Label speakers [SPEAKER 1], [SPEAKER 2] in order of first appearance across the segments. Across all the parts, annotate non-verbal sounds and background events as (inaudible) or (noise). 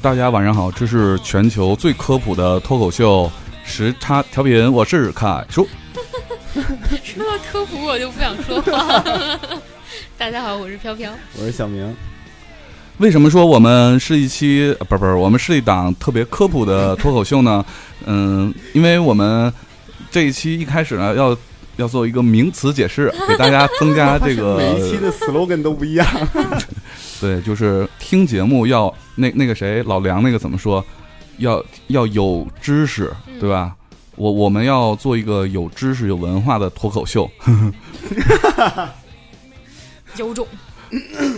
[SPEAKER 1] 大家晚上好，这是全球最科普的脱口秀时差调频，我是凯叔。
[SPEAKER 2] 说到科普，我就不想说话 (laughs) 了。大家好，我是飘飘。
[SPEAKER 3] 我是小明，
[SPEAKER 1] 为什么说我们是一期呃不是不是我们是一档特别科普的脱口秀呢？嗯，因为我们这一期一开始呢要要做一个名词解释，给大家增加这
[SPEAKER 3] (laughs)
[SPEAKER 1] 个
[SPEAKER 3] 每一期的 slogan 都不一样。
[SPEAKER 1] (laughs) 对，就是听节目要那那个谁老梁那个怎么说？要要有知识，对吧？我我们要做一个有知识、有文化的脱口秀。
[SPEAKER 2] 有
[SPEAKER 3] (laughs)
[SPEAKER 2] 种，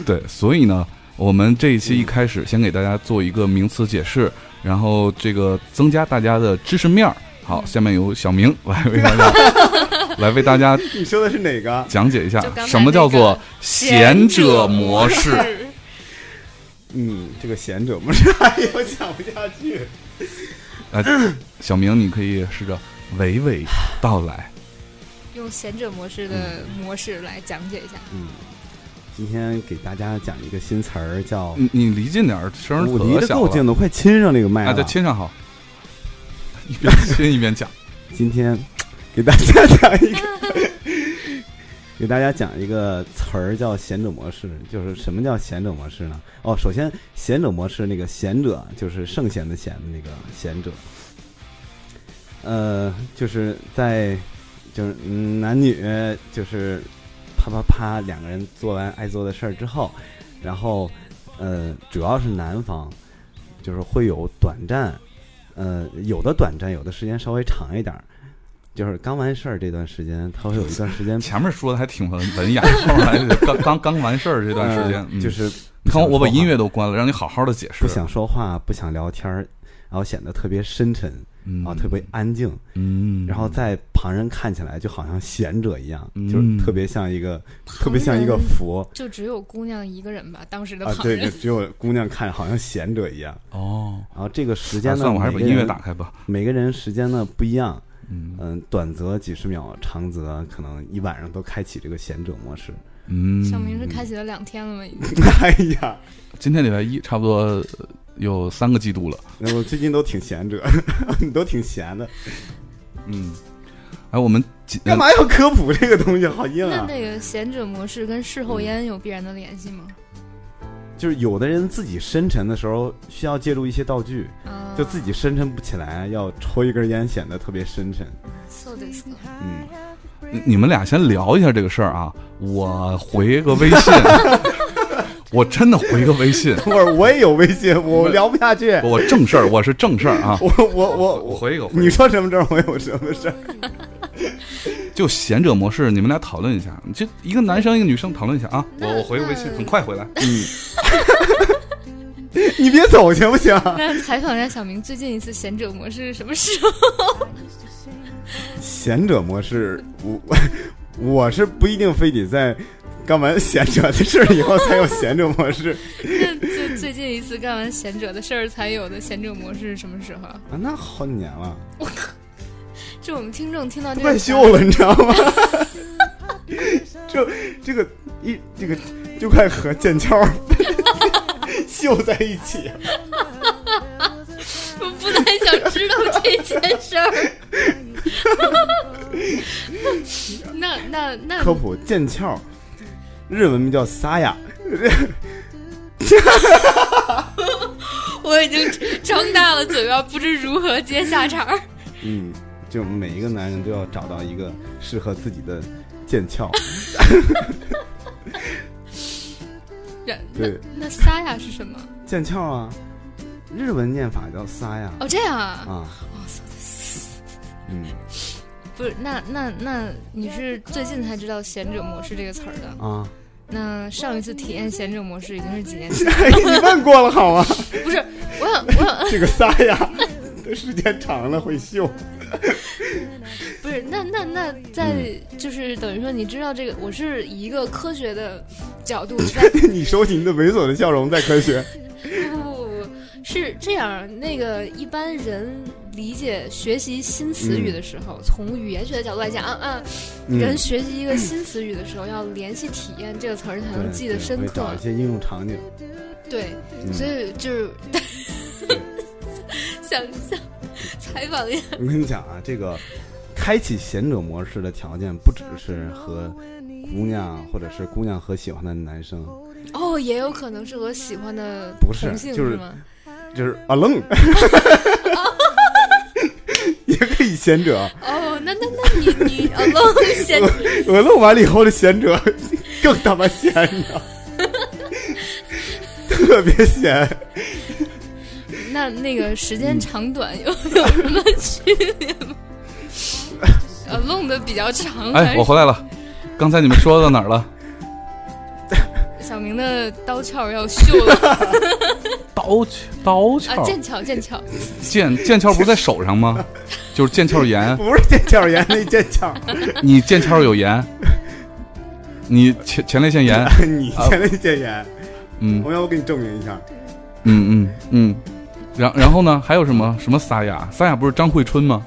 [SPEAKER 1] 对，所以呢，我们这一期一开始先给大家做一个名词解释，然后这个增加大家的知识面儿。好，下面由小明来为大家 (laughs) 来为大家
[SPEAKER 3] 你说的是哪个？
[SPEAKER 1] 讲解一下
[SPEAKER 2] 就刚才
[SPEAKER 1] 什么叫做贤者模式。
[SPEAKER 3] 嗯，这个贤者模式， (laughs) 哎呦，讲不下去。
[SPEAKER 1] 小明，你可以试着娓娓道来。
[SPEAKER 2] (laughs) 用贤者模式的模式来讲解一下。
[SPEAKER 3] 嗯，今天给大家讲一个新词儿，叫
[SPEAKER 1] 你你离近点儿，嗯声儿
[SPEAKER 3] 我
[SPEAKER 1] 可
[SPEAKER 3] 离得
[SPEAKER 1] 小
[SPEAKER 3] 够
[SPEAKER 1] 了。
[SPEAKER 3] 近，都快亲上这个麦
[SPEAKER 1] 啊，
[SPEAKER 3] 了。
[SPEAKER 1] 再亲上好，一边亲一边讲。
[SPEAKER 3] 今天给大家讲一个，给大家讲一个词儿叫贤者模式，就是什么叫贤者模式呢？哦，首先贤者模式那个贤者就是圣贤的贤那个贤者，呃，就是在就是嗯男女就是啪啪啪两个人做完爱做的事儿之后，然后呃主要是男方就是会有短暂呃，有的短暂，有的时间稍微长一点儿。就是刚完事儿这段时间，他会有一段时间
[SPEAKER 1] 前面说的还挺文文雅，后来就刚刚刚完事儿这段时间
[SPEAKER 3] 呃，
[SPEAKER 1] 嗯
[SPEAKER 3] 就是
[SPEAKER 1] 你看我我把音乐
[SPEAKER 3] 都
[SPEAKER 1] 都关了，让你好好的解释。
[SPEAKER 3] 不想说话，不想聊天儿，然后显得特别深沉，
[SPEAKER 1] 嗯
[SPEAKER 3] 然后特别安静，
[SPEAKER 1] 嗯，
[SPEAKER 3] 啊然后在旁人看起来就好像贤者一样，
[SPEAKER 1] 嗯
[SPEAKER 3] 就是特别像一个特别像一个
[SPEAKER 2] 旁人
[SPEAKER 3] 佛
[SPEAKER 2] 就只有姑娘一个人吧，当时的
[SPEAKER 3] 啊，
[SPEAKER 2] 旁
[SPEAKER 3] 对，
[SPEAKER 2] 人。
[SPEAKER 3] 就只有姑娘看着好像贤者一样。
[SPEAKER 1] 哦，
[SPEAKER 3] 然后这个时
[SPEAKER 1] 啊
[SPEAKER 3] 间呢，
[SPEAKER 1] 算我还是把
[SPEAKER 3] 每个
[SPEAKER 1] 音乐
[SPEAKER 3] 人
[SPEAKER 1] 打开吧。
[SPEAKER 3] 每个人时间呢不一样，
[SPEAKER 1] 嗯
[SPEAKER 3] 嗯，短则几十秒，长则可能一晚上都开启这个贤者模式。 (laughs)
[SPEAKER 1] 嗯，
[SPEAKER 2] (laughs) 小明是开启了两天了吗？已经
[SPEAKER 3] 哎呀，
[SPEAKER 1] 今天礼拜一，差不多呃有三个季度了。
[SPEAKER 3] 我最近都挺闲着，你 (laughs) 都挺闲的，
[SPEAKER 1] 嗯，哎，我们今
[SPEAKER 3] 干嘛要科普这个东西？好硬
[SPEAKER 2] 那
[SPEAKER 3] 啊！
[SPEAKER 2] 那个贤者模式跟事后烟有必然的联系吗？
[SPEAKER 3] 就是有的人自己深沉的时候需要借助一些道具，
[SPEAKER 2] 啊，
[SPEAKER 3] 嗯就自己深沉不起来，要抽一根烟显得特别深沉。
[SPEAKER 2] so this
[SPEAKER 3] 嗯，
[SPEAKER 1] 你呃你们俩先聊一下这个事儿啊，我回个微信，我真的回个微信，
[SPEAKER 3] 等会儿我也有微信，我聊不下去。
[SPEAKER 1] 我正事儿，我是正事儿啊。
[SPEAKER 3] 我我我
[SPEAKER 1] 我回一个回一个
[SPEAKER 3] 你说什么事儿，我有什么事儿。
[SPEAKER 1] 就贤者模式，你们俩讨论一下，就一个男生一个女生讨论一下啊。我
[SPEAKER 2] 那
[SPEAKER 1] 我回个微信，
[SPEAKER 2] 那
[SPEAKER 1] 很快回来。
[SPEAKER 3] 嗯 (laughs) 你别走行不行？
[SPEAKER 2] 那采访一下小明，最近一次贤者模式是什么时候？ (laughs)
[SPEAKER 3] 贤者模式，我 (laughs) 我是不一定非得在干完贤者的事儿以后才有贤者模式。
[SPEAKER 2] 那最最近一次干完贤者的事儿才有的贤者模式是什么时候？
[SPEAKER 3] 啊，那好几年了，
[SPEAKER 2] 就我们听众听到这
[SPEAKER 3] 都
[SPEAKER 2] 个
[SPEAKER 3] 快
[SPEAKER 2] 词
[SPEAKER 3] 秀了，你知道吗？就这个一这个就快和剑鞘儿 (laughs) 绣在一起，
[SPEAKER 2] 我不太想知道这件事儿。那那那
[SPEAKER 3] 科普剑鞘，日文名叫撒雅，
[SPEAKER 2] 我已经张大了嘴巴，不知如何接下茬儿。
[SPEAKER 3] 嗯，就每一个男人都要找到一个适合自己的剑鞘，
[SPEAKER 2] 然那
[SPEAKER 3] 对，
[SPEAKER 2] 那撒呀是什么？
[SPEAKER 3] 剑鞘啊，日文念法叫撒雅
[SPEAKER 2] 哦，这样啊。
[SPEAKER 3] 啊，
[SPEAKER 2] 哦，so this-
[SPEAKER 3] 嗯
[SPEAKER 2] 不是，那那那你是最近才知道“贤者模式”这个词儿的？
[SPEAKER 3] 啊，
[SPEAKER 2] 那上一次体验贤者模式已经是几年前？
[SPEAKER 3] 哎，你问过了好吗？
[SPEAKER 2] 不是，我想我想
[SPEAKER 3] 这个撒呀，的时间长了会锈。
[SPEAKER 2] 不是，那那那在就是等于说，你知道这个，我是以一个科学的角度在
[SPEAKER 3] (laughs) 你收起你的猥琐的笑容，再科学。
[SPEAKER 2] 不不不不， (laughs) 是这样。那个一般人理解学习新词语的时候，从语言学的角度来讲，啊啊，
[SPEAKER 3] 嗯
[SPEAKER 2] 人学习一个新词语的时候，要联系体验这个词儿才能记得深
[SPEAKER 3] 对对
[SPEAKER 2] 刻
[SPEAKER 3] 会找一。些应用场景。
[SPEAKER 2] 对，
[SPEAKER 3] 嗯
[SPEAKER 2] 所以就是 (laughs) 想象采访一下。
[SPEAKER 3] 我跟你讲啊，这个开启贤者模式的条件不只是和姑娘，或者是姑娘和喜欢的男生，
[SPEAKER 2] 哦，也有可能是我喜欢的
[SPEAKER 3] 不是
[SPEAKER 2] 同性
[SPEAKER 3] 就是
[SPEAKER 2] 吗？
[SPEAKER 3] 就是
[SPEAKER 2] (laughs)
[SPEAKER 3] 啊愣， (laughs) 也可以贤者。
[SPEAKER 2] 哦，那那那你你哦 alone 先，
[SPEAKER 3] 我弄完了以后的贤者更他妈
[SPEAKER 2] (laughs)
[SPEAKER 3] 闲着，特别闲。
[SPEAKER 2] 那那个时间长短有有什么区别吗？alone 的比较长，还
[SPEAKER 1] 哎，
[SPEAKER 2] 是
[SPEAKER 1] 我回来了，刚才你们说到哪儿了？
[SPEAKER 2] 小明的刀鞘要锈了
[SPEAKER 1] 刀鞘刀鞘
[SPEAKER 2] 啊，剑鞘剑鞘，
[SPEAKER 1] 剑剑鞘不是在手上吗？就是腱鞘炎，
[SPEAKER 3] 不是腱鞘炎，那腱
[SPEAKER 2] (laughs)
[SPEAKER 3] 鞘，
[SPEAKER 1] 你腱鞘有炎，你前前列腺炎，
[SPEAKER 3] 你前列腺炎。
[SPEAKER 1] 嗯
[SPEAKER 3] 我要我给你证明一下，
[SPEAKER 1] 嗯嗯嗯，然然后呢？还有什么什么撒雅？撒雅不是张惠春吗？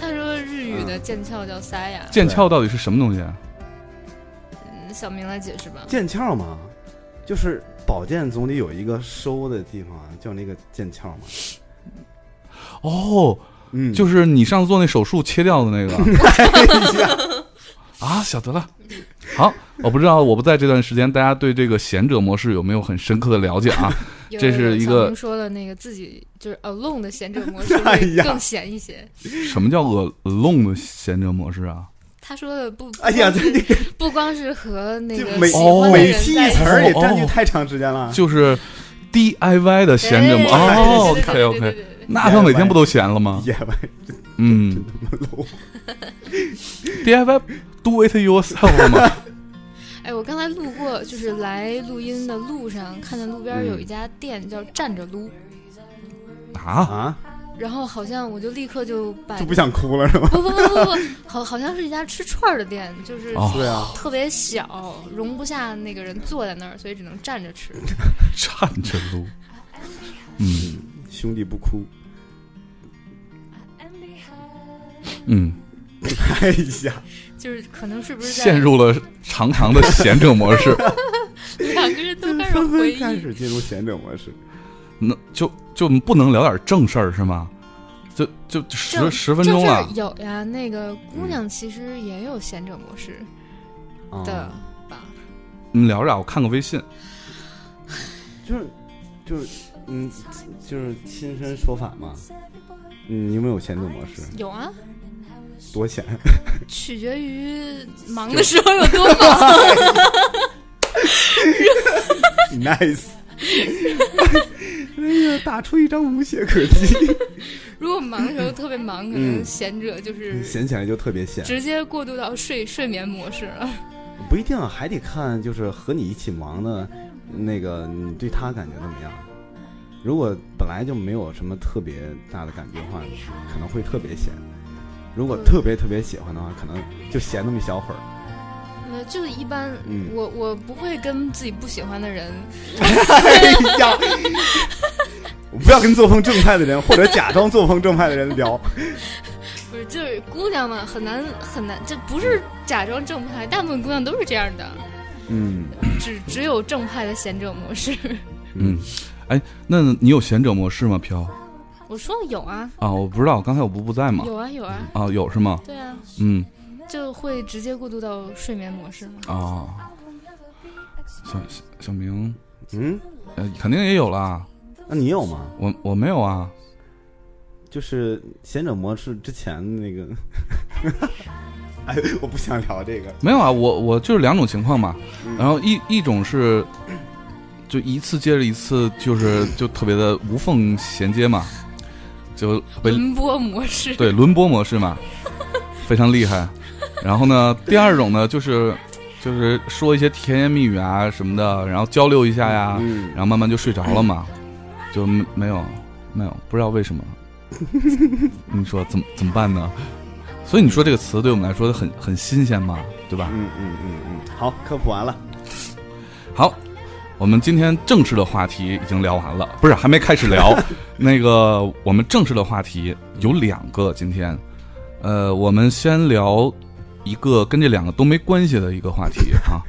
[SPEAKER 2] 他说日语的剑鞘叫撒呀，
[SPEAKER 1] 腱鞘到底是什么东西啊？
[SPEAKER 2] 嗯小明来解释吧。
[SPEAKER 3] 腱鞘嘛，就是保健总得有一个收的地方啊，叫那个腱鞘嘛。
[SPEAKER 1] 哦，
[SPEAKER 3] 嗯，
[SPEAKER 1] 就是你上次做那手术切掉的那个啊，晓得了。好，我不知道我不在这段时间，大家对这个贤者模式有没有很深刻的了解啊？
[SPEAKER 2] 有
[SPEAKER 1] 这是
[SPEAKER 2] 有有
[SPEAKER 1] 一
[SPEAKER 2] 小
[SPEAKER 1] 个
[SPEAKER 2] 明说了那个自己就是 alone 的贤者模式
[SPEAKER 3] 哎
[SPEAKER 2] 会
[SPEAKER 3] 呀
[SPEAKER 2] 更闲一些。
[SPEAKER 1] 什么叫 alone 的贤者模式啊？
[SPEAKER 2] 他说的不，
[SPEAKER 3] 哎呀，
[SPEAKER 2] 不
[SPEAKER 3] 这
[SPEAKER 2] 光
[SPEAKER 3] 这
[SPEAKER 2] 是
[SPEAKER 3] 个
[SPEAKER 2] 不光是和那
[SPEAKER 3] 这
[SPEAKER 2] 个
[SPEAKER 3] 美
[SPEAKER 2] 喜欢的
[SPEAKER 3] 美
[SPEAKER 2] 人
[SPEAKER 3] 系
[SPEAKER 2] 在一
[SPEAKER 3] 词
[SPEAKER 2] 起
[SPEAKER 3] 儿也占据太长时间了。 (laughs)
[SPEAKER 1] 就是 DIY 的闲着吗？哦
[SPEAKER 2] 哎啊对对
[SPEAKER 1] ，OK
[SPEAKER 2] 对
[SPEAKER 1] OK，
[SPEAKER 2] 对对对对
[SPEAKER 1] 那他每天不都闲了吗？
[SPEAKER 3] 野外
[SPEAKER 1] 嗯 (laughs)
[SPEAKER 3] 楼，
[SPEAKER 1] ，DIY do it yourself
[SPEAKER 2] (laughs)
[SPEAKER 1] 嘛，
[SPEAKER 2] 哎，我刚才路过，就是来录音的路上，看见路边儿有
[SPEAKER 1] 嗯
[SPEAKER 2] 一家店叫站着撸，
[SPEAKER 1] 啊，
[SPEAKER 3] 啊，
[SPEAKER 2] 然后好像我就立刻就把
[SPEAKER 3] 就不想哭了是吗？
[SPEAKER 2] 不不不不不，好好像是一家吃串儿的店，就是
[SPEAKER 1] 哦
[SPEAKER 3] 对啊，
[SPEAKER 2] 特别小，容不下那个人坐在那儿，所以只能站着吃。
[SPEAKER 1] 站着撸，嗯
[SPEAKER 3] (laughs) 兄弟不哭。
[SPEAKER 1] 嗯，
[SPEAKER 3] 哎呀，
[SPEAKER 2] 就是可能是不是在
[SPEAKER 1] 陷入了长长的闲者模式， (laughs)
[SPEAKER 2] 两个人 (laughs) 都开始
[SPEAKER 3] 纷
[SPEAKER 2] 回
[SPEAKER 3] 纷开
[SPEAKER 2] 忆，
[SPEAKER 3] 始进入贤者模式。
[SPEAKER 1] 那就就不能聊点正事儿是吗？就就十
[SPEAKER 2] 正
[SPEAKER 1] 十分
[SPEAKER 2] 就
[SPEAKER 1] 钟了嗯
[SPEAKER 2] 是，有呀。那个姑娘其实也有贤者模式
[SPEAKER 3] 啊
[SPEAKER 2] 的
[SPEAKER 1] 哦
[SPEAKER 2] 吧？
[SPEAKER 1] 你们聊着啊，我看个微信，
[SPEAKER 3] 就是就是嗯，就是亲身说法嘛。嗯，你有没有闲者模式？
[SPEAKER 2] 有啊，
[SPEAKER 3] 多闲，啊 (laughs)
[SPEAKER 2] 取决于忙的时候有多忙。 (laughs)
[SPEAKER 3] nice。哎呀，打出一张无懈可击，
[SPEAKER 2] 如果忙的时候特别忙，可能闲者
[SPEAKER 1] 嗯
[SPEAKER 2] 就是
[SPEAKER 3] 闲起来就特别闲。
[SPEAKER 2] 直接过渡到睡睡眠模式了。
[SPEAKER 3] 不一定啊还得看，就是和你一起忙的，那个你对他感觉怎么样？如果本来就没有什么特别大的感觉的话，可能会特别闲；如果特别特别喜欢的话，可能就闲那么一小会儿。
[SPEAKER 2] 那呃就一般，
[SPEAKER 3] 嗯
[SPEAKER 2] (laughs) 我我不会跟自己不喜欢的人，
[SPEAKER 3] 哎呀，我不要跟作风正派的人，或者假装作风正派的人聊。
[SPEAKER 2] 不是就是姑娘嘛，很难很难，这不是假装正派，大部分姑娘都是这样的，
[SPEAKER 3] 嗯
[SPEAKER 2] 只只有正派的贤者模式。
[SPEAKER 1] 嗯，哎，那你有闲者模式吗？飘
[SPEAKER 2] (laughs) 我说有啊，
[SPEAKER 1] 啊，我不知道，刚才我不不在吗？
[SPEAKER 2] 有啊，有啊，
[SPEAKER 1] 啊，有是吗？
[SPEAKER 2] 对啊，
[SPEAKER 1] 嗯。
[SPEAKER 2] 就会直接过渡到睡眠模式嘛。
[SPEAKER 1] 哦，小小小明，
[SPEAKER 3] 嗯，
[SPEAKER 1] 呃，肯定也有啦。
[SPEAKER 3] 那你有吗？
[SPEAKER 1] 我我没有啊，
[SPEAKER 3] 就是贤者模式之前那个， (laughs) 哎，我不想聊这个。
[SPEAKER 1] 没有啊，我我就是两种情况嘛。然后一一种是，就一次接着一次，就是就特别的无缝衔接嘛，就被
[SPEAKER 2] 轮播模式，
[SPEAKER 1] 对轮播模式嘛，非常厉害。然后呢，第二种呢就是就是说一些甜言蜜语啊什么的，然后交流一下呀，
[SPEAKER 3] 嗯
[SPEAKER 1] 然后慢慢就睡着了嘛，就没没有没有，不知道为什么。 (laughs) 你说怎么怎么办呢？所以你说这个词对我们来说很很新鲜嘛，对吧？
[SPEAKER 3] 嗯嗯嗯嗯，好，科普完了。
[SPEAKER 1] 好，我们今天正式的话题已经聊完了，不是还没开始聊。那个我们正式的话题有两个，今天，呃，我们先聊一个跟这两个都没关系的一个话题啊。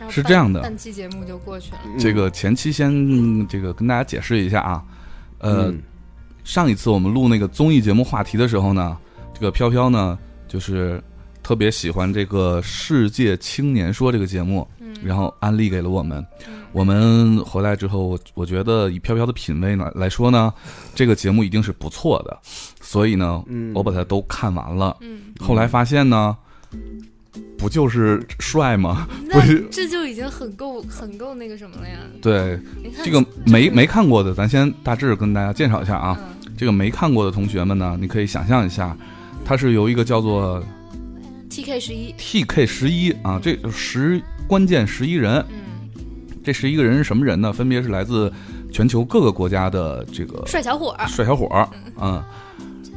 [SPEAKER 2] 然后
[SPEAKER 1] 是
[SPEAKER 2] 半
[SPEAKER 1] 这样的
[SPEAKER 2] 半期节目
[SPEAKER 3] 嗯
[SPEAKER 2] 就过去了。
[SPEAKER 1] 这个前期先这个跟大家解释一下啊，呃，
[SPEAKER 3] 嗯
[SPEAKER 1] 上一次我们录那个综艺节目话题的时候呢，这个飘飘呢就是特别喜欢这个《世界青年说》这个节目，
[SPEAKER 2] 嗯，
[SPEAKER 1] 然后安利给了我们。
[SPEAKER 2] 嗯
[SPEAKER 1] 我们回来之后，我我觉得以飘飘的品味呢来说呢，这个节目一定是不错的，所以呢，
[SPEAKER 3] 嗯，
[SPEAKER 1] 我把它都看完了。
[SPEAKER 2] 嗯，
[SPEAKER 1] 后来发现呢，不就是帅吗？不
[SPEAKER 2] 那
[SPEAKER 1] 是
[SPEAKER 2] 这就已经很够很够那个什么了呀？
[SPEAKER 1] 对，
[SPEAKER 2] 你看
[SPEAKER 1] 这个
[SPEAKER 2] 就是
[SPEAKER 1] 没没看过的，咱先大致跟大家介绍一下啊。
[SPEAKER 2] 嗯
[SPEAKER 1] 这个没看过的同学们呢，你可以想象一下，它是由一个叫做
[SPEAKER 2] TK 十一，
[SPEAKER 1] TK 十一啊，这十关键十一人，
[SPEAKER 2] 嗯，
[SPEAKER 1] 这十一个人是什么人呢？分别是来自全球各个国家的这个
[SPEAKER 2] 帅小伙儿，
[SPEAKER 1] 帅小伙儿，嗯。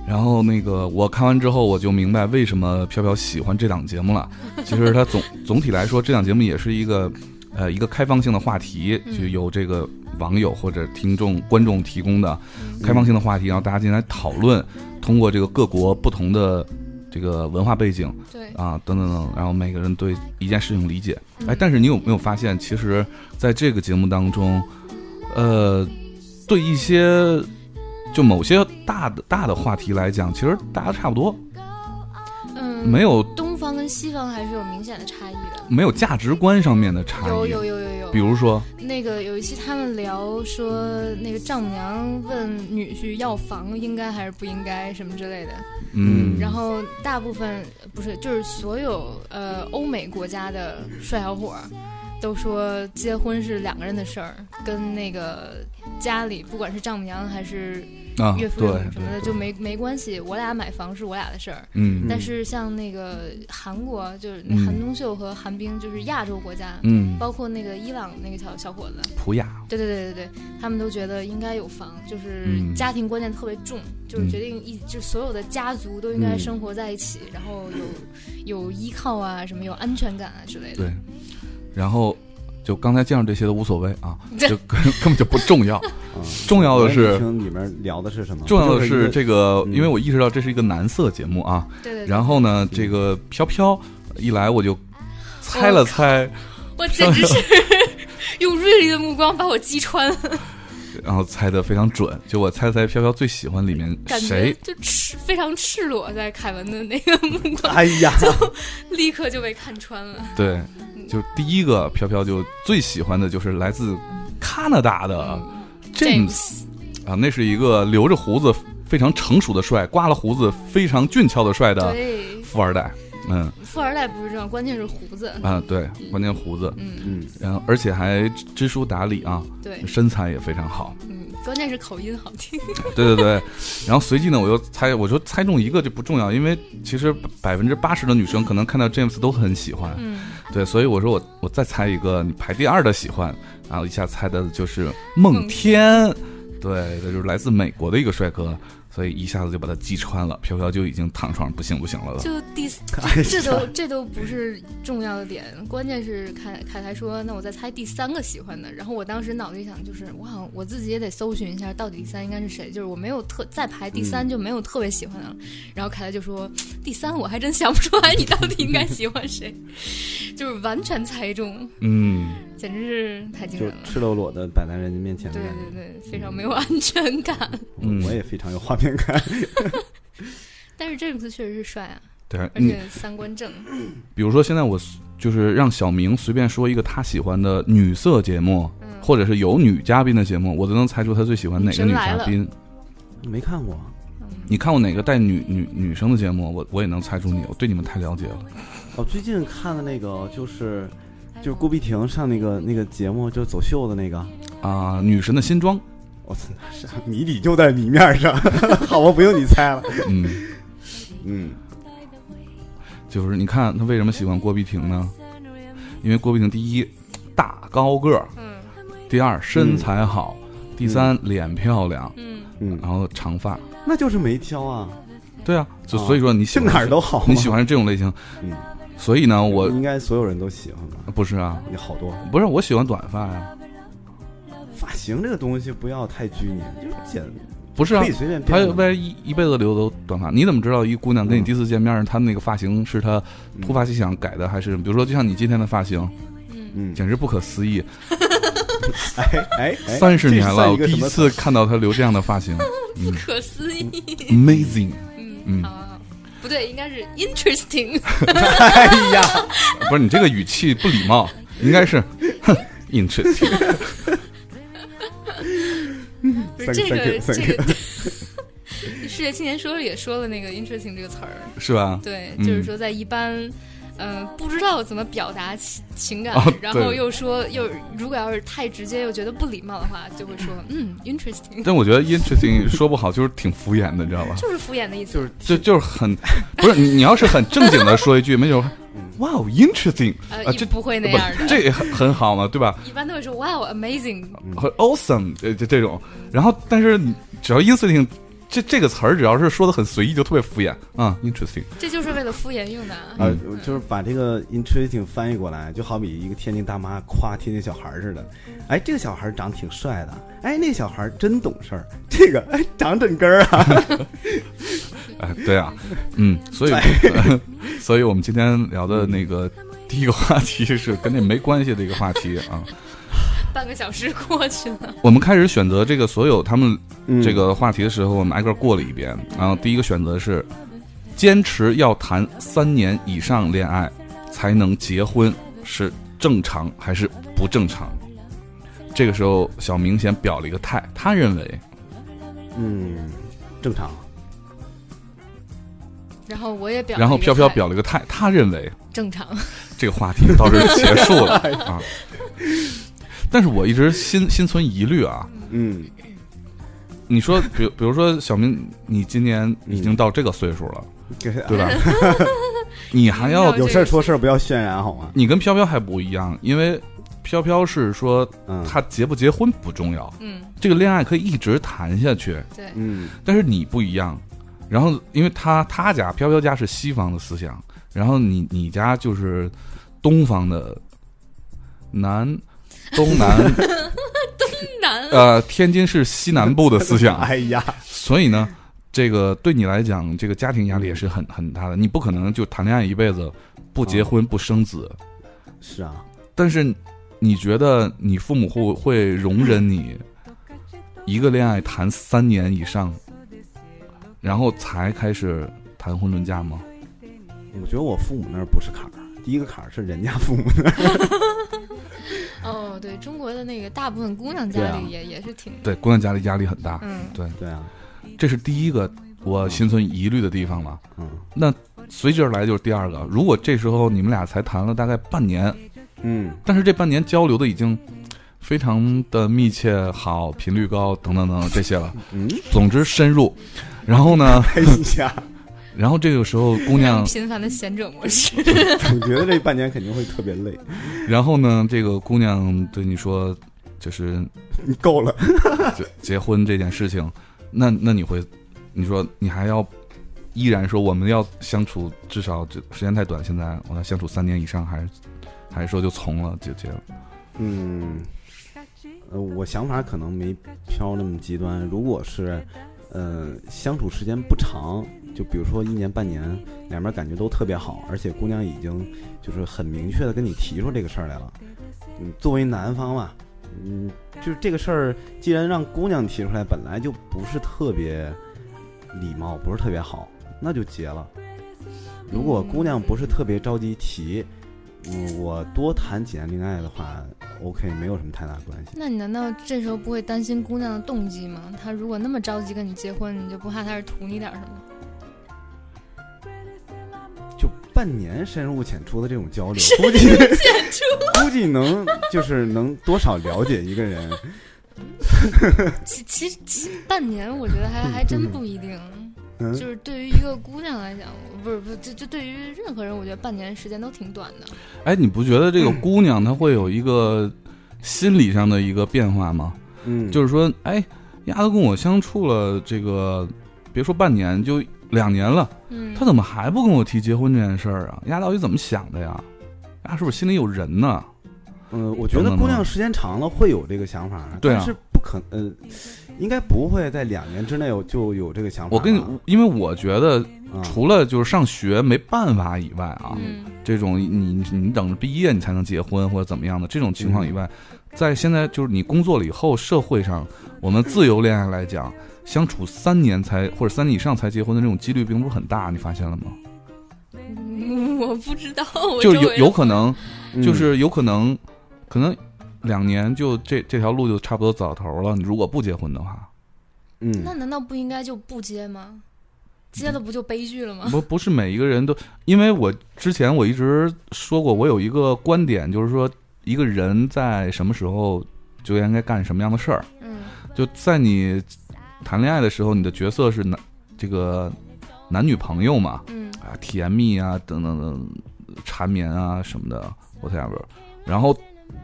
[SPEAKER 1] 然后那个我看完之后，我就明白为什么飘飘喜欢这档节目
[SPEAKER 2] (laughs)
[SPEAKER 1] 了。其实它总总体来说，这档节目也是一个呃一个开放性的话题，
[SPEAKER 2] 嗯
[SPEAKER 1] 就由这个网友或者听众观众提供的
[SPEAKER 2] 嗯
[SPEAKER 1] 开放性的话题，然后大家进来讨论，通过这个各国不同的这个文化背景
[SPEAKER 2] 对，
[SPEAKER 1] 啊等等等，然后每个人对一件事情理解。哎
[SPEAKER 2] 嗯，
[SPEAKER 1] 但是你有没有发现，其实在这个节目当中，呃，对一些就某些大的大的话题来讲，其实大家差不多，
[SPEAKER 2] 嗯，
[SPEAKER 1] 没有
[SPEAKER 2] 东方跟西方还是有明显的差异的，
[SPEAKER 1] 没有价值观上面的差
[SPEAKER 2] 有
[SPEAKER 1] 异。
[SPEAKER 2] 有有有有
[SPEAKER 1] 比，如说，
[SPEAKER 2] 那个有一期他们聊说，那个丈母娘问女婿要房应该还是不应该什么之类的，
[SPEAKER 1] 嗯，
[SPEAKER 2] 然后大部分不是就是所有呃欧美国家的帅小伙儿都说结婚是两个人的事儿，跟那个家里不管是丈母娘还是
[SPEAKER 1] 啊，
[SPEAKER 2] 岳
[SPEAKER 1] 对
[SPEAKER 2] 父
[SPEAKER 1] 对
[SPEAKER 2] 岳母什么的就
[SPEAKER 1] 对
[SPEAKER 2] 没没关系，我俩买房是我俩的事儿。
[SPEAKER 1] 嗯
[SPEAKER 2] 但是像那个韩国，就是那
[SPEAKER 1] 嗯
[SPEAKER 2] 韩东秀和韩冰，就是亚洲国家，
[SPEAKER 1] 嗯，
[SPEAKER 2] 包括那个伊朗那个小小伙子，
[SPEAKER 1] 普雅，
[SPEAKER 2] 对对对对对，他们都觉得应该有房，就是
[SPEAKER 1] 嗯
[SPEAKER 2] 家庭观念特别重，就是
[SPEAKER 1] 嗯
[SPEAKER 2] 决定一就所有的家族都应该
[SPEAKER 3] 嗯
[SPEAKER 2] 生活在一起，然后有有依靠啊，什么有安全感啊之类的。
[SPEAKER 1] 对，然后就刚才介绍这些都无所谓
[SPEAKER 2] (laughs)
[SPEAKER 1] 啊，就根根本就不重要。
[SPEAKER 3] 啊
[SPEAKER 1] 重要的是
[SPEAKER 3] 我也没听里面聊的是什么？
[SPEAKER 1] 重要
[SPEAKER 3] 不
[SPEAKER 1] 的
[SPEAKER 3] 就是一个
[SPEAKER 1] 这个，
[SPEAKER 3] 嗯
[SPEAKER 1] 因为我意识到这是一个男色节目啊，
[SPEAKER 2] 对对对，
[SPEAKER 1] 然后呢，这个飘飘一来我就猜了猜，
[SPEAKER 2] 我简直是用锐利的目光把我击穿，
[SPEAKER 1] 然后猜的非常准。就我猜猜飘飘最喜欢里面
[SPEAKER 2] 感觉
[SPEAKER 1] 谁？
[SPEAKER 2] 就赤非常赤裸，在凯文的那个目光
[SPEAKER 3] (laughs) 哎
[SPEAKER 1] (laughs)
[SPEAKER 3] 呀，
[SPEAKER 2] 立刻就被看穿了。
[SPEAKER 1] 对，
[SPEAKER 2] 嗯
[SPEAKER 1] 就第一个飘飘就最喜欢的就是来自加拿大的
[SPEAKER 2] 嗯
[SPEAKER 1] James 啊，那是一个留着胡子非常成熟的帅，刮了胡子非常俊俏的帅的
[SPEAKER 2] 对，
[SPEAKER 1] 富二代。嗯
[SPEAKER 2] 富二代不是这样，关键是胡子。
[SPEAKER 1] 啊，对，关键胡子，
[SPEAKER 2] 嗯，
[SPEAKER 3] 嗯，
[SPEAKER 1] 然后而且还知书达理啊，
[SPEAKER 2] 对，
[SPEAKER 1] 身材也非常好。
[SPEAKER 2] 嗯，关键是口音好听。
[SPEAKER 1] 对对对，然后随即呢，我又猜，我说猜中一个就不重要，因为其实百分之八十的女生可能看到 James 都很喜欢，
[SPEAKER 2] 嗯，
[SPEAKER 1] 对，所以我说我我再猜一个，你排第二的喜欢，然后一下猜的就是孟天，对，这就是来自美国的一个帅哥，所以一下子就把他击穿了，飘飘就已经躺床上不行不行了，
[SPEAKER 2] 就第四
[SPEAKER 3] 哎呀
[SPEAKER 2] 这都这都不是重要的点，关键是凯凯凯说，那我再猜第三个喜欢的。然后我当时脑子里想，就是我好像我自己也得搜寻一下，到底第三应该是谁。就是我没有特再排第三就没有特别喜欢的了。然后凯凯就说，第三我还真想不出来你到底应该喜欢谁，就是完全猜中，
[SPEAKER 1] 嗯，
[SPEAKER 2] 简直是太惊
[SPEAKER 3] 就是
[SPEAKER 2] 人了。
[SPEAKER 3] 赤裸裸的摆在人家面前的
[SPEAKER 2] 对
[SPEAKER 3] 感
[SPEAKER 2] 对
[SPEAKER 3] 觉，
[SPEAKER 2] 对，非常没有安全感。
[SPEAKER 1] 嗯
[SPEAKER 3] 我我也非常有画面感。 (laughs)
[SPEAKER 2] 但是詹姆斯确实是帅啊，
[SPEAKER 1] 对
[SPEAKER 2] 而
[SPEAKER 1] 你
[SPEAKER 2] 且三观正。
[SPEAKER 1] 比如说现在我就是让小明随便说一个他喜欢的女色节目，
[SPEAKER 2] 嗯，
[SPEAKER 1] 或者是有女嘉宾的节目，我都能猜出他最喜欢哪个
[SPEAKER 2] 神
[SPEAKER 1] 女
[SPEAKER 2] 来
[SPEAKER 1] 嘉
[SPEAKER 2] 了
[SPEAKER 1] 宾。
[SPEAKER 3] 没看过，
[SPEAKER 2] 嗯
[SPEAKER 1] 你看过哪个带女女女生的节目？我我也能猜出你，我对你们太了解了。
[SPEAKER 3] 我哦最近看的那个就是
[SPEAKER 2] 哎
[SPEAKER 3] 就是郭碧婷上那个那个节目，就是走秀的那个。 (laughs)
[SPEAKER 1] 啊、女神的新装，
[SPEAKER 3] 我操，是啊谜底就在谜面上， (laughs) 好吧，不用
[SPEAKER 1] (laughs)
[SPEAKER 3] 你猜了。
[SPEAKER 1] 嗯，
[SPEAKER 3] 嗯，
[SPEAKER 1] 就是你看他为什么喜欢郭碧婷呢？因为郭碧婷第一大高个儿，
[SPEAKER 2] 嗯
[SPEAKER 1] 第二身材好，第三脸漂亮，
[SPEAKER 2] 嗯，
[SPEAKER 3] 嗯
[SPEAKER 1] 然，后长发。
[SPEAKER 3] 那就是没挑啊，
[SPEAKER 1] 对啊，就
[SPEAKER 3] 啊
[SPEAKER 1] 所以说你喜
[SPEAKER 3] 这
[SPEAKER 1] 欢
[SPEAKER 3] 哪儿都好嘛。
[SPEAKER 1] 你喜欢这种类型，
[SPEAKER 3] 嗯，
[SPEAKER 1] 所以呢，我
[SPEAKER 3] 应该所有人都喜欢吧？
[SPEAKER 1] 不是啊，
[SPEAKER 3] 你好多
[SPEAKER 1] 不是我喜欢短发呀、
[SPEAKER 3] 发型这个东西不要太拘泥，就是简
[SPEAKER 1] 不是啊
[SPEAKER 3] 可以，随便
[SPEAKER 1] 他
[SPEAKER 3] 变嗯的。
[SPEAKER 1] 万一一辈子留都短发，你怎么知道一姑娘跟你第一次见面，她那个发型是她突发奇想改的，还是比如说就像你今天的发型，
[SPEAKER 3] 嗯，
[SPEAKER 1] (laughs) 简直不可思议！
[SPEAKER 3] 哎哎哎，哎
[SPEAKER 1] 三十年
[SPEAKER 3] 这是算
[SPEAKER 1] 了，我
[SPEAKER 3] 一个
[SPEAKER 1] 第
[SPEAKER 3] 什
[SPEAKER 1] 一
[SPEAKER 3] 么 (laughs)
[SPEAKER 1] 次看到她留这样的发型，
[SPEAKER 2] 不可思议。
[SPEAKER 1] amazing，
[SPEAKER 2] 嗯，
[SPEAKER 1] 嗯
[SPEAKER 2] 好好好，不对，应该是
[SPEAKER 1] (laughs)
[SPEAKER 2] interesting。
[SPEAKER 3] 哎呀，
[SPEAKER 1] 不是你这个语气不礼貌，应该是 (laughs) 哼 interesting。
[SPEAKER 2] 不是
[SPEAKER 3] Thank
[SPEAKER 2] 这
[SPEAKER 3] you,
[SPEAKER 2] 个
[SPEAKER 3] thank
[SPEAKER 2] 这
[SPEAKER 3] you,
[SPEAKER 2] 个，
[SPEAKER 1] (laughs)
[SPEAKER 2] 世界青年说了也说了那个 interesting 这个词儿，
[SPEAKER 1] 是吧？
[SPEAKER 2] 对，
[SPEAKER 1] 嗯
[SPEAKER 2] 就是说在一般。嗯，不知道怎么表达情情感，
[SPEAKER 1] 啊
[SPEAKER 2] 然后
[SPEAKER 1] 对
[SPEAKER 2] 又说又如果要是太直接又觉得不礼貌的话，就会说嗯，interesting，
[SPEAKER 1] 但我觉得 interesting 说不好就是挺敷衍的，你知道吧？
[SPEAKER 2] 就是敷衍的意思。
[SPEAKER 3] 就是
[SPEAKER 1] 就就是很，不是你你要是很正经的说一句，没准儿
[SPEAKER 3] 嗯
[SPEAKER 1] 哇哦 interesting
[SPEAKER 2] 呃，
[SPEAKER 1] 啊
[SPEAKER 2] 一
[SPEAKER 1] 这
[SPEAKER 2] 不会那
[SPEAKER 1] 不
[SPEAKER 2] 样的，
[SPEAKER 1] 这也很很好嘛，对吧？
[SPEAKER 2] 一般都会说哇哦，amazing，
[SPEAKER 1] 和 awesome 呃这这这种，然后但是你只要 interesting 这这个词儿，只要是说的很随意，就特别敷衍啊、interesting
[SPEAKER 2] 这就是为了敷衍用的啊。
[SPEAKER 3] 呃，
[SPEAKER 1] 嗯
[SPEAKER 3] 就是把这个 interesting 翻译过来，就好比一个天津大妈夸天津小孩儿似的。哎，这个小孩儿长挺帅的，哎，那个小孩儿真懂事儿，这个哎长整根儿啊。
[SPEAKER 1] 哎，对啊，嗯，所以所以我们今天聊的那个第一个话题是跟这没关系的一个话题啊，
[SPEAKER 2] 半个小时过去了，
[SPEAKER 1] 我们开始选择这个所有他们
[SPEAKER 3] 嗯
[SPEAKER 1] 这个话题的时候，我们挨个过了一遍。然后第一个选择是，坚持要谈三年以上恋爱才能结婚，是正常还是不正常？这个时候，小明先表了一个态，他认为
[SPEAKER 3] 嗯，正常。
[SPEAKER 2] 然后我也表，
[SPEAKER 1] 然后飘飘表了一个态，他认为
[SPEAKER 2] 正常，
[SPEAKER 1] 这个话题到这儿就结束 (laughs) 了啊。但是我一直心心存疑虑啊，
[SPEAKER 3] 嗯，
[SPEAKER 1] 你说，比如比如说，小明，你今年已经到这个岁数了，
[SPEAKER 3] 就是
[SPEAKER 1] 对
[SPEAKER 3] 啊
[SPEAKER 1] (laughs) 吧？你还要
[SPEAKER 2] 到这
[SPEAKER 3] 哎有
[SPEAKER 2] 个
[SPEAKER 3] 事儿说事儿，不要渲染好吗？
[SPEAKER 1] 你跟飘飘还不一样，因为飘飘是说
[SPEAKER 3] 嗯
[SPEAKER 1] 她结不结婚不重要，
[SPEAKER 2] 嗯，
[SPEAKER 1] 这个恋爱可以一直谈下去。
[SPEAKER 2] 对，
[SPEAKER 3] 嗯，
[SPEAKER 1] 但是你不一样，然后因为她她家飘飘家是西方的思想，然后你你家就是东方的南东南
[SPEAKER 2] 难啊，
[SPEAKER 1] 呃天津是西南部的思想，
[SPEAKER 3] (laughs) 哎呀，
[SPEAKER 1] 所以呢，这个对你来讲，这个家庭压力也是很很大的。你不可能就谈恋爱一辈子不结婚不生子，
[SPEAKER 3] 是啊，
[SPEAKER 1] 但是你觉得你父母会会容忍你一个恋爱谈三年以上，然后才开始谈婚论嫁吗？
[SPEAKER 3] 我觉得我父母那儿不是坎儿，第一个坎儿是人家父母那儿。
[SPEAKER 2] 哦，对中国的那个大部分姑娘
[SPEAKER 3] 对
[SPEAKER 2] 家
[SPEAKER 3] 啊
[SPEAKER 2] 里也也是挺，
[SPEAKER 1] 对，姑娘家里压力很大，
[SPEAKER 2] 嗯，
[SPEAKER 3] 对啊，
[SPEAKER 1] 这是第一个我心存疑虑的地方了。
[SPEAKER 3] 嗯
[SPEAKER 1] 那随之而来就是第二个，如果这时候你们俩才谈了大概半年，
[SPEAKER 3] 嗯
[SPEAKER 1] 但是这半年交流的已经非常的密切、好、频率高等等等等这些了。
[SPEAKER 3] (laughs) 嗯，
[SPEAKER 1] 总之深入，然后呢，
[SPEAKER 3] 哎 (laughs) 呀，
[SPEAKER 1] 然后这个时候姑娘，
[SPEAKER 2] 频繁的贤者模式， (laughs)
[SPEAKER 3] 总觉得这半年肯定会特别累。
[SPEAKER 1] 然后呢，这个姑娘对你说，就是
[SPEAKER 3] 你够了，
[SPEAKER 1] 结结婚这件事情，那那你会，你说你还要。依然说我们要相处，至少这时间太短，现在我要相处三年以上，还是还是说就从了就结了？
[SPEAKER 3] 嗯，呃，我想法可能没飘那么极端。如果是，呃，相处时间不长，就比如说一年半年，两边感觉都特别好，而且姑娘已经就是很明确的跟你提出这个事儿来了。嗯，作为男方嘛，嗯，就是这个事儿，既然让姑娘提出来，本来就不是特别礼貌，不是特别好，那就结了。如果姑娘不是特别着急提，嗯，我多谈几年恋爱的话，OK，没有什么太大关系。
[SPEAKER 2] 那你难道这时候不会担心姑娘的动机吗？她如果那么着急跟你结婚，你就不怕她是图你点儿什么？
[SPEAKER 3] 就半年深入浅出的这种交流，估计 (laughs) 估计能就是能多少了解一
[SPEAKER 1] (laughs)
[SPEAKER 3] 个人。
[SPEAKER 2] 其其其半年，我觉得还
[SPEAKER 1] 嗯
[SPEAKER 2] 还真不一定。
[SPEAKER 3] 嗯
[SPEAKER 2] 就是对于一个姑娘来讲，不是不是，就就对于任何人，我觉得半年时间都挺短的。
[SPEAKER 1] 哎，你不觉得这个姑娘她会有一个心理上的一个变化吗？
[SPEAKER 3] 嗯，
[SPEAKER 1] 就是说，哎，丫头跟我相处了这个，别说半年，就两年了，
[SPEAKER 2] 嗯，
[SPEAKER 1] 她怎么还不跟我提结婚这件事儿啊？丫到底怎么想的呀？丫是不是心里有人呢？
[SPEAKER 3] 嗯、我觉得姑娘时间长了会有这个想法，
[SPEAKER 1] 对啊
[SPEAKER 3] 但是不可呃，应该不会在两年之内有就有这个想法
[SPEAKER 1] 我
[SPEAKER 3] 吧。
[SPEAKER 1] 跟你，因为我觉得
[SPEAKER 3] 嗯
[SPEAKER 1] 除了就是上学没办法以外啊，
[SPEAKER 2] 嗯，
[SPEAKER 1] 这种你你你等着毕业你才能结婚或者怎么样的这种情
[SPEAKER 3] 嗯
[SPEAKER 1] 况以外，在现在就是你工作了以后，社会上我们自由恋爱来讲，相处三年才或者三年以上才结婚的这种几率并不是很大，你发现了吗？
[SPEAKER 2] 嗯 (laughs) 我不知道，我
[SPEAKER 1] 就
[SPEAKER 2] 周
[SPEAKER 1] 有
[SPEAKER 2] 围
[SPEAKER 1] 有可能，
[SPEAKER 3] 嗯
[SPEAKER 1] 就是有可能，可能两年就这这条路就差不多走到头了。你如果不结婚的话，
[SPEAKER 3] 嗯
[SPEAKER 2] 那，难道不应该就不接吗？接了不就悲剧了 (laughs) 吗？
[SPEAKER 1] 不不是每一个人都，因为我之前我一直说过，我有一个观点，就是说一个人在什么时候就应该干什么样的事儿。
[SPEAKER 2] 嗯
[SPEAKER 1] 就在你谈恋爱的时候，你的角色是男这个男女朋友嘛，
[SPEAKER 2] 嗯
[SPEAKER 1] 啊，甜蜜啊，等等等，缠绵啊什么的，whatever。然后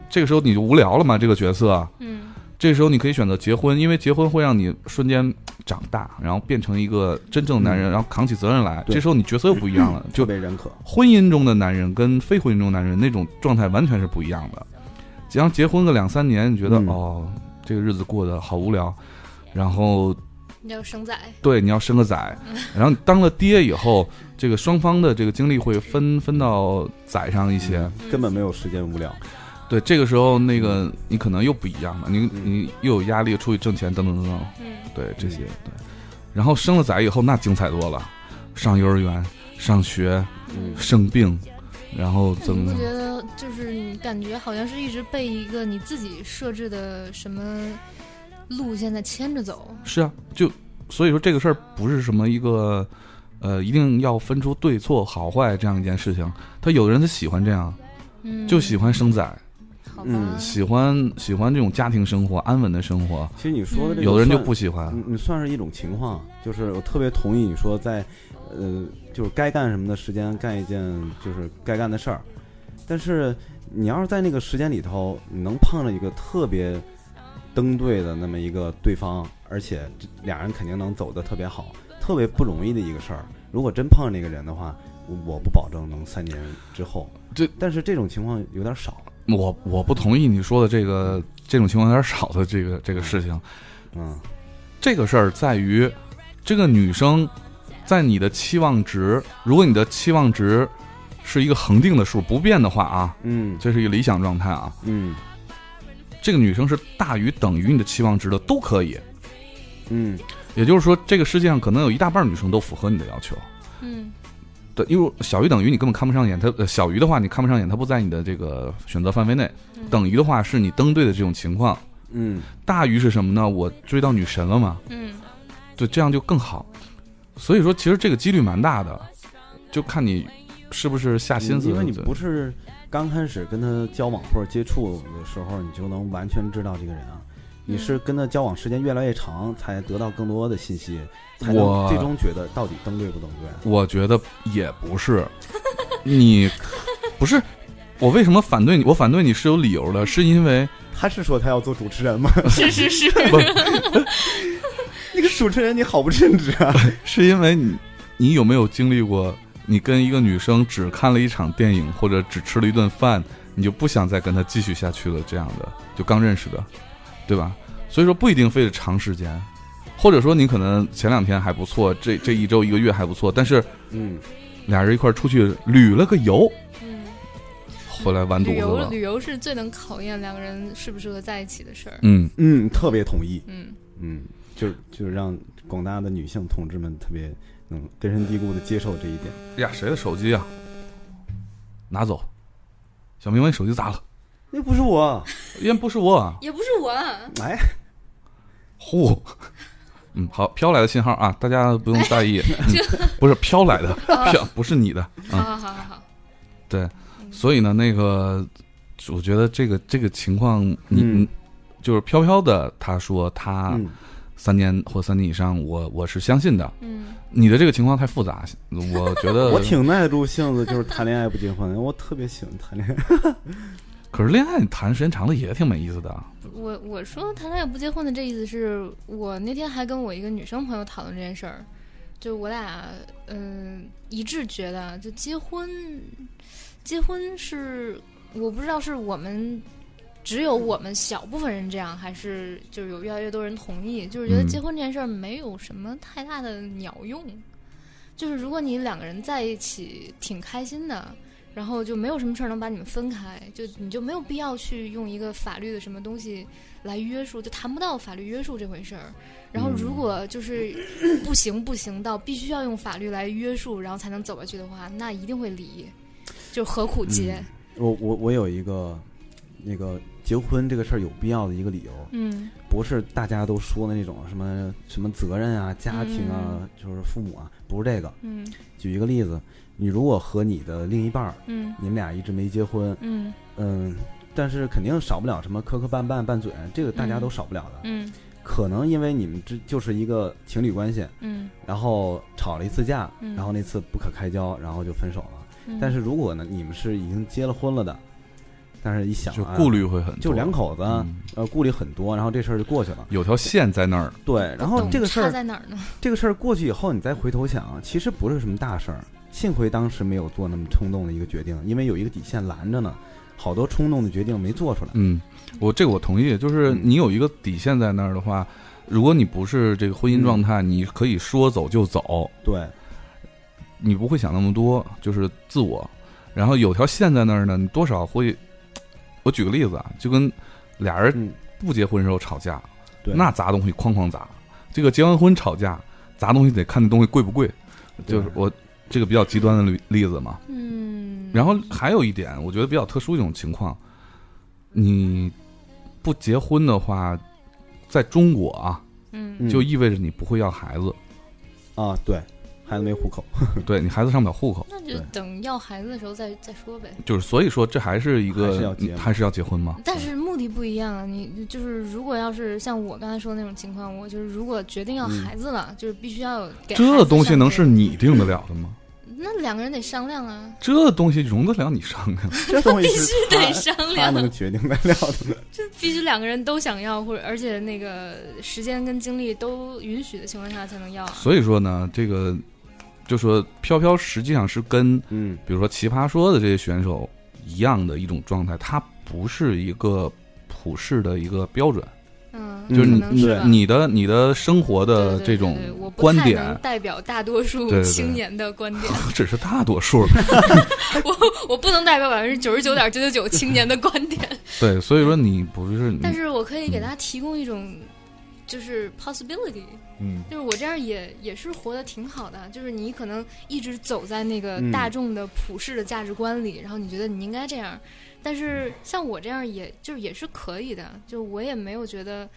[SPEAKER 1] 这个时候你就无聊了嘛，这个角色，啊
[SPEAKER 2] 嗯
[SPEAKER 1] 这时候你可以选择结婚，因为结婚会让你瞬间长大，然后变成一个真正的男人，然后扛起责任来。
[SPEAKER 3] 嗯对
[SPEAKER 1] 这时候你角色又不一样了，
[SPEAKER 3] 特
[SPEAKER 1] 就
[SPEAKER 3] 别认可，
[SPEAKER 1] 婚姻中的男人跟非婚姻中的男人那种状态完全是不一样的。只要结婚个两三年，你觉得、
[SPEAKER 3] 嗯
[SPEAKER 1] 哦，这个日子过得好无聊，然后
[SPEAKER 2] 要生崽，
[SPEAKER 1] 对你要生个
[SPEAKER 3] (laughs)
[SPEAKER 1] 崽，然后你当了爹以后，这个双方的这个精力会分分到崽上一些。
[SPEAKER 2] 嗯
[SPEAKER 3] 根本没有时间无聊。
[SPEAKER 1] 对，这个时候那个你可能又不一样了，你
[SPEAKER 3] 嗯
[SPEAKER 1] 你又有压力，出去挣钱，等等等等。
[SPEAKER 2] 嗯
[SPEAKER 1] 对这些对。然后生了崽以后，那精彩多了，上幼儿园、上学、
[SPEAKER 3] 嗯
[SPEAKER 1] 生病，然后
[SPEAKER 2] 那你
[SPEAKER 1] 怎
[SPEAKER 2] 不
[SPEAKER 1] 么
[SPEAKER 2] 觉得就是你感觉好像是一直被一个你自己设置的什么路线在牵着走？
[SPEAKER 1] 是啊，就所以说这个事儿不是什么一个呃，一定要分出对错好坏这样一件事情。他有的人他喜欢这样，
[SPEAKER 2] 嗯，
[SPEAKER 1] 就喜欢生崽，
[SPEAKER 2] 好吧，
[SPEAKER 3] 嗯
[SPEAKER 1] 喜欢喜欢这种家庭生活、安稳的生活。
[SPEAKER 3] 其实你说的这
[SPEAKER 1] 嗯
[SPEAKER 3] 个，
[SPEAKER 1] 有的人就不喜欢，
[SPEAKER 3] 你你算是一种情况，就是我特别同意你说在，呃，就是该干什么的时间干一件就是该干的事儿，但是你要是在那个时间里头，你能碰上一个特别登对的那么一个对方，而且这俩人肯定能走得特别好，特别不容易的一个事儿。如果真碰上那个人的话，我我不保证能三年之后。
[SPEAKER 1] 这
[SPEAKER 3] 但是这种情况有点少，
[SPEAKER 2] 嗯
[SPEAKER 1] 我我不同意你说的这个这种情况有点少的这个这个事情。
[SPEAKER 3] 嗯
[SPEAKER 1] 这个事儿在于，这个女生在你的期望值，如果你的期望值是一个恒定的数不变的话啊，
[SPEAKER 3] 嗯
[SPEAKER 1] 这是一个理想状态啊。
[SPEAKER 3] 嗯
[SPEAKER 1] 这个女生是大于等于你的期望值的都可以，
[SPEAKER 3] 嗯
[SPEAKER 1] 也就是说，这个世界上可能有一大半女生都符合你的要求。
[SPEAKER 2] 嗯
[SPEAKER 1] 对，因为小于等于你根本看不上眼，她呃小于的话你看不上眼，她不在你的这个选择范围内；
[SPEAKER 2] 嗯
[SPEAKER 1] 等于的话是你登对的这种情况，
[SPEAKER 3] 嗯
[SPEAKER 1] 大于是什么呢？我追到女神了嘛，
[SPEAKER 2] 嗯
[SPEAKER 1] 对，这样就更好。所以说，其实这个几率蛮大的，就看你是不是下心思。
[SPEAKER 3] 因为你
[SPEAKER 1] 对
[SPEAKER 3] 不是刚开始跟他交往或者接触的时候，你就能完全知道这个人啊。你是跟他交往时间越来越长，才得到更多的信息，才能
[SPEAKER 1] 我
[SPEAKER 3] 最终觉得到底登对不登对。啊
[SPEAKER 1] 我觉得也不是， (laughs) 你不是我为什么反对你？我反对你是有理由的，是因为
[SPEAKER 3] 他是说他要做主持人吗？ (laughs)
[SPEAKER 2] 是
[SPEAKER 1] (laughs)
[SPEAKER 2] 是是，
[SPEAKER 3] 那个主持人你好不称职啊！
[SPEAKER 1] 是因为你你有没有经历过，你跟一个女生只看了一场电影或者只吃了一顿饭，你就不想再跟她继续下去了？这样的就刚认识的，对吧？所以说不一定非得长时间，或者说你可能前两天还不错，这这一周一个月还不错，但是
[SPEAKER 3] 嗯，
[SPEAKER 1] 俩人一块儿出去旅了个游，
[SPEAKER 2] 嗯，
[SPEAKER 1] 回来完犊
[SPEAKER 2] 旅
[SPEAKER 1] 子
[SPEAKER 2] 游
[SPEAKER 1] 了。
[SPEAKER 2] 旅游是最能考验两个人适不适合在一起的事儿。
[SPEAKER 1] 嗯，
[SPEAKER 3] 嗯，特别同意。
[SPEAKER 2] 嗯，
[SPEAKER 3] 嗯，就是就是让广大的女性同志们特别能根深蒂固的接受这一点。
[SPEAKER 1] 呀，谁的手机啊？拿走。小明，把你手机砸了？
[SPEAKER 3] 那不是我，
[SPEAKER 1] 烟不是我啊。
[SPEAKER 2] 也不是我啊，
[SPEAKER 3] 哎，
[SPEAKER 1] 呼，嗯，好，飘来的信号啊，大家不用在意，嗯、不是飘来的，飘不是你的，
[SPEAKER 2] 好好好好好，
[SPEAKER 1] 对，所以呢，那个，我觉得这个这个情况，你、
[SPEAKER 3] 嗯
[SPEAKER 1] 就是飘飘的，他说他
[SPEAKER 3] 嗯
[SPEAKER 1] 三年或三年以上，我我是相信的，
[SPEAKER 2] 嗯
[SPEAKER 1] 你的这个情况太复杂，我觉得
[SPEAKER 3] (laughs) 我挺耐得住性子，就是谈恋爱不结婚，我特别喜欢谈恋爱。
[SPEAKER 1] 可是恋爱谈时间长了也挺没意思的，啊
[SPEAKER 2] 我我说谈恋爱不结婚的这意思是我那天还跟我一个女生朋友讨论这件事儿，就我俩嗯、一致觉得，就结婚，结婚是我不知道是我们只有我们小部分人这样，还是就是有越来越多人同意，就是觉得
[SPEAKER 1] 嗯
[SPEAKER 2] 结婚这件事儿没有什么太大的鸟用，就是如果你两个人在一起挺开心的，然后就没有什么事儿能把你们分开，就你就没有必要去用一个法律的什么东西来约束，就谈不到法律约束这回事儿。然后如果就是不行不行到必须要用法律来约束，然后才能走下去的话，那一定会离，就何苦结？
[SPEAKER 3] 我我我有一个那个结婚这个事儿有必要的一个理由，
[SPEAKER 2] 嗯
[SPEAKER 3] 不是大家都说的那种什么什么责任啊、家庭啊，就是父母啊，不是这个。
[SPEAKER 2] 嗯
[SPEAKER 3] 举一个例子，你如果和你的另一半儿，
[SPEAKER 2] 嗯
[SPEAKER 3] 你们俩一直没结婚，
[SPEAKER 2] 嗯
[SPEAKER 3] 嗯，但是肯定少不了什么磕磕绊绊、拌嘴，这个大家
[SPEAKER 2] 嗯
[SPEAKER 3] 都少不了的。
[SPEAKER 2] 嗯
[SPEAKER 3] 可能因为你们这就是一个情侣关系，
[SPEAKER 2] 嗯
[SPEAKER 3] 然后吵了一次架，
[SPEAKER 2] 嗯
[SPEAKER 3] 然后那次不可开交，然后就分手了。
[SPEAKER 2] 嗯，
[SPEAKER 3] 但是如果呢，你们是已经结了婚了的，但是一想、
[SPEAKER 1] 就
[SPEAKER 3] 啊，
[SPEAKER 1] 顾虑会很多，
[SPEAKER 3] 就两口子，
[SPEAKER 1] 嗯
[SPEAKER 3] 呃，顾虑很多，然后这事儿就过去了。
[SPEAKER 1] 有条线在那儿，
[SPEAKER 3] 对，然后
[SPEAKER 2] 懂
[SPEAKER 3] 这个事
[SPEAKER 2] 差
[SPEAKER 3] 儿，
[SPEAKER 2] 在哪儿呢？
[SPEAKER 3] 这个事儿过去以后，你再回头想，啊其实不是什么大事儿。幸亏当时没有做那么冲动的一个决定，因为有一个底线拦着呢，好多冲动的决定没做出来。
[SPEAKER 1] 嗯，我这个我同意，就是
[SPEAKER 3] 嗯
[SPEAKER 1] 你有一个底线在那儿的话，如果你不是这个婚姻状
[SPEAKER 3] 嗯
[SPEAKER 1] 态，你可以说走就走，
[SPEAKER 3] 对，
[SPEAKER 1] 你不会想那么多，就是自我。然后有条线在那儿呢，你多少会。我举个例子啊，就跟俩人
[SPEAKER 3] 嗯，
[SPEAKER 1] 不结婚时候吵架，
[SPEAKER 3] 对，
[SPEAKER 1] 那砸东西哐哐砸。这个结完婚吵架砸东西得看那东西贵不贵，
[SPEAKER 3] 对
[SPEAKER 1] 就是我这个比较极端的例例子嘛。
[SPEAKER 2] 嗯，
[SPEAKER 1] 然后还有一点，我觉得比较特殊一种情况，你不结婚的话，在中国啊，
[SPEAKER 2] 嗯
[SPEAKER 3] 嗯
[SPEAKER 1] 就意味着你不会要孩
[SPEAKER 3] (laughs)
[SPEAKER 1] 子，
[SPEAKER 3] 啊，对，孩子没户
[SPEAKER 2] (laughs)
[SPEAKER 3] 口，
[SPEAKER 1] 对你孩子上不了户口，
[SPEAKER 2] 那就
[SPEAKER 3] 对
[SPEAKER 2] 等要孩子的时候再再说呗。
[SPEAKER 1] 就是所以说这还是一
[SPEAKER 3] 还是要
[SPEAKER 1] 个
[SPEAKER 3] 结嘛
[SPEAKER 1] 还是要结婚嘛。
[SPEAKER 2] 但是目的不一样啊，你就是如果要是像我刚才说的那种情况，我就是如果决定要
[SPEAKER 3] 嗯
[SPEAKER 2] 孩子了，就是必须要有给孩
[SPEAKER 1] 这
[SPEAKER 2] 子
[SPEAKER 1] 东西
[SPEAKER 2] 上
[SPEAKER 1] 能
[SPEAKER 2] 这
[SPEAKER 1] 是
[SPEAKER 2] 个
[SPEAKER 1] 你定得了的吗？
[SPEAKER 2] 那两个人得商量啊，
[SPEAKER 1] 这东西容得了你商量？
[SPEAKER 3] 这东西
[SPEAKER 2] 必
[SPEAKER 3] 是
[SPEAKER 2] 须得
[SPEAKER 3] 他
[SPEAKER 2] 商
[SPEAKER 3] 他
[SPEAKER 2] 量，
[SPEAKER 3] 能决定得了的。
[SPEAKER 1] (laughs)
[SPEAKER 2] 就必须两个人都想要，或者而且那个时间跟精力都允许的情况下才能要啊。
[SPEAKER 1] (laughs) 所以说呢，这个就说飘飘实际上是跟
[SPEAKER 3] 嗯，
[SPEAKER 1] 比如说《奇葩说》的这些选手一样的一种状态，它不是一个普世的一个标准，
[SPEAKER 2] 嗯，
[SPEAKER 1] 就是你
[SPEAKER 2] 可能是吧
[SPEAKER 1] 你的你的生活
[SPEAKER 2] 对
[SPEAKER 1] 的
[SPEAKER 2] 对
[SPEAKER 1] 这
[SPEAKER 2] 对
[SPEAKER 1] 种
[SPEAKER 2] 对我不
[SPEAKER 1] 观
[SPEAKER 2] 太
[SPEAKER 1] 点，
[SPEAKER 2] 能代表大多
[SPEAKER 1] 对
[SPEAKER 2] 数
[SPEAKER 1] 对对
[SPEAKER 2] 青年的观点， (laughs)
[SPEAKER 1] 只是大多数。
[SPEAKER 2] 我我不能代表百分之九十九点九九九青年的观点。
[SPEAKER 1] 对，所以说你不是你，
[SPEAKER 2] (laughs) 但是我可以给大家提供一种，就是 possibility，
[SPEAKER 1] 嗯，
[SPEAKER 2] 就是我这样也也是活得挺好的。啊就是你可能一直走在那个
[SPEAKER 3] 嗯
[SPEAKER 2] 大众的普世的价值观里，然后你觉得你应该这样，但是像我这样也，就是也是可以的。就是我也没有觉得，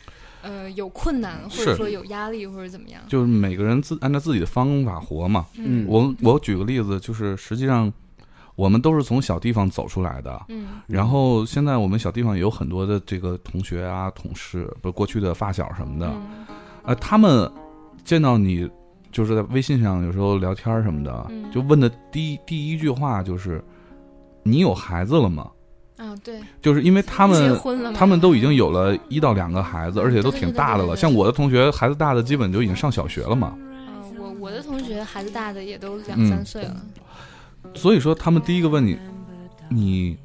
[SPEAKER 2] 呃，有困难或者
[SPEAKER 1] 是
[SPEAKER 2] 说有压力或者怎么样。
[SPEAKER 1] 就是每个人自按照自己的方法活嘛。
[SPEAKER 3] 嗯
[SPEAKER 1] 我我举个例子，就是实际上我们都是从小地方走出来的。
[SPEAKER 2] 嗯
[SPEAKER 1] 然后现在我们小地方也有很多的这个同学啊、同事，不是过去的发小什么的，
[SPEAKER 2] 嗯
[SPEAKER 1] 啊，他们见到你就是在微信上有时候聊天儿什么的，
[SPEAKER 2] 嗯
[SPEAKER 1] 就问的第一第一句话就是你有孩子了吗？
[SPEAKER 2] 啊，对，
[SPEAKER 1] 就是因为他
[SPEAKER 2] 结
[SPEAKER 1] 们
[SPEAKER 2] 婚了吗
[SPEAKER 1] 他们都已经有了一到两个孩子，而且都挺大的了。
[SPEAKER 2] 对对对对对对
[SPEAKER 1] 像我的同学，孩子大的基本就已经上小学了嘛。
[SPEAKER 2] 啊，我我的同学孩子大的也都两
[SPEAKER 1] 嗯
[SPEAKER 2] 三岁了。
[SPEAKER 1] 所以说，他们第一个问你，你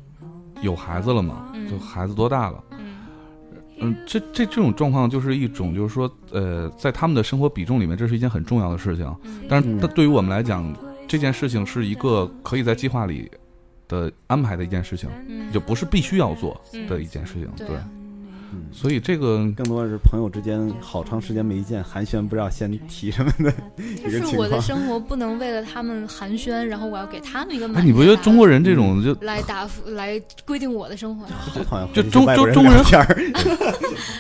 [SPEAKER 1] 有孩子了吗？
[SPEAKER 2] 嗯
[SPEAKER 1] 就孩子多大了？
[SPEAKER 2] 嗯
[SPEAKER 1] 嗯，这这这种状况就是一种，就是说，呃，在他们的生活比重里面，这是一件很重要的事情。
[SPEAKER 2] 嗯，
[SPEAKER 1] 但是
[SPEAKER 3] 嗯
[SPEAKER 1] 它对于我们来讲，这件事情是一个可以在计划里的安排的一件事情，
[SPEAKER 2] 嗯
[SPEAKER 1] 就不是必须要做的
[SPEAKER 2] 嗯
[SPEAKER 1] 一件事情。
[SPEAKER 2] 对
[SPEAKER 1] 对，
[SPEAKER 2] 啊
[SPEAKER 3] 嗯
[SPEAKER 1] 所以这个
[SPEAKER 3] 更多的是朋友之间好长时间没见，寒暄不知道先提什么的一
[SPEAKER 2] 但
[SPEAKER 3] 个
[SPEAKER 2] 是
[SPEAKER 3] 情
[SPEAKER 2] 我的
[SPEAKER 3] 况。
[SPEAKER 2] 生活不能为了他们寒暄，然后我要给他们一个满意的答
[SPEAKER 1] 哎，
[SPEAKER 2] 案。
[SPEAKER 1] 你不觉得中国人这种就
[SPEAKER 2] 来答复来规定我的生活？
[SPEAKER 3] 好讨厌和
[SPEAKER 1] 就
[SPEAKER 3] 一些
[SPEAKER 1] 中
[SPEAKER 3] 外国
[SPEAKER 1] 中中
[SPEAKER 3] 聊
[SPEAKER 1] 人
[SPEAKER 3] 天儿，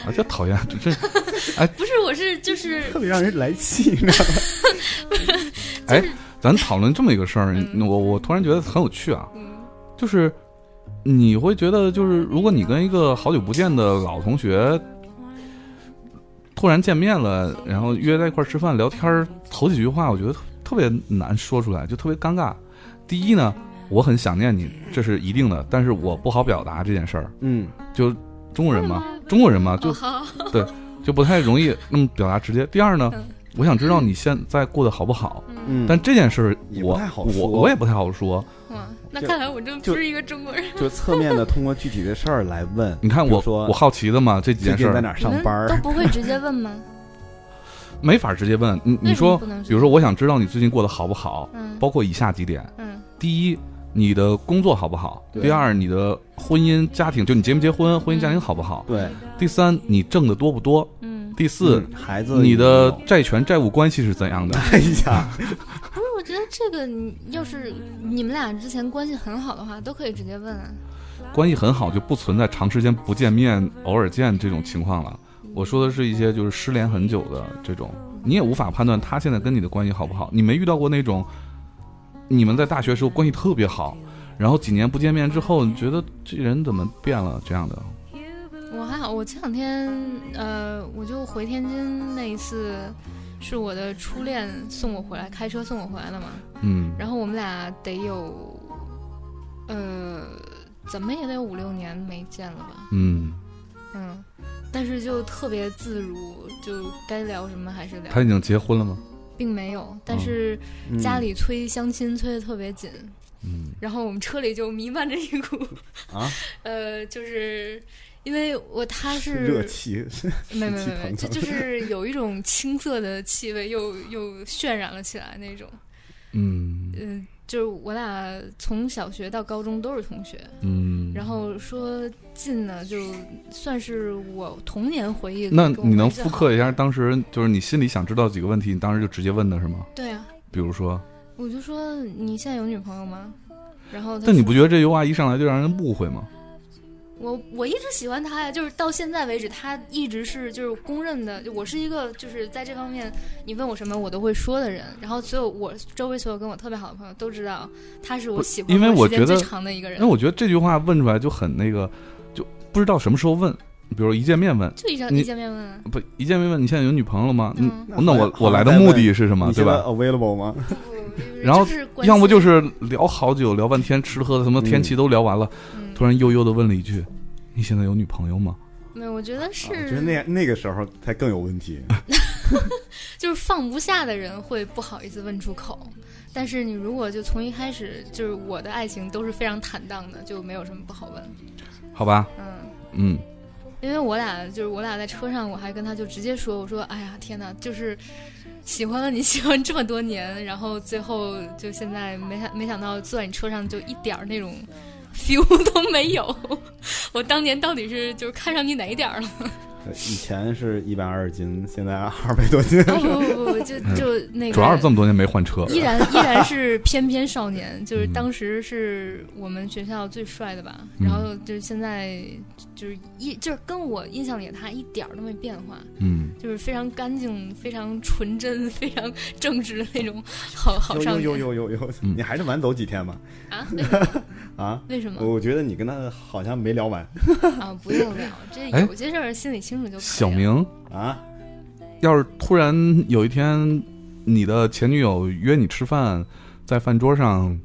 [SPEAKER 1] 啊，就讨厌， (laughs) 这
[SPEAKER 2] 不是，我是就是
[SPEAKER 3] 特别让人来气，
[SPEAKER 1] (laughs)
[SPEAKER 3] 你知道吗？
[SPEAKER 1] 咱讨论这么一个事儿，
[SPEAKER 2] 嗯
[SPEAKER 1] 我我突然觉得很有趣啊，
[SPEAKER 2] 嗯
[SPEAKER 1] 就是你会觉得，就是如果你跟一个好久不见的老同学。突然见面了，然后约在一块儿吃饭聊天儿，头几句话我觉得特特别难说出来，就特别尴尬。第一呢，我很想念你，这是一定的，但是我不好表达这件事儿。
[SPEAKER 3] 嗯，
[SPEAKER 1] 就中国人嘛，中国人嘛，就
[SPEAKER 2] 嗯哦好
[SPEAKER 1] 就不太容易那么表达直接。第二呢
[SPEAKER 2] 嗯，
[SPEAKER 1] 我想知道你现在过得好不好，
[SPEAKER 3] 嗯，
[SPEAKER 1] 但这件事儿
[SPEAKER 3] 也不
[SPEAKER 1] 我
[SPEAKER 3] 太好
[SPEAKER 1] 我
[SPEAKER 3] 说
[SPEAKER 1] 我也不太好说。，
[SPEAKER 2] 哇，那
[SPEAKER 3] 就
[SPEAKER 2] 看来我真
[SPEAKER 3] 就
[SPEAKER 2] 不是一个中国人。
[SPEAKER 3] 就侧面的通过具体的事儿来问
[SPEAKER 1] 你看
[SPEAKER 3] 比如
[SPEAKER 1] 我
[SPEAKER 3] 说
[SPEAKER 1] 我好奇的嘛，这几
[SPEAKER 3] 最
[SPEAKER 1] 嗯件事
[SPEAKER 3] 近在
[SPEAKER 1] 儿
[SPEAKER 3] 哪儿上班
[SPEAKER 2] 你
[SPEAKER 3] 儿
[SPEAKER 2] 们？都不会直接问吗？
[SPEAKER 1] 没法直接问。你
[SPEAKER 2] 为
[SPEAKER 1] (laughs) 你
[SPEAKER 2] 什么
[SPEAKER 1] 说
[SPEAKER 2] 不，能直接
[SPEAKER 1] 比如说我想知道你最近过得好不好，
[SPEAKER 2] 嗯
[SPEAKER 1] 包括以下几点：
[SPEAKER 2] 嗯
[SPEAKER 1] 第一，你的工作好不好，
[SPEAKER 3] 对
[SPEAKER 1] 第二你的婚姻家庭，就你结没结婚，婚姻家
[SPEAKER 2] 嗯
[SPEAKER 1] 庭好不好，
[SPEAKER 3] 对，
[SPEAKER 1] 第三你挣的多不多，
[SPEAKER 4] 嗯，
[SPEAKER 1] 第四、
[SPEAKER 3] 嗯孩子，
[SPEAKER 1] 你的债权债务关系是怎样的。
[SPEAKER 3] 哎 (laughs) 呀，
[SPEAKER 2] 不是，我觉得这个你要是你们俩之前关系很好的话，都可以直接问啊。
[SPEAKER 1] 关系很好，就不存在长时间不见面、偶尔见这种情况了。我说的是一些就是失联很久的这种，你也无法判断他现在跟你的关系好不好。你没遇到过那种，你们在大学时候关系特别好，然后几年不见面之后，你觉得这人怎么变了这样的？
[SPEAKER 2] 我还好，我前两天呃，我就回天津那一次，是我的初恋送我回来，开车送我回来的嘛。
[SPEAKER 1] 嗯，
[SPEAKER 2] 然后我们俩得有，呃，怎么也得有五六年没见了吧？
[SPEAKER 1] 嗯，
[SPEAKER 2] 嗯，但是就特别自如，就该聊什么还是聊
[SPEAKER 1] 他，已经结婚了吗？
[SPEAKER 2] 并没有。但
[SPEAKER 1] 哦
[SPEAKER 2] 是
[SPEAKER 3] 嗯
[SPEAKER 2] 家里催相亲催的特别紧，
[SPEAKER 1] 嗯，
[SPEAKER 2] 然后我们车里就弥漫着一股
[SPEAKER 3] 啊，
[SPEAKER 2] (laughs) 呃，就是因为我他是
[SPEAKER 3] 热气，
[SPEAKER 2] 没没没没，
[SPEAKER 3] 腾
[SPEAKER 2] 就就
[SPEAKER 3] 腾
[SPEAKER 2] 是有一种青涩的气味又，又渲染了起来那种。
[SPEAKER 1] 嗯
[SPEAKER 2] 嗯，就是我俩从小学到高中都是同学，
[SPEAKER 1] 嗯。
[SPEAKER 2] 然后说近呢，就算是我童年回忆。
[SPEAKER 1] 那
[SPEAKER 2] 跟我
[SPEAKER 1] 你能
[SPEAKER 2] 回忆最
[SPEAKER 1] 复
[SPEAKER 2] 好
[SPEAKER 1] 刻一下当时就是你心里想知道几个问题，你当时就直接问的是吗？
[SPEAKER 2] 对啊，
[SPEAKER 1] 比如说，
[SPEAKER 2] 我就说你现在有女朋友吗？然后他
[SPEAKER 1] 但你
[SPEAKER 2] 说
[SPEAKER 1] 不觉得这句话一上来就让人误会吗？
[SPEAKER 2] 我我一直喜欢他呀，就是到现在为止，他一直是就是公认的，就我是一个就是在这方面，你问我什么我都会说的人。然后所有我周围所有跟我特别好的朋友都知道，他是我
[SPEAKER 1] 不
[SPEAKER 2] 喜欢
[SPEAKER 1] 因为
[SPEAKER 2] 我
[SPEAKER 1] 我
[SPEAKER 2] 时间
[SPEAKER 1] 觉得
[SPEAKER 2] 最长的一个人
[SPEAKER 1] 那。我觉得这句话问出来就很那个，就不知道什么时候问。比如一见面问，
[SPEAKER 2] 就一见
[SPEAKER 1] 你
[SPEAKER 2] 一见面问啊，
[SPEAKER 1] 不一见面问你现在有女朋友了吗？
[SPEAKER 2] 嗯
[SPEAKER 1] 哦那我我来的目的是什么，
[SPEAKER 3] 你
[SPEAKER 1] 对
[SPEAKER 3] 现在
[SPEAKER 1] 吧？
[SPEAKER 3] available 吗？
[SPEAKER 2] 不不就是
[SPEAKER 1] 然后
[SPEAKER 2] 嗯就是关
[SPEAKER 1] 要么
[SPEAKER 2] 心
[SPEAKER 1] 就是聊好久，聊半天，吃喝的什么天气都聊完了，
[SPEAKER 2] 嗯
[SPEAKER 1] 突然悠悠的问了一句：“你现在有女朋友吗
[SPEAKER 2] 没有，我觉得
[SPEAKER 3] 啊我觉得
[SPEAKER 2] 是
[SPEAKER 3] 那那个时候才更有问题。
[SPEAKER 2] 就是放不下的人会不好意思问出口，但是你如果就从一开始就是我的爱情都是非常坦荡的，就没有什么不好问，？”
[SPEAKER 1] 好吧，
[SPEAKER 2] 嗯。
[SPEAKER 1] 嗯，
[SPEAKER 2] 因为我俩就是我俩在车上，我还跟他就直接说，我说哎呀天哪，就是喜欢了你 (laughs) 喜欢这么多年，然后最后就现在没想没想到坐在你车上就一点儿那种 feel (laughs) 都没有，我当年到底是就是看上你哪一点儿了？
[SPEAKER 3] 以前是一百二十斤，现在二百多斤。
[SPEAKER 2] 不不不不，就就那
[SPEAKER 1] 嗯
[SPEAKER 2] 个
[SPEAKER 1] 主要是这么多年没换车，
[SPEAKER 2] 依然依然是翩翩少年，就是
[SPEAKER 1] 嗯
[SPEAKER 2] 当时是我们学校最帅的吧，
[SPEAKER 1] 嗯
[SPEAKER 2] 然后就是现在就是一就是跟我印象里的他一点儿都没变化，
[SPEAKER 1] 嗯，
[SPEAKER 2] 就是非常干净、非常纯真、 (laughs) 非常正直的那种好 (laughs) 好少
[SPEAKER 3] 有
[SPEAKER 2] 年
[SPEAKER 3] 有有有有有，
[SPEAKER 1] 嗯
[SPEAKER 3] 你还是晚走几天吧？ (laughs)
[SPEAKER 2] 啊？为什么？
[SPEAKER 3] 啊，
[SPEAKER 2] 为什么
[SPEAKER 3] 我觉得你跟他好像没聊完
[SPEAKER 2] 啊？不用聊，这
[SPEAKER 1] 哎
[SPEAKER 2] 有些事儿心里清楚就可以了。
[SPEAKER 1] 小，明，
[SPEAKER 3] 啊。
[SPEAKER 1] 要是突然有一天你的前女友约你吃饭，在饭桌上，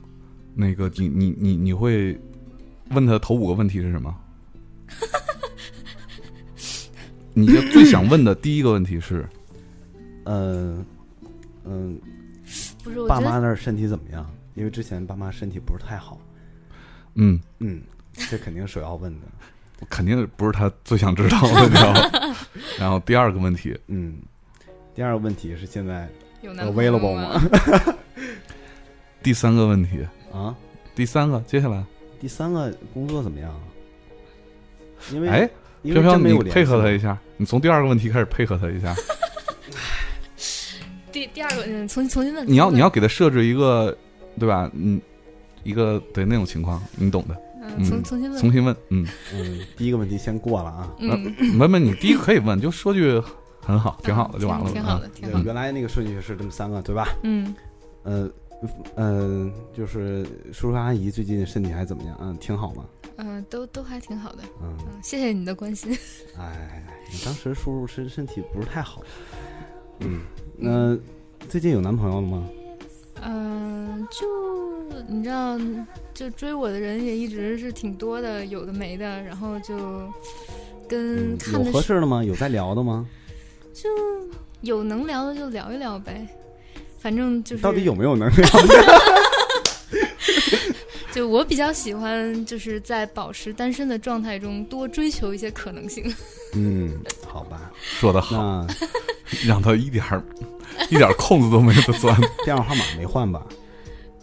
[SPEAKER 1] 那个你你你你会问他头五个问题是什么？
[SPEAKER 3] (laughs)
[SPEAKER 1] 你就最想问的第一个问题是，
[SPEAKER 3] 嗯嗯，
[SPEAKER 2] 不是我
[SPEAKER 3] 爸
[SPEAKER 2] 觉
[SPEAKER 3] 妈
[SPEAKER 2] 得
[SPEAKER 3] 那儿身体怎么样？因为之前爸妈身体不是太好。
[SPEAKER 1] 嗯，
[SPEAKER 3] 嗯，这肯定首要问的。
[SPEAKER 1] 肯定不是他最想知道的问题。然后第二个问题，
[SPEAKER 3] 嗯，第二个问题是现在
[SPEAKER 2] 有男朋友
[SPEAKER 3] available
[SPEAKER 2] 吗？
[SPEAKER 3] 吗？
[SPEAKER 1] 第三个问题，
[SPEAKER 3] (laughs) 啊，
[SPEAKER 1] 第三个，接下来，
[SPEAKER 3] 第三个工作怎么样？因为
[SPEAKER 1] 哎，
[SPEAKER 3] 因
[SPEAKER 1] 飘
[SPEAKER 3] 为
[SPEAKER 1] 飘，
[SPEAKER 3] 真没
[SPEAKER 1] 你
[SPEAKER 3] 有联系
[SPEAKER 1] 配合他一下，你从第二个问题开始配合他一下。
[SPEAKER 2] (laughs) 第第二个，嗯，重新重新问。
[SPEAKER 1] 你要
[SPEAKER 2] 重
[SPEAKER 1] 你
[SPEAKER 2] 新
[SPEAKER 1] 要
[SPEAKER 2] 问，
[SPEAKER 1] 给他设置一个，对吧？嗯，一个对那种情况，你懂的。
[SPEAKER 2] 嗯，重
[SPEAKER 1] 嗯
[SPEAKER 2] 重新问。
[SPEAKER 1] 重新问，
[SPEAKER 2] (laughs)
[SPEAKER 1] 嗯，
[SPEAKER 3] 嗯，第一个问题先过了啊。
[SPEAKER 2] 嗯，
[SPEAKER 1] 文文，你第一个可以问，就说句很好，挺好的
[SPEAKER 2] 嗯
[SPEAKER 1] 就完了。
[SPEAKER 2] 挺好的，
[SPEAKER 1] 嗯
[SPEAKER 2] 挺好的。
[SPEAKER 3] 呃原来那个顺序是这么三个，对吧？
[SPEAKER 2] 嗯，
[SPEAKER 3] 嗯嗯，就是叔叔阿姨最近身体还怎么样？嗯，挺好吗？
[SPEAKER 2] 嗯，都都还挺好的。
[SPEAKER 3] 嗯，
[SPEAKER 2] 嗯，谢谢你的关心。
[SPEAKER 3] 哎，当时叔叔身身体不是太好。嗯，那最近有男朋友了吗？
[SPEAKER 2] 嗯，就你知道，就追我的人也一直是挺多的，有的没的，然后就跟
[SPEAKER 3] 嗯，
[SPEAKER 2] 看
[SPEAKER 3] 有
[SPEAKER 2] 的
[SPEAKER 3] 合适的吗？有在聊的吗？
[SPEAKER 2] 有能聊的就聊一聊呗，反正就是
[SPEAKER 3] 到底有没有能聊？
[SPEAKER 2] 就我比较喜欢就是在保持单身的状态中多追求一些可能性。 (laughs)
[SPEAKER 3] 嗯，好吧。
[SPEAKER 1] 说的好，
[SPEAKER 3] 那
[SPEAKER 1] 让他一点儿一点儿空子都没得钻。 (laughs)
[SPEAKER 3] 电话号码没换吧？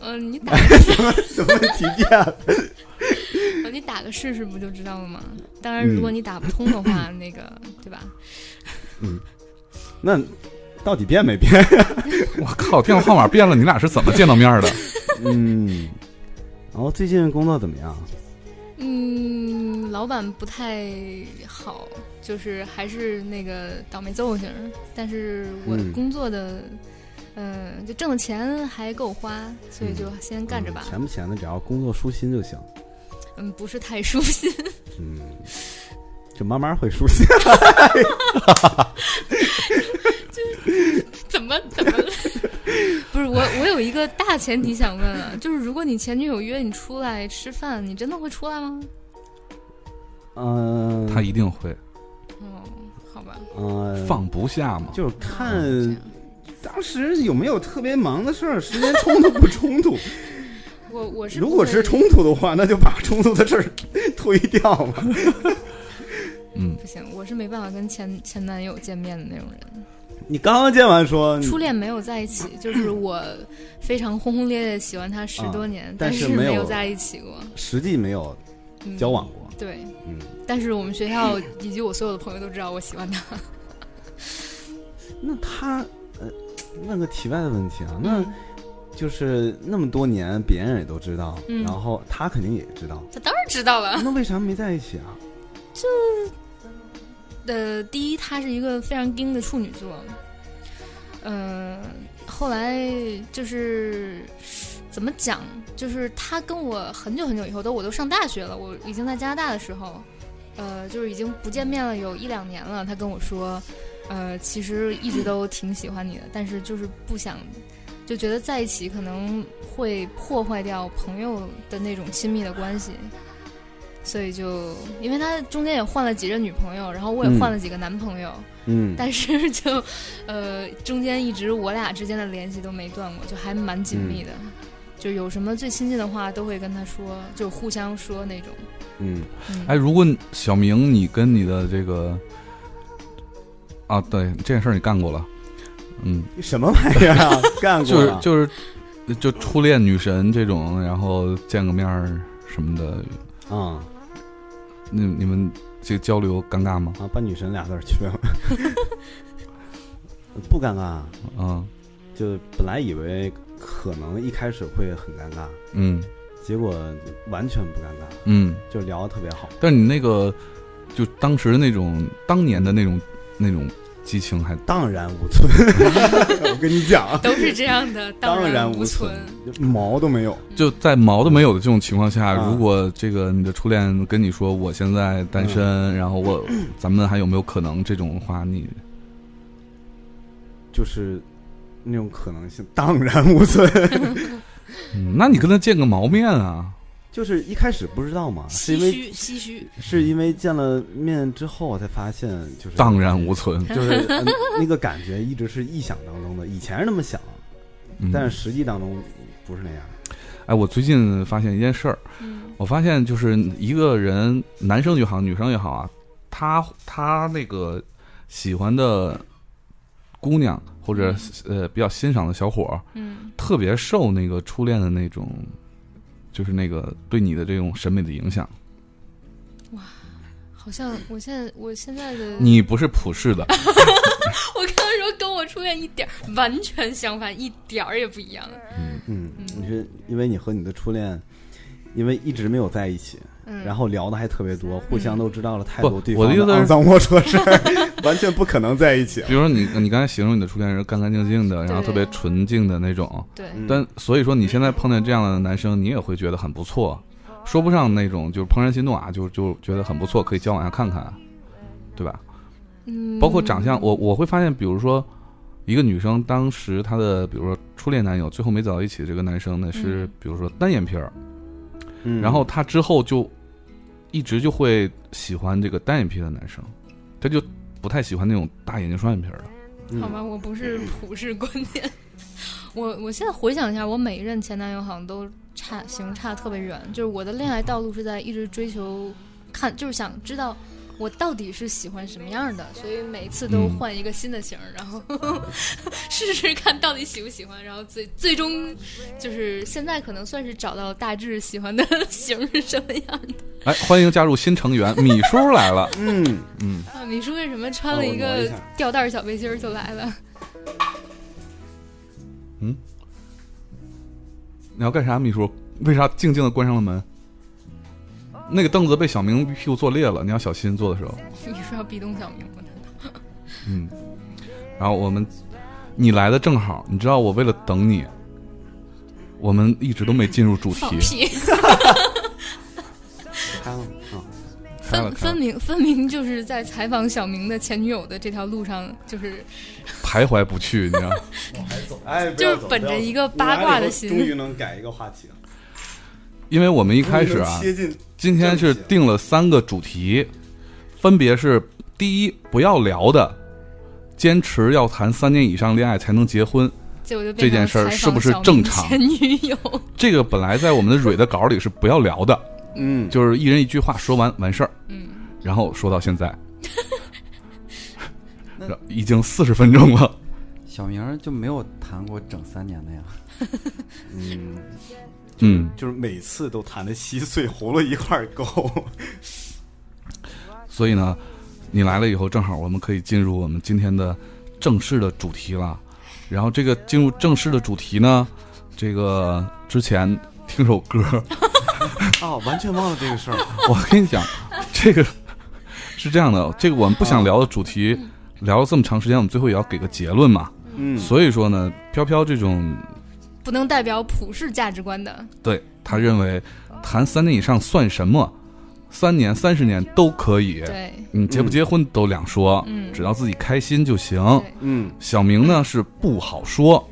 [SPEAKER 2] 嗯，你打个试
[SPEAKER 3] (laughs) 怎么提变了？
[SPEAKER 2] 你打个试试不就知道了吗？当然，如果
[SPEAKER 3] 嗯
[SPEAKER 2] 你打不通的话，那个对吧？
[SPEAKER 3] (laughs) 那到底变没变？
[SPEAKER 1] 我靠，电话号码变了，你俩是怎么见到面的？
[SPEAKER 3] 嗯，然后最近工作怎么样？
[SPEAKER 2] 嗯，老板不太好，就是还是那个倒霉揍型儿。但是我
[SPEAKER 3] 嗯
[SPEAKER 2] 工作的，嗯、就挣的钱还够花，所以就先干着吧。
[SPEAKER 3] 嗯钱不钱的，只要工作舒心就行。
[SPEAKER 2] 嗯，不是太舒心。
[SPEAKER 3] 嗯，就慢慢会舒心。 (laughs)
[SPEAKER 2] 怎么怎么了？ (laughs) 不是我，我有一个大前提想问啊，就是如果你前女友约你出来吃饭，你真的会出来吗？
[SPEAKER 3] 嗯、
[SPEAKER 1] 他一定会
[SPEAKER 2] 哦，好吧，嗯
[SPEAKER 3] 嗯、
[SPEAKER 1] 放不下嘛。
[SPEAKER 3] 就是看
[SPEAKER 2] 这样
[SPEAKER 3] 当时有没有特别忙的事儿，时间冲突不冲突？
[SPEAKER 2] 我我 (laughs) 是
[SPEAKER 3] 如果是
[SPEAKER 2] 是
[SPEAKER 3] 冲突的话，那就把冲突的事儿 (laughs) 推掉嘛。
[SPEAKER 1] 嗯，
[SPEAKER 2] 不行，我是没办法跟前前男友见面的那种人。
[SPEAKER 3] (laughs) 你刚刚见完说，
[SPEAKER 2] 初恋没有在一起，就是我非常轰轰烈烈地喜欢他十多年，
[SPEAKER 3] 啊但
[SPEAKER 2] 但
[SPEAKER 3] 是没
[SPEAKER 2] 没
[SPEAKER 3] 有
[SPEAKER 2] 有在一起过，
[SPEAKER 3] 实际没有
[SPEAKER 2] 嗯、
[SPEAKER 3] 交。往过。
[SPEAKER 2] 对，
[SPEAKER 3] 嗯，
[SPEAKER 2] 但是我们学校以及我所有的朋友都知道我喜欢他。
[SPEAKER 3] 那他呃，问个题外的问题啊，
[SPEAKER 2] 嗯
[SPEAKER 3] 那就是那么多年别人也都知道，
[SPEAKER 2] 嗯
[SPEAKER 3] 然后他肯定也知道，
[SPEAKER 2] 他当然知道了。
[SPEAKER 3] 那为啥没在一起啊？
[SPEAKER 2] 呃，第一，她是一个非常硬的处女座，嗯、后来就是怎么讲，就是她跟我很久很久以后，都我都上大学了，我已经在加拿大的时候，呃，就是已经不见面了，有一两年了。她跟我说，呃，其实一直都挺喜欢你的，但是就是不想。就觉得在一起可能会破坏掉朋友的那种亲密的关系，所以就因为他中间也换了几任女朋友，然后我也
[SPEAKER 3] 嗯
[SPEAKER 2] 换了几个男朋友，
[SPEAKER 3] 嗯，
[SPEAKER 2] 但是就呃中间一直我俩之间的联系都没断过，就还蛮紧密的。就有什么最亲近的话都会跟他说，就互相说那种。
[SPEAKER 3] 嗯，
[SPEAKER 2] 嗯、
[SPEAKER 1] 哎，如果小明你跟你的这个啊，对这件事儿你干过了，嗯，
[SPEAKER 3] 什么玩意儿啊？干过
[SPEAKER 1] 就
[SPEAKER 3] 啊
[SPEAKER 1] 是就是就初恋女神这种，然后见个面儿什么的，
[SPEAKER 3] 啊
[SPEAKER 1] 你你们这交流尴尬吗？
[SPEAKER 3] 啊，把女神俩字儿去了， (laughs) 不尴尬，
[SPEAKER 1] 啊，
[SPEAKER 3] 就本来以为可能一开始会很尴尬，
[SPEAKER 1] 嗯
[SPEAKER 3] 结果完全不尴尬，
[SPEAKER 1] 嗯，
[SPEAKER 3] 就聊得特别好。
[SPEAKER 1] 但你那个就当时那种当年的那种那种激情还
[SPEAKER 3] 荡然无存，我跟你讲，
[SPEAKER 2] 都是这样的，
[SPEAKER 3] 荡
[SPEAKER 2] 然
[SPEAKER 3] 无
[SPEAKER 2] 存。，
[SPEAKER 3] 毛都没有。
[SPEAKER 1] 就在毛都没有的这种情况下，
[SPEAKER 3] 啊
[SPEAKER 1] 如果这个你的初恋跟你说我现在单身，
[SPEAKER 3] 嗯
[SPEAKER 1] 然后我咱们还有没有可能这种话，你
[SPEAKER 3] 就是那种可能性荡然无存。 (laughs)
[SPEAKER 1] 嗯，那你跟他见个毛面啊？
[SPEAKER 3] 就是一开始不知道嘛，是
[SPEAKER 2] 唏
[SPEAKER 3] 因为
[SPEAKER 2] 嘘，唏嘘。
[SPEAKER 3] 是因为见了面之后才发现，就是
[SPEAKER 1] 荡然无存。
[SPEAKER 3] 就是、嗯 (laughs) 那个感觉一直是臆想当中的，以前是那么想，
[SPEAKER 1] 嗯、
[SPEAKER 3] 但是实际当中不是那样。
[SPEAKER 1] 哎，我最近发现一件事儿，
[SPEAKER 2] 嗯
[SPEAKER 1] 我发现就是一个人，男生也好，女生也好啊，他他那个喜欢的姑娘或者呃比较欣赏的小伙儿，
[SPEAKER 2] 嗯
[SPEAKER 1] 特别受那个初恋的那种，就是那个对你的这种审美的影响。
[SPEAKER 2] 好像我现在我现在的
[SPEAKER 1] 你不是普世的，
[SPEAKER 2] 我刚刚说跟我初恋一点儿完全相反，一点儿也不一样。
[SPEAKER 3] 嗯，
[SPEAKER 2] 嗯
[SPEAKER 3] 你是因为你和你的初恋，因为一直没有在一起，
[SPEAKER 2] 嗯，
[SPEAKER 3] 然后聊的还特别多，互相都知道了太
[SPEAKER 1] 不
[SPEAKER 3] 多对
[SPEAKER 1] 我的
[SPEAKER 3] 方
[SPEAKER 1] 意思是
[SPEAKER 3] 肮脏龌龊事儿， (laughs) 完全不可能在一起。
[SPEAKER 1] 比如说你你刚才形容你的初恋是干干净净的，然后
[SPEAKER 2] 对
[SPEAKER 1] 特别纯净的那种，
[SPEAKER 2] 对，
[SPEAKER 3] 嗯
[SPEAKER 1] 但所以说你现在碰见这样的男生，你也会觉得很不错，说不上那种就是怦然心动啊，就就觉得很不错，可以交往下看看，对吧？
[SPEAKER 2] 嗯，
[SPEAKER 1] 包括长相，我我会发现，比如说一个女生当时她的比如说初恋男友最后没走到一起，这个男生呢是
[SPEAKER 2] 嗯
[SPEAKER 1] 比如说单眼皮儿，
[SPEAKER 3] 嗯
[SPEAKER 1] 然后她之后就一直就会喜欢这个单眼皮的男生，她就不太喜欢那种大眼睛双眼皮儿的。
[SPEAKER 3] 嗯
[SPEAKER 2] 好吧，我不是普世观点。我我现在回想一下，我每一任前男友好像都差行差特别远，就是我的恋爱道路是在一直追求看，就是想知道我到底是喜欢什么样的，所以每次都
[SPEAKER 3] 嗯
[SPEAKER 2] 换一个新的型儿，然后 (laughs) 试试看到底喜不喜欢，然后最最终就是现在可能算是找到大致喜欢的 (laughs) 型儿是什么样的。
[SPEAKER 1] 哎，欢迎加入新成员，米叔来了。
[SPEAKER 3] 嗯，
[SPEAKER 1] 嗯，
[SPEAKER 2] 啊，米叔为什么穿
[SPEAKER 3] 啊
[SPEAKER 2] 了
[SPEAKER 3] 我
[SPEAKER 2] 一
[SPEAKER 3] 挪一
[SPEAKER 2] 个
[SPEAKER 3] 下
[SPEAKER 2] 吊带儿小背心儿就来了？ (laughs)
[SPEAKER 1] 你要干啥，秘书？为啥静静的关上了门？那个凳子被小明屁股坐裂了，你要小心坐的时候。
[SPEAKER 2] 你说要壁咚小明吗？
[SPEAKER 1] 嗯，然后我们，你来的正好，你知道我为了等你，我们一直都没进入主
[SPEAKER 2] 放
[SPEAKER 1] 题。
[SPEAKER 2] 屁！
[SPEAKER 3] 开了啊，
[SPEAKER 1] 开了开
[SPEAKER 2] 分分
[SPEAKER 1] 了，
[SPEAKER 2] 明分明就是在采访小明的前女友的这条路上，就是
[SPEAKER 1] 徘徊不去，你知道吗？
[SPEAKER 3] 哎，不
[SPEAKER 2] 就
[SPEAKER 3] 要
[SPEAKER 2] 是
[SPEAKER 3] 走
[SPEAKER 2] 本
[SPEAKER 3] 不要
[SPEAKER 2] 着
[SPEAKER 3] 走
[SPEAKER 2] 一个
[SPEAKER 3] 你
[SPEAKER 2] 八
[SPEAKER 3] 来了
[SPEAKER 2] 卦
[SPEAKER 3] 以
[SPEAKER 2] 的
[SPEAKER 3] 后
[SPEAKER 2] 心
[SPEAKER 3] 终于能改一个话题了。
[SPEAKER 1] 因为我们一
[SPEAKER 3] 一
[SPEAKER 1] 开始
[SPEAKER 3] (laughs)
[SPEAKER 1] 啊，
[SPEAKER 3] 切近
[SPEAKER 1] 今天是定了三个主题，分别是第一不要聊的，坚持要谈三年以上恋爱才能结婚。
[SPEAKER 2] 结果就
[SPEAKER 1] 这
[SPEAKER 2] 变成
[SPEAKER 1] 件事儿
[SPEAKER 2] 采访
[SPEAKER 1] 是不是
[SPEAKER 2] 小明
[SPEAKER 1] 正常
[SPEAKER 2] 前女友
[SPEAKER 1] 这个本来在我们的蕊的稿里是不要聊的，
[SPEAKER 3] 嗯，
[SPEAKER 1] 就是一人一句话说完完事儿，
[SPEAKER 2] 嗯，
[SPEAKER 1] 然后说到现在，已经四十分钟了，
[SPEAKER 4] 小明儿就没有谈过整三年的呀。
[SPEAKER 3] 嗯，
[SPEAKER 1] 嗯，
[SPEAKER 3] (laughs) 就是每次都谈的稀碎，喉咙一块儿勾。
[SPEAKER 1] 所以呢，你来了以后，正好我们可以进入我们今天的正式的主题了。然后这个进入正式的主题呢，这个之前听首歌，
[SPEAKER 3] 哦，完全忘了这个事 (laughs) 儿。
[SPEAKER 1] 我跟你讲，这个是这样的，这个我们不想聊的主题，聊了这么长时间，我们最后也要给个结论嘛。
[SPEAKER 3] 嗯，
[SPEAKER 1] 所以说呢，飘飘这种
[SPEAKER 2] 不能代表普世价值观的。
[SPEAKER 1] 对他认为谈三年以上算什么，三年、三十年都可以，
[SPEAKER 2] 对，
[SPEAKER 1] 你
[SPEAKER 3] 嗯
[SPEAKER 1] 结不结婚都两说，
[SPEAKER 2] 嗯
[SPEAKER 1] 只要自己开心就行。
[SPEAKER 2] 对，
[SPEAKER 3] 嗯
[SPEAKER 1] 小明呢是不好说，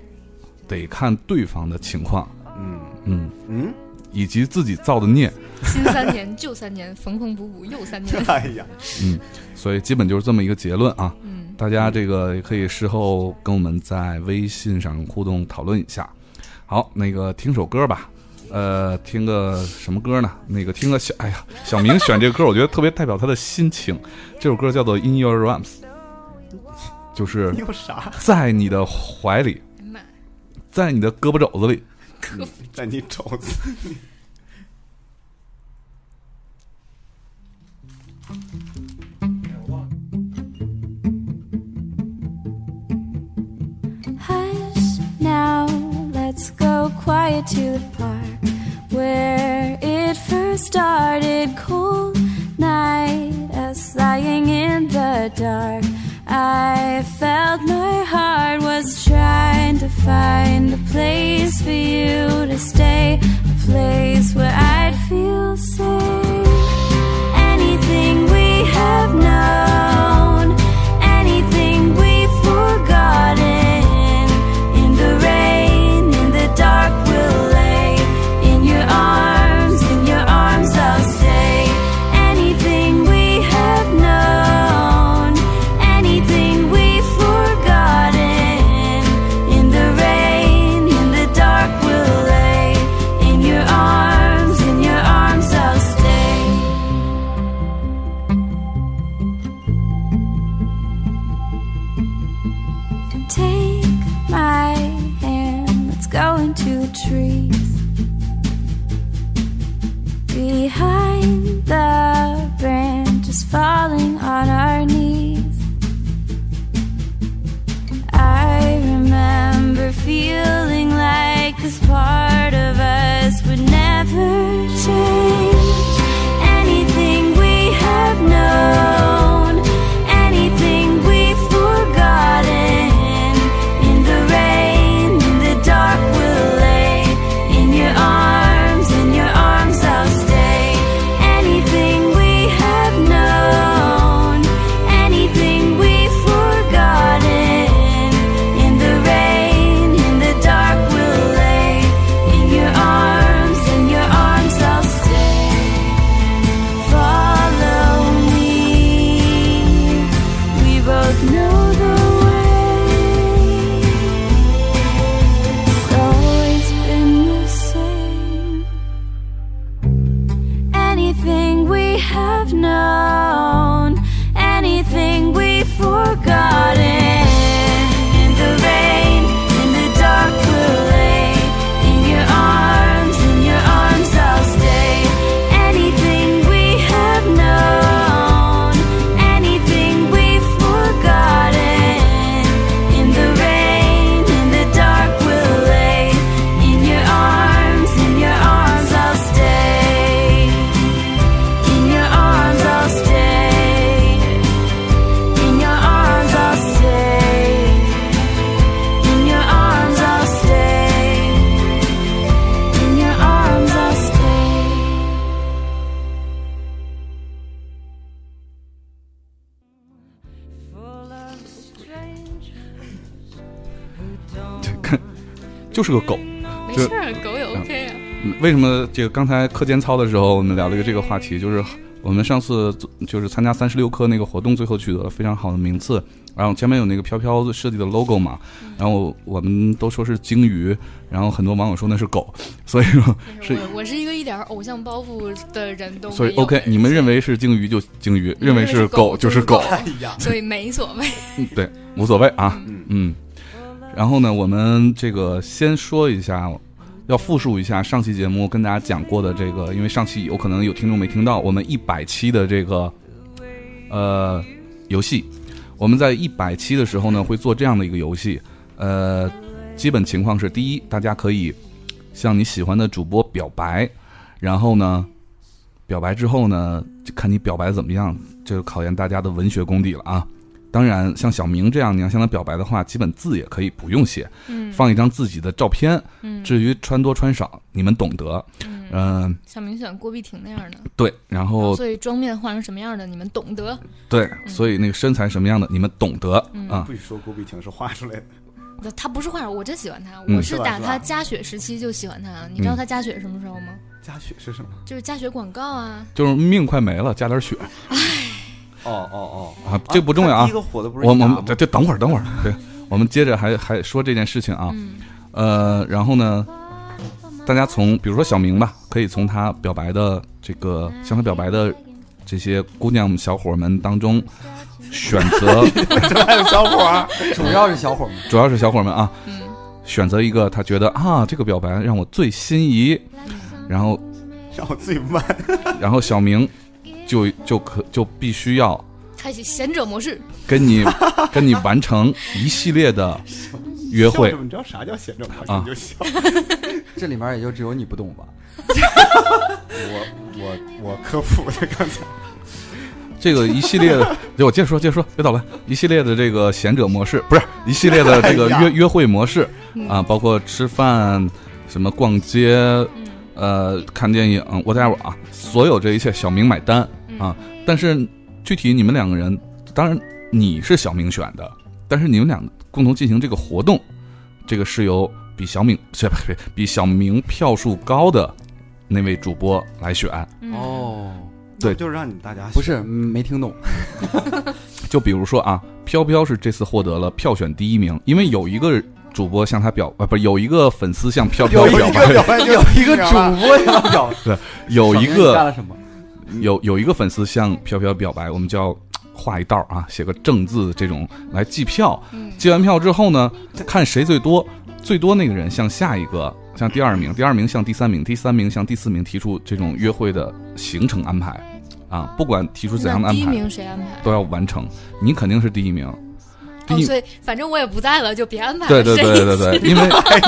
[SPEAKER 1] 得看对方的情况，
[SPEAKER 3] 嗯
[SPEAKER 1] 嗯，
[SPEAKER 3] 嗯，。
[SPEAKER 1] 以及自己造的孽，
[SPEAKER 2] 新三年旧三年，缝缝补补又三年
[SPEAKER 3] 哎呀，
[SPEAKER 1] 所以基本就是这么一个结论啊。
[SPEAKER 2] 嗯，
[SPEAKER 1] 大家这个也可以事后跟我们在微信上互动讨论一下。好，那个听首歌吧，呃，听个什么歌呢？那个听个小，哎呀，小明选这个歌，我觉得特别代表他的心情。这首歌叫做《In Your Arms》，就是
[SPEAKER 3] 你有啥？
[SPEAKER 1] 在你的怀里，(laughs)
[SPEAKER 2] 哎妈，
[SPEAKER 1] 在你的胳膊肘子里。
[SPEAKER 3] 在你肘子。
[SPEAKER 5] Hush now, let's go quiet to the park where it first started. Cold night, us lying in the dark. I felt my heart was trying to find a place for you to stay, a place where I'd feel safe anything we have known, anything we've forgotten. In the rain, in the dark, we'll lay. In your arms, in your arms, I'll stay. Anything we have known, anything we've forgotten. In the rain, in the dark, we'll lay. In your arms, in your arms, I'll stay. Take my hand, let's go into the trees. Behind the branches, falling on our knees. I remember feeling like this part of us would never change. Anything we have known, anything we've forgotten. In the rain, in the dark, we'll lay. In your arms, in your arms, I'll stay. Anything we have known, anything we've forgotten. In the rain, in the dark, we'll lay. In your arms, in your arms, I'll stay. Follow me. We both know the way. It's always been the same. Anything we have known, garden. In the rain, in the dark we'll lay. In your arms, in your arms I'll stay. Anything we have known, anything we've forgotten. In the rain, in the dark we'll lay. In your arms, in your arms I'll stay. In your arms I'll stay. In your arms I'll stay. In your arms I'll stay. In your arms I'll stay.
[SPEAKER 1] 就是个狗。
[SPEAKER 2] 没
[SPEAKER 1] 就
[SPEAKER 2] 事儿，狗也 OK 啊。
[SPEAKER 1] 嗯为什么这个刚才课间操的时候我们聊了一个这个话题，就是我们上次做就是参加三十六课那个活动，最后取得了非常好的名次。然后前面有那个飘飘设计的 logo 嘛，然后我们都说是鲸鱼，然后很多网友说那是狗，所以说
[SPEAKER 2] 但
[SPEAKER 1] 嗯是
[SPEAKER 2] 是我我是一个一点儿偶像包袱的人都没有，
[SPEAKER 1] 所以 OK，你们认为是鲸鱼就鲸鱼，认为是狗就
[SPEAKER 2] 就是
[SPEAKER 1] 是狗，
[SPEAKER 3] 呀，
[SPEAKER 2] 所以没所谓。 (laughs)
[SPEAKER 1] 嗯对，无所谓啊，嗯。然后呢，我们这个先说一下，要复述一下上期节目跟大家讲过的这个，因为上期有可能有听众没听到，我们一百期的这个呃游戏，我们在一百期的时候呢会做这样的一个游戏，呃，基本情况是：第一，大家可以向你喜欢的主播表白，然后呢。表白之后呢，就看你表白怎么样，这就考验大家的文学功底了啊！当然，像小明这样，你要向他表白的话，基本字也可以不用写，
[SPEAKER 2] 嗯，
[SPEAKER 1] 放一张自己的照片。
[SPEAKER 2] 嗯
[SPEAKER 1] 至于穿多穿少，你们懂得。
[SPEAKER 2] 嗯，
[SPEAKER 1] 嗯，
[SPEAKER 2] 小明选郭碧婷那样的，
[SPEAKER 1] 对，然后
[SPEAKER 2] 所以嗯妆面换成什么样的，你们懂得。
[SPEAKER 1] 对，所以那个身材什么样的，你们懂得
[SPEAKER 2] 嗯
[SPEAKER 1] 啊。
[SPEAKER 3] 不许说郭碧婷是画出来的，
[SPEAKER 2] 那他不是画手，我真喜欢他，
[SPEAKER 1] 嗯
[SPEAKER 2] 我是
[SPEAKER 3] 是吧
[SPEAKER 2] 打
[SPEAKER 3] 是吧
[SPEAKER 2] 他加血时期就喜欢他。啊你知道他加血是什么时候吗？
[SPEAKER 3] 加血是什么？
[SPEAKER 2] 就是加血广告啊。
[SPEAKER 1] 就是命快没了，加点血
[SPEAKER 3] 哦哦哦，
[SPEAKER 1] 啊，这不重要
[SPEAKER 3] 他
[SPEAKER 1] 啊
[SPEAKER 3] 第一。个火的不是
[SPEAKER 1] 我我
[SPEAKER 3] 你
[SPEAKER 1] 们
[SPEAKER 3] 吗
[SPEAKER 1] 这这等会儿等会儿，对，我们接着还还说这件事情啊。
[SPEAKER 2] 嗯
[SPEAKER 1] 呃，然后呢，大家从比如说小明吧，可以从他表白的这个向他表白的这些姑娘小伙们当中选择。 (laughs)
[SPEAKER 3] 还有小伙 (laughs) 儿，
[SPEAKER 4] 主要是小伙儿们，
[SPEAKER 1] 主要是小伙们啊，
[SPEAKER 2] 嗯，
[SPEAKER 1] 选择一个他觉得啊，这个表白让我最心仪，然后
[SPEAKER 3] 让我最慢。
[SPEAKER 1] 然后小明就就可就必须要
[SPEAKER 2] 开启贤者模式，
[SPEAKER 1] 跟你跟你完成一系列的约
[SPEAKER 3] 笑
[SPEAKER 1] 会
[SPEAKER 3] 什，么你知道啥叫闲着吗？
[SPEAKER 1] 啊
[SPEAKER 3] 你就笑。
[SPEAKER 4] (laughs) 这里面也就只有你不懂吧？
[SPEAKER 3] 我我我科普的刚才，
[SPEAKER 1] 这个一系列的，就我接着说接着说，别捣乱，一系列的这个贤者模式不是一系列的这个
[SPEAKER 3] 哎
[SPEAKER 1] 约
[SPEAKER 3] 呀
[SPEAKER 1] 约会模式
[SPEAKER 2] 嗯
[SPEAKER 1] 啊，包括吃饭、什么逛街、
[SPEAKER 2] 嗯
[SPEAKER 1] 呃看电影，whatever 啊，所有这一切小明买单。啊，但是具体你们两个人，当然你是小明选的，但是你们俩共同进行这个活动，这个是由比小明 (laughs) 是不是比小明票数高的那位主播来选。
[SPEAKER 2] 嗯，
[SPEAKER 4] 哦，
[SPEAKER 1] (laughs) 对
[SPEAKER 3] 就是让你们大家
[SPEAKER 4] 不是没听懂，
[SPEAKER 1] 就比如说啊，飘飘是这次获得了票选第一名，因为有一个主播向他表啊，不是有一个粉丝向飘飘
[SPEAKER 3] 有一
[SPEAKER 1] 表
[SPEAKER 3] 个
[SPEAKER 1] 白，
[SPEAKER 3] 表白就
[SPEAKER 4] 有一个主播要表，
[SPEAKER 1] 有一
[SPEAKER 4] 小明你
[SPEAKER 3] 啊
[SPEAKER 4] 干
[SPEAKER 1] 个
[SPEAKER 4] 了
[SPEAKER 3] (laughs)
[SPEAKER 4] 什么？
[SPEAKER 1] 有有一个粉丝向飘飘表白，我们叫画一道啊，写个正字这种来计票。
[SPEAKER 2] 嗯
[SPEAKER 1] 接完票之后呢，看谁最多，最多那个人向下一个，向第二名，第二名向第三名，第三名向第四名提出这种约会的行程安排，啊，不管提出怎样的
[SPEAKER 2] 那
[SPEAKER 1] 安
[SPEAKER 2] 第一
[SPEAKER 1] 排，
[SPEAKER 2] 名谁安排？啊
[SPEAKER 1] 都要完成。你肯定是第一名，第
[SPEAKER 2] 哦，
[SPEAKER 1] 一，
[SPEAKER 2] 所以反正我也不在了，就别安排了。
[SPEAKER 1] 对对对对
[SPEAKER 2] 谁
[SPEAKER 1] 对，因为
[SPEAKER 3] 哎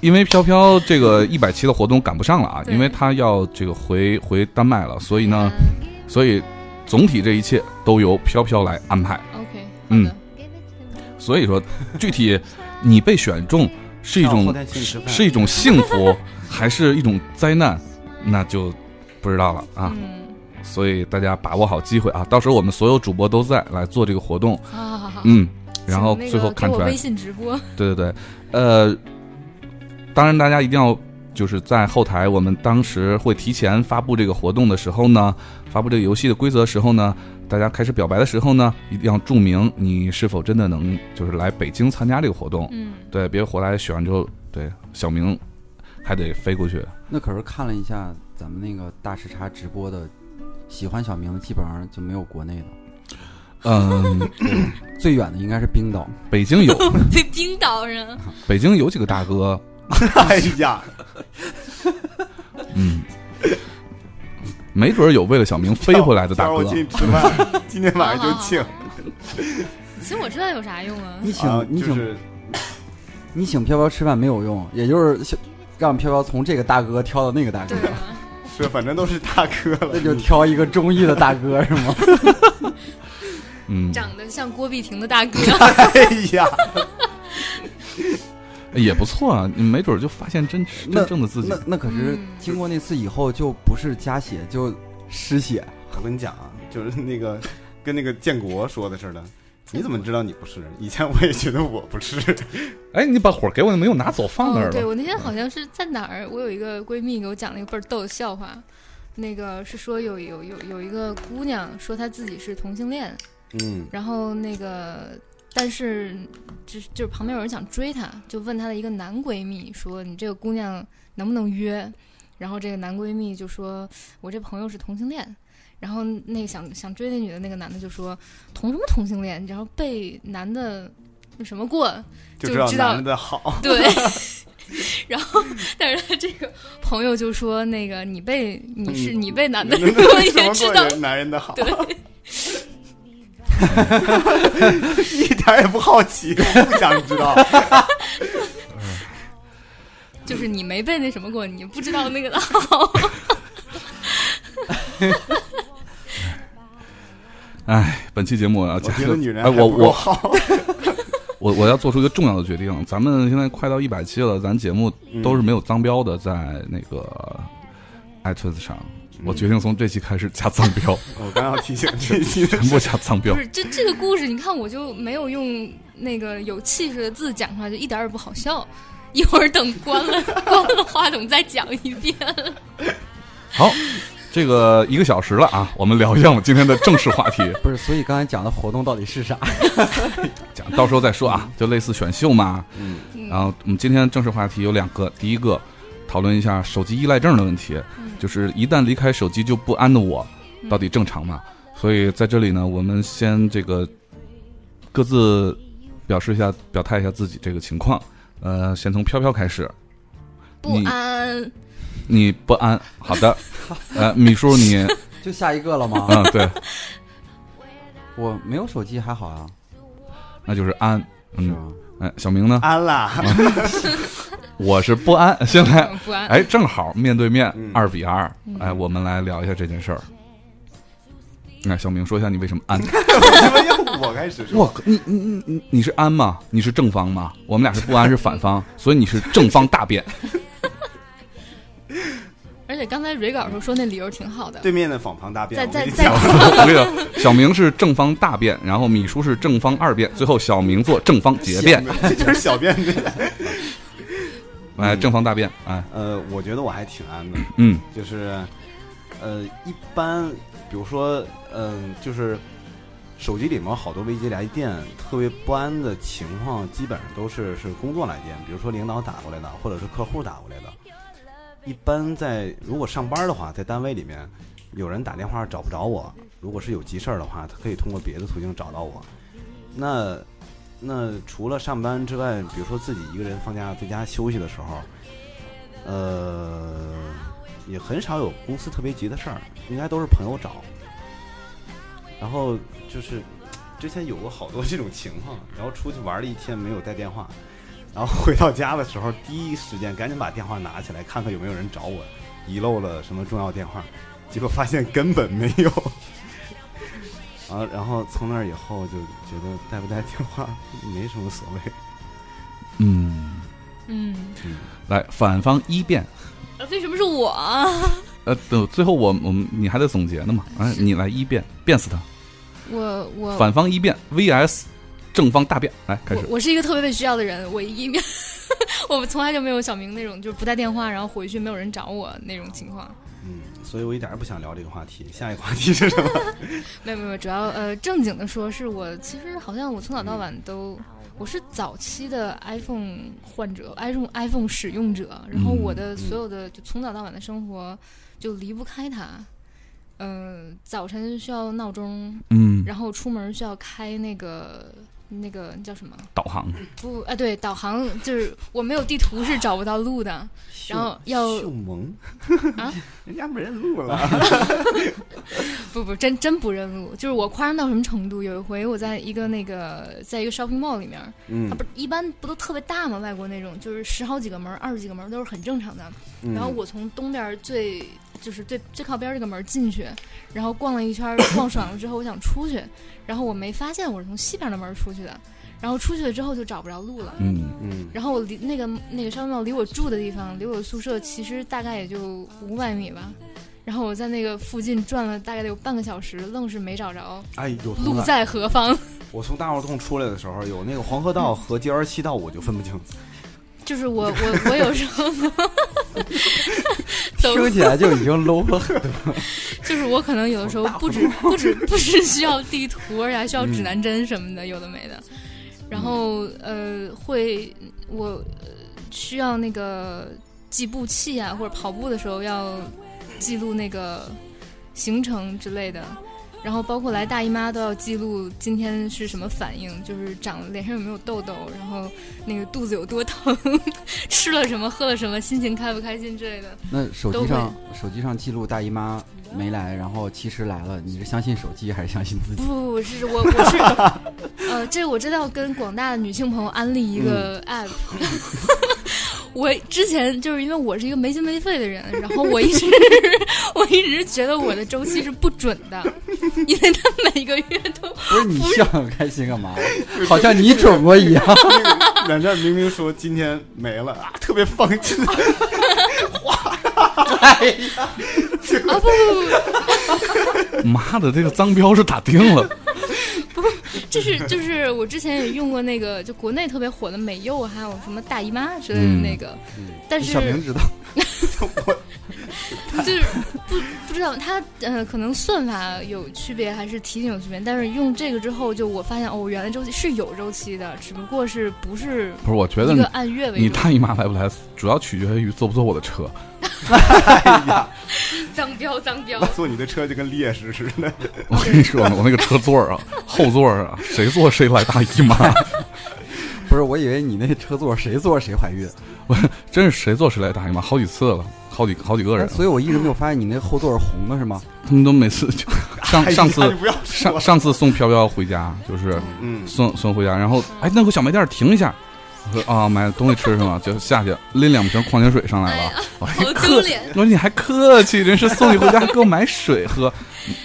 [SPEAKER 1] 因为飘飘这个一百期的活动赶不上了啊，
[SPEAKER 2] 对嗯
[SPEAKER 1] 因为他要这个回回丹麦了，所以呢，所以总体这一切都由飘飘来安排。
[SPEAKER 2] 嗯？OK，好
[SPEAKER 1] 嗯
[SPEAKER 2] 的，
[SPEAKER 1] 所以
[SPEAKER 2] (laughs)
[SPEAKER 1] 说，具体你被选中是一
[SPEAKER 3] 上后
[SPEAKER 1] 种
[SPEAKER 3] 台请你吃饭
[SPEAKER 1] 是一种幸
[SPEAKER 2] (laughs)
[SPEAKER 1] 福，还是一种灾难，那就不知道了啊。
[SPEAKER 2] 嗯，
[SPEAKER 1] 所以大家把握好机会啊！到时候我们所有主播都在来做这个活动，
[SPEAKER 2] 好好好好。
[SPEAKER 1] 嗯，然后
[SPEAKER 2] 行那
[SPEAKER 1] 最后
[SPEAKER 2] 个
[SPEAKER 1] 看
[SPEAKER 2] 给
[SPEAKER 1] 出
[SPEAKER 2] 我
[SPEAKER 1] 来
[SPEAKER 2] 微，信直播，
[SPEAKER 1] 对对对，呃，当然大家一定要就是在后台，我们当时会提前发布这个活动的时候呢，发布这个游戏的规则的时候呢，大家开始表白的时候呢，一定要注明你是否真的能就是来北京参加这个活动。 (laughs)
[SPEAKER 2] 嗯，
[SPEAKER 1] 对，别回来选完之后，对小明还得飞过去。
[SPEAKER 4] 那可是看了一下咱们那个大时差直播的，喜欢小明的基本上就没有国内的，
[SPEAKER 1] 嗯，
[SPEAKER 4] 最远的应该是冰岛，
[SPEAKER 1] 北京有，
[SPEAKER 2] 被冰岛人，
[SPEAKER 1] 北京有几个大哥，
[SPEAKER 3] 哎
[SPEAKER 1] (laughs)
[SPEAKER 3] 呀，
[SPEAKER 1] 嗯，没准儿有为了小明飞哎回来的大
[SPEAKER 3] 要不 (laughs)
[SPEAKER 1] 哥
[SPEAKER 3] 我。请你吃饭，今天晚上就请。
[SPEAKER 2] 请我吃饭有啥用啊？
[SPEAKER 4] 你请、
[SPEAKER 3] 啊
[SPEAKER 4] 你
[SPEAKER 3] 就
[SPEAKER 4] 请
[SPEAKER 3] 是
[SPEAKER 4] 你请飘飘吃饭没有用，也就是想让飘飘从这个大哥挑到那个大哥
[SPEAKER 2] 对，啊，
[SPEAKER 3] 是，反正都是大哥了，
[SPEAKER 4] 那就挑一个中意的大哥是吗？
[SPEAKER 1] 嗯，
[SPEAKER 2] 长得像郭碧婷的大哥，
[SPEAKER 3] (laughs) 哎呀，
[SPEAKER 1] 也不错啊，你没准儿就发现真
[SPEAKER 4] 那
[SPEAKER 1] 真正的自
[SPEAKER 4] (laughs)
[SPEAKER 1] 己
[SPEAKER 4] 那。那可是
[SPEAKER 2] 嗯
[SPEAKER 4] 经过那次以后，就不是加血就失血。
[SPEAKER 3] 我跟你讲啊，就是那个跟那个建国说的似的。你怎么知道你不是？以前我也觉得我不是，
[SPEAKER 1] 哎，你把火给我，你没有拿走，放那
[SPEAKER 2] 哦
[SPEAKER 1] 儿，
[SPEAKER 2] 对
[SPEAKER 1] 了。
[SPEAKER 2] 我那天好像是在哪儿，我有一个闺蜜给我讲了一个倍儿逗的笑话，那个是说有有有有一个姑娘说她自己是同性恋，
[SPEAKER 3] 嗯
[SPEAKER 2] 然后那个但是就是就是旁边有人想追她，就问她的一个男闺蜜说你这个姑娘能不能约？然后这个男闺蜜就说我这朋友是同性恋。然后那个想想追那女的那个男的就说同什么同性恋，然后被男的那什么过，
[SPEAKER 3] 就
[SPEAKER 2] 就知
[SPEAKER 3] 知道
[SPEAKER 2] 道啊
[SPEAKER 3] 男的 (laughs) 好。，
[SPEAKER 2] 对，然后但是他这个朋友就说那个你被你是你被男的
[SPEAKER 3] 嗯 (laughs)
[SPEAKER 2] 我
[SPEAKER 3] 什
[SPEAKER 2] 也
[SPEAKER 3] 么
[SPEAKER 2] 知
[SPEAKER 3] 过
[SPEAKER 2] 道
[SPEAKER 3] 人，男人的好，
[SPEAKER 2] 对，
[SPEAKER 3] (laughs) 一点也不好奇，我不想知
[SPEAKER 1] (laughs)
[SPEAKER 3] 道。
[SPEAKER 2] 就是你没被那什么过，你不知道那个的好。
[SPEAKER 1] 哎，本期节目啊，
[SPEAKER 3] 我
[SPEAKER 1] 假
[SPEAKER 3] 觉
[SPEAKER 1] 设
[SPEAKER 3] 得女人
[SPEAKER 1] 哎，
[SPEAKER 3] 还
[SPEAKER 1] 我
[SPEAKER 3] 不够
[SPEAKER 1] 我 (laughs)
[SPEAKER 3] 好，
[SPEAKER 1] 我我要做出一个重要的决定，咱们现在快到一百期了，咱节目都是没有脏标的，在那个 iTunes 上，
[SPEAKER 3] 嗯
[SPEAKER 1] 我决定从这期开始加脏标，
[SPEAKER 3] 我刚要提醒这期的
[SPEAKER 1] 全部加脏标
[SPEAKER 2] (laughs) 不。是这这个故事，你看我就没有用那个有气势的字讲出来，就一点儿也不好笑。 (laughs) 一会儿等
[SPEAKER 1] (laughs)
[SPEAKER 2] 关了关了话筒再讲一遍。
[SPEAKER 1] 好，这个一个小时了啊，我们聊一下我们今天的正式话题，
[SPEAKER 4] 不是，所以刚才讲的活动到底是啥？
[SPEAKER 1] 讲到时候再说
[SPEAKER 4] 嗯
[SPEAKER 1] 啊，就类似选秀嘛。
[SPEAKER 3] 嗯
[SPEAKER 2] 嗯
[SPEAKER 1] 然后我们今天正式话题有两个，第一个讨论一下手机依赖症的问题，就是一旦离开手机就不安的我，
[SPEAKER 2] 嗯
[SPEAKER 1] 到底正常吗？所以在这里呢，我们先这个各自表示一下、表态一下自己这个情况。呃，先从飘飘开始，
[SPEAKER 2] 不
[SPEAKER 1] 你
[SPEAKER 2] 安，
[SPEAKER 1] 你不安，好
[SPEAKER 2] (laughs)
[SPEAKER 1] 的，呃，米叔你，
[SPEAKER 4] 就下一个了吗？
[SPEAKER 1] 嗯，对，
[SPEAKER 4] 我没有手机还好啊，
[SPEAKER 1] 那就是安，
[SPEAKER 4] 是
[SPEAKER 1] 嗯，
[SPEAKER 4] 吗？
[SPEAKER 1] 哎，小明呢？
[SPEAKER 3] 安啦，
[SPEAKER 1] 我是不安，先来，
[SPEAKER 2] 嗯不安。
[SPEAKER 1] 哎，正好面对面
[SPEAKER 3] 嗯
[SPEAKER 1] 二比二，
[SPEAKER 2] 嗯
[SPEAKER 1] 哎，我们来聊一下这件事儿。哎，小明说一下你为什么安？
[SPEAKER 3] 为 (laughs) 什么要我开始说？
[SPEAKER 1] 我你你你你你是安吗？你是正方吗？我们俩是不安，是反
[SPEAKER 3] (laughs)
[SPEAKER 1] 方，所以你是正方大变。
[SPEAKER 2] 而且刚才蕊稿的时候说那理由挺好的，
[SPEAKER 3] 对面的访旁大便，
[SPEAKER 2] 再
[SPEAKER 3] 我跟
[SPEAKER 2] 再
[SPEAKER 3] 你
[SPEAKER 2] 再
[SPEAKER 1] (laughs)
[SPEAKER 3] 讲，
[SPEAKER 1] 我跟你讲，小明是正方大变，然后米叔是正方二变，最后小明做正方结变，
[SPEAKER 3] 这 (laughs) 就是小便对。
[SPEAKER 1] 哎，正方大变，哎，
[SPEAKER 3] 呃，我觉得我还挺安的，
[SPEAKER 1] 嗯
[SPEAKER 3] 就是，呃，一般，比如说，嗯、就是手机里面好多未接来电，特别不安的情况，基本上都是是工作来电，比如说领导打过来的，或者是客户打过来的。一般在如果上班的话，在单位里面有人打电话找不着我，如果是有急事儿的话，他可以通过别的途径找到我。那那除了上班之外，比如说自己一个人放假在家休息的时候，呃，也很少有公司特别急的事儿，应该都是朋友找。然后就是之前有过好多这种情况，然后出去玩了一天没有带电话，然后回到家的时候第一时间赶紧把电话拿起来看看有没有人找我，遗漏了什么重要电话，结果发现根本没有。啊，然后从那以后就觉得带不带电话 (laughs) 没什么所谓。
[SPEAKER 1] 嗯，
[SPEAKER 2] 嗯，啊
[SPEAKER 1] 来反方一变，
[SPEAKER 2] 为什么是我？ (laughs)
[SPEAKER 1] 呃，等最后我我们你还得总结呢嘛，哎，你来一变，变死他，
[SPEAKER 2] 我我
[SPEAKER 1] 反方一变 vs 正方大变，来开始
[SPEAKER 2] 我。我是一个特别被需要的人，我一面 (laughs) 我从来就没有小明那种就是不带电话，然后回去没有人找我那种情况。
[SPEAKER 3] 嗯，所以我一点儿也不想聊这个话题。下一个话题是什么？
[SPEAKER 2] 没有没有，主要呃正经的说，是我其实好像我从早到晚都。我是早期的 iPhone 患者，iPhone iPhone 使用者，然后
[SPEAKER 1] 嗯
[SPEAKER 2] 我的所有的就从早到晚的生活就离不开它，嗯、早晨需要闹钟，
[SPEAKER 1] 嗯，
[SPEAKER 2] 然后出门需要开那个那个叫什么？
[SPEAKER 1] 导航，
[SPEAKER 2] 不，啊，对，导航就是我没有地图是找不到路的。 (laughs) 然后要
[SPEAKER 3] 秀萌
[SPEAKER 2] 啊，
[SPEAKER 3] (laughs) 人家没人录了，
[SPEAKER 2] 不不，真真不认路。就是我夸张到什么程度？有一回我在一个那个，在一个 shopping mall 里面，
[SPEAKER 3] 嗯
[SPEAKER 2] 它不是一般不都特别大吗？外国那种就是十好几个门、二十几个门都是很正常的。
[SPEAKER 3] 嗯
[SPEAKER 2] 然后我从东边最就是最最靠边这个门进去，然后逛了一圈
[SPEAKER 3] (coughs)
[SPEAKER 2] 儿，逛爽了之后，我想出去，然后我没发现我是从西边的门出去的，然后出去了之后就找不着路了。
[SPEAKER 1] 嗯，
[SPEAKER 3] 嗯
[SPEAKER 2] 然后我离那个那个商贸离我住的地方，离我宿舍其实大概也就五百米吧。然后我在那个附近转了大概得有半个小时，愣是没找着
[SPEAKER 3] 哎，有同
[SPEAKER 2] 路
[SPEAKER 3] 感。
[SPEAKER 2] 在何方。
[SPEAKER 3] 我从大胡同出来的时候，有那个黄河
[SPEAKER 2] 嗯
[SPEAKER 3] 道和街儿西道，我就分不
[SPEAKER 2] (laughs)
[SPEAKER 3] 清。
[SPEAKER 2] 就是我我我有时候 (laughs) 走
[SPEAKER 4] 听起来就已经
[SPEAKER 2] (laughs)
[SPEAKER 4] low 了。
[SPEAKER 2] 就是我可能有的时候不止不止不止需要地图，而且还需要指南针什么的，有的没的。然后呃，会我呃需要那个计步器啊，或者跑步的时候要记录那个行程之类的。然后包括来大姨妈都要记录今天是什么反应，就是长脸上有没有痘痘，然后那个肚子有多疼， (laughs) 吃了什么喝了什么，心情开不开心之类的。
[SPEAKER 4] 那手
[SPEAKER 2] 都
[SPEAKER 4] 机
[SPEAKER 2] 会
[SPEAKER 4] 上手机上记录大姨妈没来，然后其实来了，你是相信手机还是相信自己？
[SPEAKER 2] 不不不是我我是，呃，这我真的要跟广大的女性朋友安利一个 app。我之前就是因为我是一个没心没肺的人，然后我一直我一直觉得我的周期是不准的，因为它每个月都
[SPEAKER 4] 不是你笑得开
[SPEAKER 2] (laughs)
[SPEAKER 4] 心干嘛？好像你准过一样。
[SPEAKER 3] 软件明明说今天没了，啊、特别放心，
[SPEAKER 2] (laughs) 啊不不不
[SPEAKER 1] 妈的，这个脏标是打定
[SPEAKER 2] (laughs)
[SPEAKER 1] 了，
[SPEAKER 2] 不，
[SPEAKER 1] (laughs)
[SPEAKER 2] 这是就是我之前也用过那个就国内特别火的美柚，还有什么大姨妈之类
[SPEAKER 1] 嗯
[SPEAKER 2] 的那个，但是
[SPEAKER 4] 小明知道，
[SPEAKER 2] (laughs) 就是不不知道它呃，可能算法有区别还是提醒有区别，但是用这个之后，就我发现哦，原来周期是有周期的，只不过是不是
[SPEAKER 1] 不是？我觉得
[SPEAKER 2] 一
[SPEAKER 1] 你
[SPEAKER 2] 个按月为
[SPEAKER 1] 你
[SPEAKER 2] 准。
[SPEAKER 1] 大姨妈来不来，主要取决于坐不坐我的
[SPEAKER 2] (laughs)
[SPEAKER 1] 车。
[SPEAKER 2] 脏标脏标，
[SPEAKER 3] 坐你的车就跟烈士似的。
[SPEAKER 1] 我跟你说呢，我那个车座儿啊， (laughs) 后座儿啊，谁坐谁来大姨妈，
[SPEAKER 4] 不是，我以为你那车座谁坐谁怀孕，
[SPEAKER 1] 真是谁坐谁来大姨妈，好几次了，好几好几个人
[SPEAKER 4] 哎
[SPEAKER 1] 了，
[SPEAKER 4] 所以我一直没有发现你那后座是红的，是吗？
[SPEAKER 1] 他们都每次就
[SPEAKER 2] (laughs)
[SPEAKER 1] 上上
[SPEAKER 3] 哎呀
[SPEAKER 1] 次
[SPEAKER 3] 你不要说
[SPEAKER 1] 上上次送飘飘回家，就是
[SPEAKER 3] 嗯，
[SPEAKER 1] 送送回家，然后哎，那个小卖店停一下。我说啊，买东西吃是吗？就下去拎两瓶矿泉水上来
[SPEAKER 2] 哎
[SPEAKER 1] 了
[SPEAKER 2] 呀。
[SPEAKER 1] 我还
[SPEAKER 2] 好丢
[SPEAKER 1] 客，
[SPEAKER 2] 脸
[SPEAKER 1] 我说你还客气，人是送你回家给我买水喝，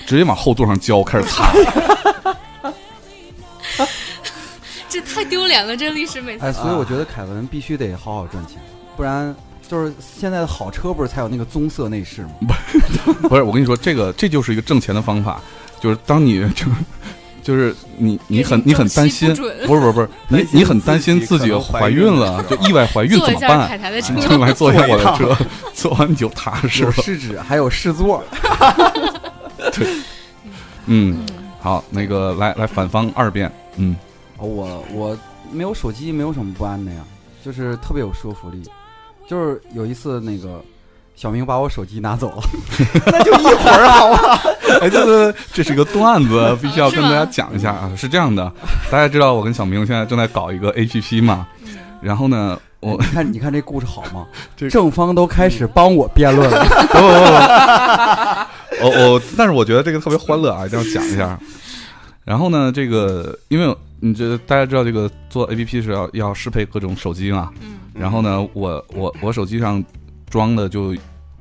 [SPEAKER 1] 直接往后座上浇，开始擦。
[SPEAKER 2] 这太丢脸了，这历史每次。
[SPEAKER 4] 哎，所以我
[SPEAKER 1] 啊
[SPEAKER 4] 觉得凯文必须得好好赚钱，不然就是现在的好车不是才有那个棕色内饰吗？
[SPEAKER 1] 不是，我跟你说，这个这就是一个挣钱的方法，就是当你 (laughs) 就就是你你很你很担心
[SPEAKER 2] 周期不，准
[SPEAKER 1] 不是不是不是，你你很担心自己怀孕了，就意外怀孕
[SPEAKER 2] 坐
[SPEAKER 1] 哎怎
[SPEAKER 2] 一
[SPEAKER 1] 么
[SPEAKER 2] 下凯
[SPEAKER 1] 办？啊
[SPEAKER 2] 台的车
[SPEAKER 1] 你，就来坐一下我的
[SPEAKER 3] 坐
[SPEAKER 1] 车，坐完你就踏实
[SPEAKER 4] 有
[SPEAKER 1] 了。
[SPEAKER 4] 试纸，还有试座，
[SPEAKER 1] 嗯，好，那个来来反方二辩，嗯，
[SPEAKER 4] 我我没有手机，没有什么不安的呀，就是特别有说服力。就是有一次那个小明把我手机拿走了，
[SPEAKER 1] (laughs) 哎，对对对，这是个段子，必须要跟大家
[SPEAKER 2] 是吗
[SPEAKER 1] 讲一下啊。是这样的，大家知道我跟小明现在正在搞一个 A P P 嘛，然后呢，我
[SPEAKER 4] 你看你看这故事好吗
[SPEAKER 1] (laughs) 这？
[SPEAKER 4] 正方都开始帮我辩论
[SPEAKER 1] (laughs)
[SPEAKER 4] 了，
[SPEAKER 1] 不不不，我我，但是我觉得这个特别欢乐啊，一定要讲一下。然后呢，这个因为你觉得大家知道这个做 A P P 是要要适配各种手机嘛，
[SPEAKER 2] 嗯，
[SPEAKER 1] 然后呢，我我我手机上装的就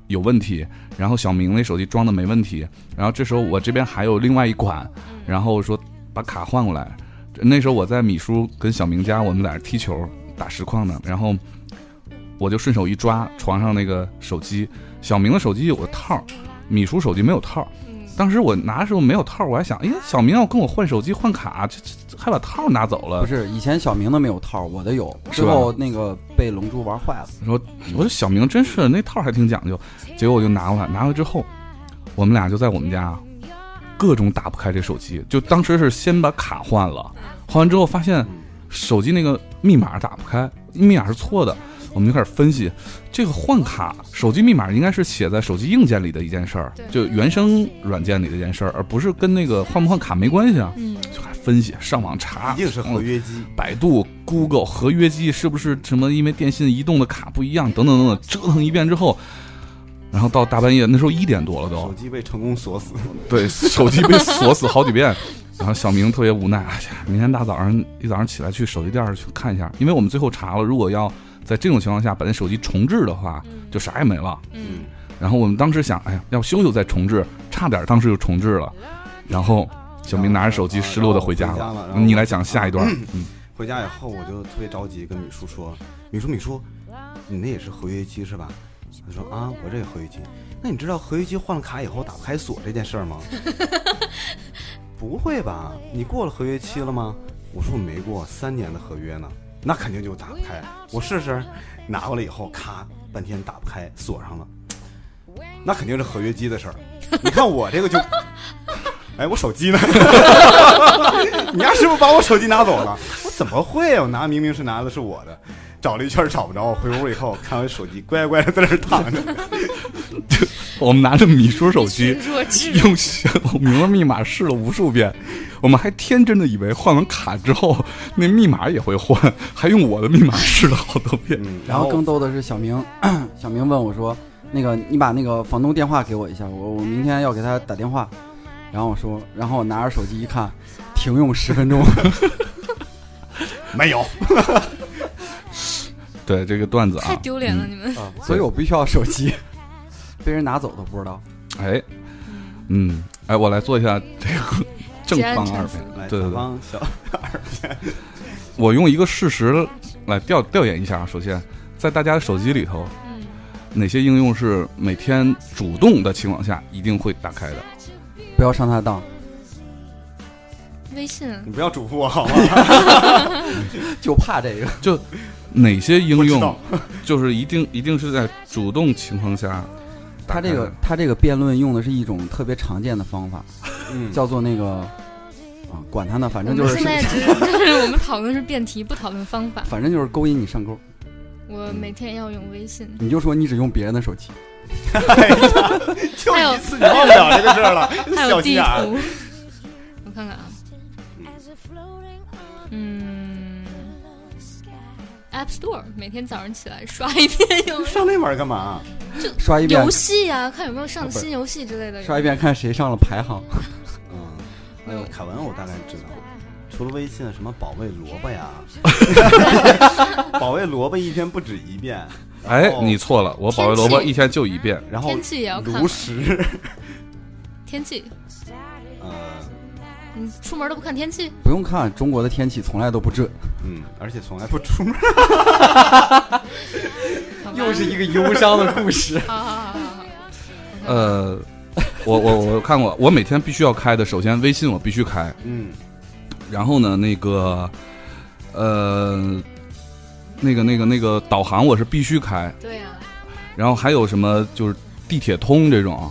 [SPEAKER 1] 有问题，然后小明那手机装的没问题，然后这时候我这边还有另外一款，然后说把卡换过来。那时候我在米叔跟小明家，我们俩踢球打实况呢，然后我就顺手一抓床上那个手机，小明的手机有个套儿，米叔手机没有套儿。
[SPEAKER 2] 嗯
[SPEAKER 1] 当时我拿的时候没有套儿，我还想，哎，小明要跟我换手机换卡，这这这还把套儿拿走了
[SPEAKER 4] 不。是以前小明的没有套，我的有，
[SPEAKER 1] 是
[SPEAKER 4] 最
[SPEAKER 1] 吧
[SPEAKER 4] 后那个被龙珠玩坏了。
[SPEAKER 1] 然后我说小明真是那套还挺讲究，结果我就拿过来，拿回来之后，我们俩就在我们家各种打不开这手机，就当时是先把卡换了，换完之后发现手机那个密码打不开，密码是错的，我们就开始分析这个换卡手机密码应该是写在手机硬件里的一件事儿
[SPEAKER 2] 对，
[SPEAKER 1] 就原生软件里的一件事儿，而不是跟那个换不换卡没关系啊。
[SPEAKER 2] 嗯，
[SPEAKER 1] 就还分析，上网查，
[SPEAKER 3] 一定是合约机，
[SPEAKER 1] 百度、Google 合约机是不是什么因为电信、移动的卡不一样，等等等等，折腾一遍之后，然后到大半夜，那时候一点多了
[SPEAKER 3] 手
[SPEAKER 1] 都，
[SPEAKER 3] 机被成功锁死。
[SPEAKER 1] 对，手机被锁死好几遍。然后小明特别无奈，哎呀，明天大早上一早上起来去手机店儿去看一下，因为我们最后查了，如果要在这种情况下把那手机重置的话，就啥也没了。
[SPEAKER 2] 嗯，
[SPEAKER 1] 然后我们当时想，哎呀，要修修再重置，差点当时就重置了。然后小明拿着手机失落的回家
[SPEAKER 3] 然后回家了
[SPEAKER 1] 了
[SPEAKER 3] 然。后
[SPEAKER 1] 你来讲下一段，嗯，
[SPEAKER 3] 回家以后我就特别着急，跟米叔说：“米叔，米叔，你那也是合约机是吧？”他说：“啊，我这也合约机。那你知道合约机换了卡以后打不开锁这件事儿吗？”不会吧？你过了合约期了吗？我说我没过，三年的合约呢，那肯定就打不开。我试试，拿过来以后，咔，半天打不开，锁上了，那肯定是合约机的事儿。你看我这个就，哎，我手机呢？ (laughs) 你丫是不是把我手机拿走了？我怎么会？啊我拿明明是拿的是我的，找了一圈儿找不着，我回屋以后看完手机，乖乖的在那儿躺着。
[SPEAKER 1] 我们拿着米叔手机
[SPEAKER 2] 你，是弱智，
[SPEAKER 1] (laughs) 用小明的密码试了无数遍，我们还天真的以为换完卡之后那密码也会换，还用我的密码试了好多遍。
[SPEAKER 3] 嗯，
[SPEAKER 4] 然后更逗的是，小明，小明问我说：“那个，你把那个房东电话给我一下，我我明天要给他打电话。”然后我说，然后我拿着手机一看，停用十分钟。
[SPEAKER 3] 没有，
[SPEAKER 1] (laughs) 对这个段子啊，
[SPEAKER 2] 太丢脸了，
[SPEAKER 1] 嗯
[SPEAKER 2] 你们。
[SPEAKER 4] 所以我必须要手机，被人拿走都不知道。
[SPEAKER 1] 哎，嗯，哎，我来做一下这个正方
[SPEAKER 2] 结案
[SPEAKER 1] 二遍
[SPEAKER 2] 陈词。
[SPEAKER 3] 来
[SPEAKER 1] 对对对
[SPEAKER 3] 帮小
[SPEAKER 1] 我用一个事实来调调研一下啊。首先，在大家的手机里头，
[SPEAKER 2] 嗯，
[SPEAKER 1] 哪些应用是每天主动的情况下一定会打开的？
[SPEAKER 4] 不要上他当，
[SPEAKER 2] 微信
[SPEAKER 3] 你不要嘱咐我好吗？
[SPEAKER 4] 就怕这个。
[SPEAKER 1] 哪些应
[SPEAKER 3] 不知
[SPEAKER 1] 用
[SPEAKER 3] 道，
[SPEAKER 1] 就是一定一定是在主动情况下打开
[SPEAKER 4] 他
[SPEAKER 1] 的？
[SPEAKER 4] 这个他这个辩论用的是一种特别常见的方法，
[SPEAKER 3] (laughs) 嗯，
[SPEAKER 4] 叫做那个啊，管他呢，反正就
[SPEAKER 2] 我们
[SPEAKER 4] 是
[SPEAKER 2] 现在
[SPEAKER 4] (laughs)
[SPEAKER 2] 只是就是我们讨论是辩题，不讨论方法。
[SPEAKER 4] 反正就是勾引你上钩，
[SPEAKER 2] 我每天要用微信，
[SPEAKER 4] 你就说你只用别人的手机。
[SPEAKER 3] (laughs) 就
[SPEAKER 2] 还有
[SPEAKER 3] 一次你忘不了这个事儿了，
[SPEAKER 2] (laughs) 还有
[SPEAKER 3] 小
[SPEAKER 2] 地
[SPEAKER 3] 心眼儿。
[SPEAKER 2] 图。 (laughs) 我看看啊，嗯，App Store 每天早上起来刷一遍有没有
[SPEAKER 3] 上那玩意儿干嘛？
[SPEAKER 4] 刷一遍
[SPEAKER 2] 游，戏呀、看有没有上的新游戏之类的。
[SPEAKER 4] 刷一遍看谁上了排行。
[SPEAKER 3] 嗯，哎呦，凯文我大概知道，除了微信，什么保卫萝
[SPEAKER 2] (laughs)
[SPEAKER 3] 卜呀，保卫萝卜一天不止一遍。
[SPEAKER 1] 哎
[SPEAKER 3] 然，后
[SPEAKER 1] 你错了，我保卫萝卜一天就一遍。
[SPEAKER 3] 然后
[SPEAKER 2] 天气也要看
[SPEAKER 3] 炉石，
[SPEAKER 2] 天气，
[SPEAKER 3] 呃，
[SPEAKER 2] 你出门都不看天
[SPEAKER 4] (laughs)
[SPEAKER 2] 气，
[SPEAKER 4] 不用看，中国的天气从来都不准。
[SPEAKER 3] 嗯，而且从来不出门。
[SPEAKER 2] 好吧。
[SPEAKER 4] 又是一个忧伤的故事
[SPEAKER 2] 好好好好好，
[SPEAKER 1] 呃，我我我看过，我每天必须要开的，首先微信我必须开，
[SPEAKER 3] 嗯，
[SPEAKER 1] 然后呢，那个，呃，那个那个那个导航我是必须开，
[SPEAKER 2] 对啊呀、
[SPEAKER 1] 然后还有什么就是地铁通这种，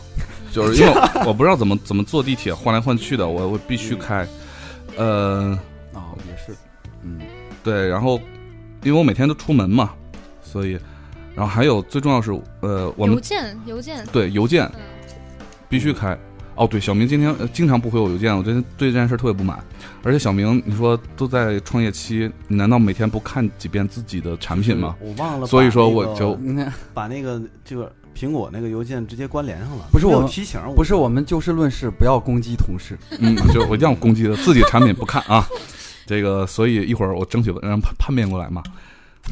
[SPEAKER 1] 就是因为我我不知道怎么怎么坐地铁换来换去的，我我必须开，呃，
[SPEAKER 4] 哦，也是，嗯，
[SPEAKER 1] 对，然后因为我每天都出门嘛，所以，然后还有最重要是，呃，我
[SPEAKER 2] 邮
[SPEAKER 1] 们
[SPEAKER 2] 件邮件，
[SPEAKER 1] 对邮件
[SPEAKER 2] 嗯，
[SPEAKER 1] 必须开。哦，对，小明今天、呃经常不回我邮件，我真对这件事特别不满。而且小明，你说都在创业期，你难道每天不看几遍自己的产品吗？
[SPEAKER 3] 我忘了把那个。
[SPEAKER 1] 所以说我就
[SPEAKER 4] 你看，
[SPEAKER 3] 把那个这个苹果那个邮件直接关联上了，
[SPEAKER 4] 不是我
[SPEAKER 3] 没有提醒我，
[SPEAKER 4] (laughs) 不是我们就事论事，不要攻击同事。
[SPEAKER 1] 嗯，就我一定要攻击的自己产品不看啊。这个，所以一会儿我争取让叛叛变过来嘛。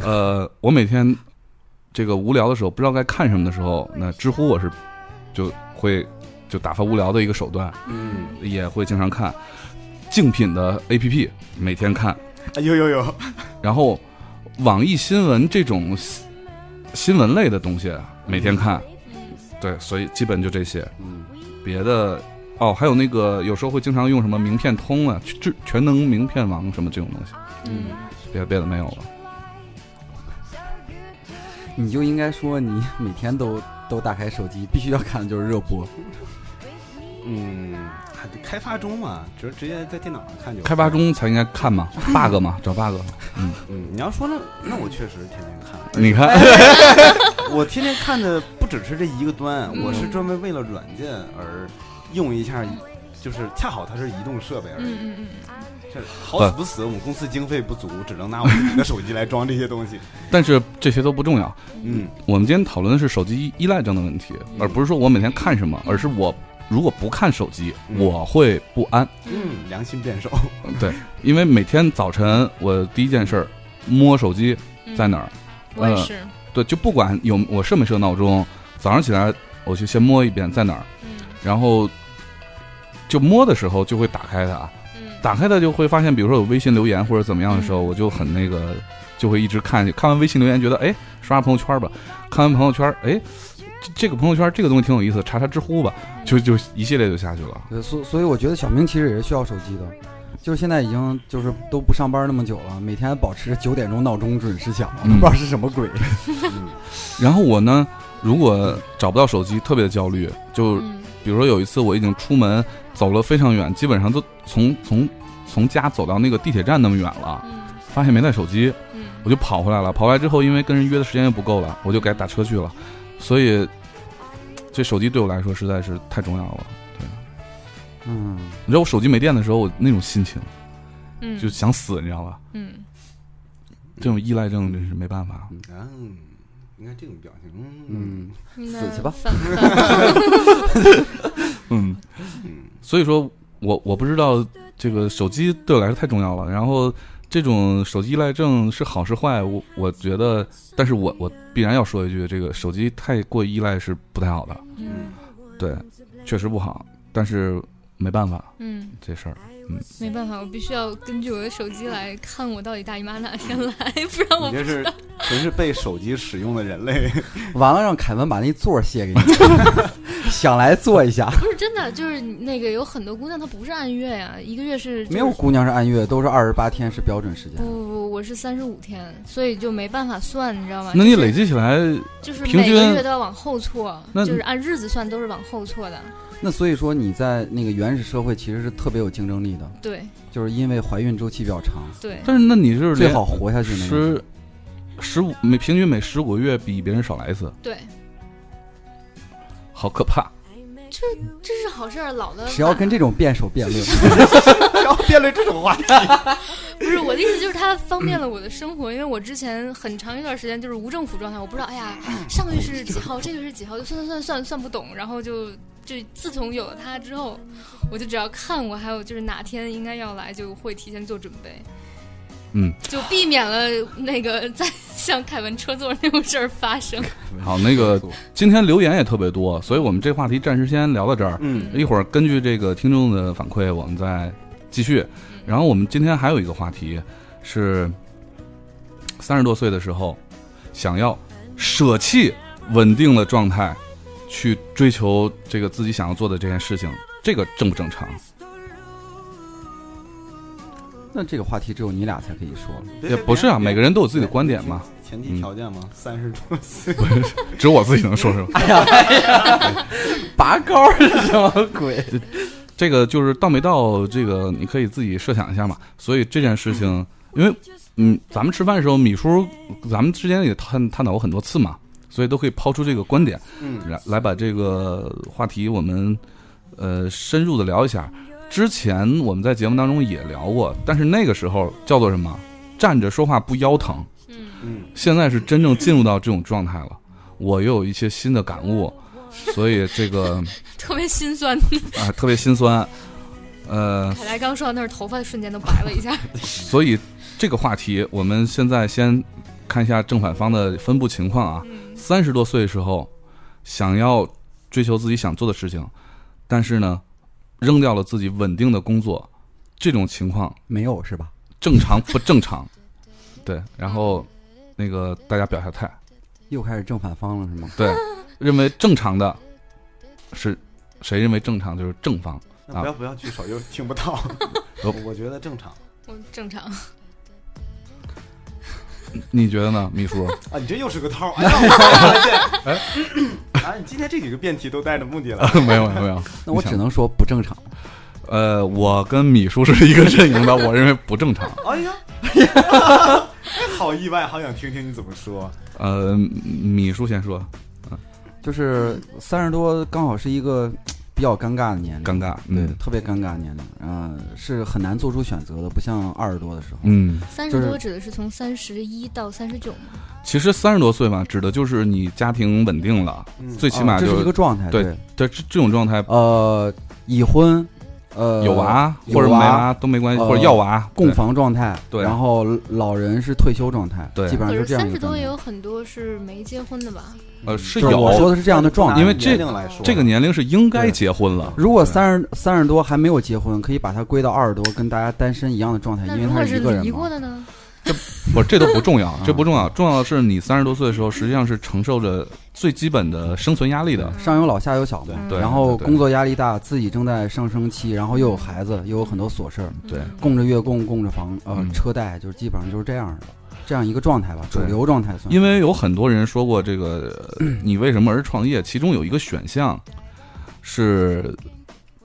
[SPEAKER 1] 呃，我每天这个无聊的时候，不知道该看什么的时候，那知乎我是就会就打发无聊的一个手段，
[SPEAKER 4] 嗯，
[SPEAKER 1] 也会经常看竞品的 APP，每天看。
[SPEAKER 3] 哎呦呦呦，
[SPEAKER 1] 然后网易新闻这种新新闻类的东西每天看，
[SPEAKER 2] 嗯，
[SPEAKER 1] 对，所以基本就这些，
[SPEAKER 4] 嗯，
[SPEAKER 1] 别的哦，还有那个有时候会经常用什么名片通啊、全全能名片王什么这种东西，
[SPEAKER 2] 嗯，
[SPEAKER 1] 别别的没有了。
[SPEAKER 4] 你就应该说你 (laughs) 每天都都打开手机，必须要看的就是热播。
[SPEAKER 3] 嗯，还得开发中嘛，直直接在电脑上看就
[SPEAKER 1] 开发。中才应该看嘛，bug 嘛，找 bug。
[SPEAKER 3] 嗯，你要说那那我确实天天看，
[SPEAKER 1] 你看， (laughs)
[SPEAKER 3] 我天天看的不只是这一个端，
[SPEAKER 2] 嗯
[SPEAKER 3] 我是专门为了软件而用一下，就是恰好它是移动设备而已。
[SPEAKER 2] 嗯嗯
[SPEAKER 3] 这好死不死，我们公司经费不足，只能拿我自己的手机来装这些东西。
[SPEAKER 1] 但是这些都不重要。
[SPEAKER 3] 嗯，
[SPEAKER 1] 我们今天讨论的是手机依赖症的问题，而不是说我每天看什么，而是我如果不看手机，
[SPEAKER 3] 嗯
[SPEAKER 1] 我会不安。
[SPEAKER 3] 嗯，良心辩手。
[SPEAKER 1] 对，因为每天早晨我第一件事儿摸手机
[SPEAKER 2] 嗯，
[SPEAKER 1] 在哪儿，
[SPEAKER 2] 我也
[SPEAKER 1] 呃
[SPEAKER 2] 是，
[SPEAKER 1] 对，就不管有我设没设闹钟，早上起来我就先摸一遍在哪儿，
[SPEAKER 2] 嗯
[SPEAKER 1] 然后就摸的时候就会打开它，
[SPEAKER 2] 嗯，
[SPEAKER 1] 打开它就会发现，比如说有微信留言或者怎么样的时候，我就很那个，就会一直看，看完微信留言觉得哎刷刷朋友圈吧，看完朋友圈哎这这个朋友圈这个东西挺有意思，查查知乎吧，就就一系列就下去了。
[SPEAKER 4] 对，所所以我觉得小明其实也是需要手机的，就是现在已经就是都不上班那么久了，每天保持九点钟闹钟准时响，
[SPEAKER 1] 嗯
[SPEAKER 4] 不知道是什么鬼。
[SPEAKER 3] 嗯
[SPEAKER 1] 然后我呢，如果找不到手机，特别焦虑，就
[SPEAKER 2] 嗯
[SPEAKER 1] 比如说有一次我已经出门走了非常远，基本上都从从从家走到那个地铁站那么远了，
[SPEAKER 2] 嗯
[SPEAKER 1] 发现没带手机，
[SPEAKER 2] 嗯
[SPEAKER 1] 我就跑回来了。跑回来之后，因为跟人约的时间又不够了，我就该打车去了。所以，这手机对我来说实在是太重要了。
[SPEAKER 4] 嗯，
[SPEAKER 1] 你知道我手机没电的时候，我那种心情
[SPEAKER 2] 嗯，
[SPEAKER 1] 就想死，你知道吧？
[SPEAKER 2] 嗯
[SPEAKER 1] 这种依赖症真是没办法。
[SPEAKER 3] 嗯，你看这种表情，嗯
[SPEAKER 4] 嗯
[SPEAKER 2] 那
[SPEAKER 4] 死去吧
[SPEAKER 2] 反
[SPEAKER 4] (laughs)
[SPEAKER 2] 反
[SPEAKER 1] 嗯，
[SPEAKER 3] 嗯
[SPEAKER 1] 所以说我我不知道这个手机对我来说太重要了。然后这种手机依赖症是好是坏，我我觉得，但是我我必然要说一句，这个手机太过依赖是不太好的，
[SPEAKER 2] 嗯
[SPEAKER 1] 对，确实不好。但是没办法，
[SPEAKER 2] 嗯，
[SPEAKER 1] 这事儿
[SPEAKER 2] 没办法，我必须要根据我的手机来看我到底大姨妈哪天来，不然 (laughs) 我
[SPEAKER 3] 你这是纯是被手机使用的人类。 (laughs)
[SPEAKER 4] 完了让凯文把那座儿卸给 (laughs) 你，想来坐一下。
[SPEAKER 2] 不是真的，就是那个有很多姑娘她不是按月呀、一个月是、就是、
[SPEAKER 4] 没有姑娘是按月，都是二十八天是标准时间
[SPEAKER 2] 不。不不，我是三十五天，所以就没办法算，你知道吗？
[SPEAKER 1] 那你
[SPEAKER 2] 就是
[SPEAKER 1] 累计起来，
[SPEAKER 2] 就是
[SPEAKER 1] 平
[SPEAKER 2] 每个
[SPEAKER 1] 均
[SPEAKER 2] 月都要往后错，
[SPEAKER 1] 那
[SPEAKER 2] 就是按日子算都是往后错的。
[SPEAKER 4] 那所以说你在那个原始社会其实是特别有竞争力的，
[SPEAKER 2] 对
[SPEAKER 4] 就是因为怀孕周期比较长，
[SPEAKER 2] 对，
[SPEAKER 1] 但是那你是
[SPEAKER 4] 最
[SPEAKER 1] 连
[SPEAKER 4] 好活下去那个。
[SPEAKER 1] 十十五每平均每十五个月比别人少来一次，
[SPEAKER 2] 对，
[SPEAKER 1] 好可怕。
[SPEAKER 2] 这是好事儿，老的
[SPEAKER 4] 谁要跟这种辩手辩论？
[SPEAKER 3] 然后辩论这
[SPEAKER 2] (laughs)
[SPEAKER 3] 种话题，
[SPEAKER 2] 不是我的意思，就是它方便了我的生活，因为我之前很长一段时间就是无政府状态，我不知道，哎呀，
[SPEAKER 4] 嗯
[SPEAKER 2] 上个月是几号，这个是几号，就算算算算算不懂，然后就就自从有了它之后，我就只要看我还有就是哪天应该要来，就会提前做准备，
[SPEAKER 1] 嗯，
[SPEAKER 2] 就避免了那个再像凯文车座那种事儿发
[SPEAKER 4] (laughs)
[SPEAKER 2] 生。
[SPEAKER 1] 好，那个今天留言也特别多，所以我们这话题暂时先聊到这儿。
[SPEAKER 3] 嗯
[SPEAKER 1] 一会儿根据这个听众的反馈，我们再继续。然后我们今天还有一个话题是，三十多岁的时候，想要舍弃稳定的状态，去追求这个自己想要做的这件事情，这个正不正常？
[SPEAKER 4] (laughs) 那这个话题只有你俩才可以说了。
[SPEAKER 1] 也不是啊，每个人都有自己的观点嘛，。嗯
[SPEAKER 3] 前提条件
[SPEAKER 1] (laughs)
[SPEAKER 3] 嘛，三十多岁，
[SPEAKER 1] 只有我自己能说什么。
[SPEAKER 4] 拔高是什么鬼？
[SPEAKER 1] 这个就是到没到这个，你可以自己设想一下嘛。所以这件事情，因为嗯，咱们吃饭的时候，米叔，咱们之间也探探讨过很多次嘛，所以都可以抛出这个观点，
[SPEAKER 3] 嗯
[SPEAKER 1] 来来把这个话题我们呃深入的聊一下。之前我们在节目当中也聊过，但是那个时候叫做什么？站着说话不腰疼。
[SPEAKER 2] 嗯
[SPEAKER 3] 嗯，
[SPEAKER 1] 现在是真正进入到这种状态了，我又有一些新的感悟，所以这个
[SPEAKER 2] 特别心酸。
[SPEAKER 1] 啊、特别心酸。呃，
[SPEAKER 2] 凯来刚说到那儿，头发瞬间都白了一
[SPEAKER 4] (laughs)
[SPEAKER 2] 下。
[SPEAKER 1] 所以这个话题，我们现在先看一下正反方的分布情况啊。
[SPEAKER 2] 嗯
[SPEAKER 1] 三十多岁时候，想要追求自己想做的事情，但是呢，扔掉了自己稳定的工作，这种情况
[SPEAKER 4] 没有是吧？
[SPEAKER 1] 正常不正常？ (laughs) 对，然后那个大家表下态，
[SPEAKER 4] 又开始正反方了是吗？
[SPEAKER 1] 对，认为正常的是谁认为正常就是正方，
[SPEAKER 3] 那不要不要举手，又听不
[SPEAKER 1] (laughs)
[SPEAKER 3] 到。
[SPEAKER 1] 哦
[SPEAKER 3] 我我觉得正常
[SPEAKER 2] 我正常，
[SPEAKER 1] 你觉得呢，秘 (laughs) 书？
[SPEAKER 3] 啊，你这又是
[SPEAKER 1] (laughs)
[SPEAKER 3] 个套儿。哎呀，我
[SPEAKER 1] 哎
[SPEAKER 3] (coughs) 发现，啊，你今天这几个辩题都带着目的了。
[SPEAKER 1] 没有没有没有，
[SPEAKER 4] 那我只能说不正常。
[SPEAKER 1] 呃，我跟米叔是一个阵营的，我认为不正常。
[SPEAKER 3] 哎
[SPEAKER 1] (laughs)
[SPEAKER 3] 呀，哎好意外，好想听听你怎么说。
[SPEAKER 1] 呃，米叔先说，
[SPEAKER 4] 就是三十多刚好是一个比较尴尬的年龄，
[SPEAKER 1] 尴尬，
[SPEAKER 4] 对
[SPEAKER 1] 嗯，
[SPEAKER 4] 特别尴尬的年龄，嗯、是很难做出选择的，不像二十多的时候，
[SPEAKER 1] 嗯，
[SPEAKER 2] 三
[SPEAKER 4] 就
[SPEAKER 2] 十
[SPEAKER 4] 是
[SPEAKER 2] 多指的是从三十一到三十九吗？
[SPEAKER 1] 其实三十多岁嘛，指的就是你家庭稳定了，
[SPEAKER 3] 嗯
[SPEAKER 1] 最起码
[SPEAKER 4] 啊这是
[SPEAKER 1] 就
[SPEAKER 4] 一个状态，
[SPEAKER 1] 对对这这种状态，
[SPEAKER 4] 呃，已婚，呃，
[SPEAKER 1] 有娃
[SPEAKER 4] 有
[SPEAKER 1] 或者没
[SPEAKER 4] 娃
[SPEAKER 1] 娃都没关系，
[SPEAKER 4] 呃
[SPEAKER 1] 或者要娃，
[SPEAKER 4] 供
[SPEAKER 1] 对
[SPEAKER 4] 房状态，
[SPEAKER 1] 对
[SPEAKER 4] 然后老人是退休状态，
[SPEAKER 1] 对
[SPEAKER 4] 基本
[SPEAKER 2] 可
[SPEAKER 4] 上
[SPEAKER 2] 是
[SPEAKER 4] 这样
[SPEAKER 2] 三
[SPEAKER 4] 一
[SPEAKER 2] 十
[SPEAKER 4] 个状
[SPEAKER 2] 多
[SPEAKER 4] 态
[SPEAKER 2] 也。有很多是没结婚的吧？
[SPEAKER 1] 呃是
[SPEAKER 4] 就是我
[SPEAKER 1] 有
[SPEAKER 4] 说的是这样的状态，
[SPEAKER 1] 因为这
[SPEAKER 3] 年龄来说
[SPEAKER 1] 这个年龄是应该结婚了，
[SPEAKER 4] 如果三十三十多还没有结婚，可以把它归到二十多，跟大家单身一样的状态，
[SPEAKER 2] 那
[SPEAKER 4] 哎因为
[SPEAKER 2] 如
[SPEAKER 4] 他
[SPEAKER 2] 果
[SPEAKER 4] 是一个人
[SPEAKER 2] 离
[SPEAKER 4] 嘛
[SPEAKER 2] 过。的呢？
[SPEAKER 1] 不，这都不重
[SPEAKER 4] (laughs) 啊
[SPEAKER 1] 要，这不重要，重要的是你三十多岁的时候，实际上是承受着最基本的生存压力的，
[SPEAKER 4] 上有老下有小嘛，
[SPEAKER 2] 嗯
[SPEAKER 1] 对
[SPEAKER 4] 然后
[SPEAKER 1] 对
[SPEAKER 4] 工作压力大，自己正在上升期，然后又有孩子，又有很多琐事儿，
[SPEAKER 1] 对
[SPEAKER 2] 嗯
[SPEAKER 4] 供着月供，供着房，呃
[SPEAKER 1] 嗯，
[SPEAKER 4] 车贷，就是基本上就是这样的，这样一个状态吧，主
[SPEAKER 1] 对
[SPEAKER 4] 流状态算。
[SPEAKER 1] 因为有很多人说过这个，呃你为什么而创业？其中有一个选项是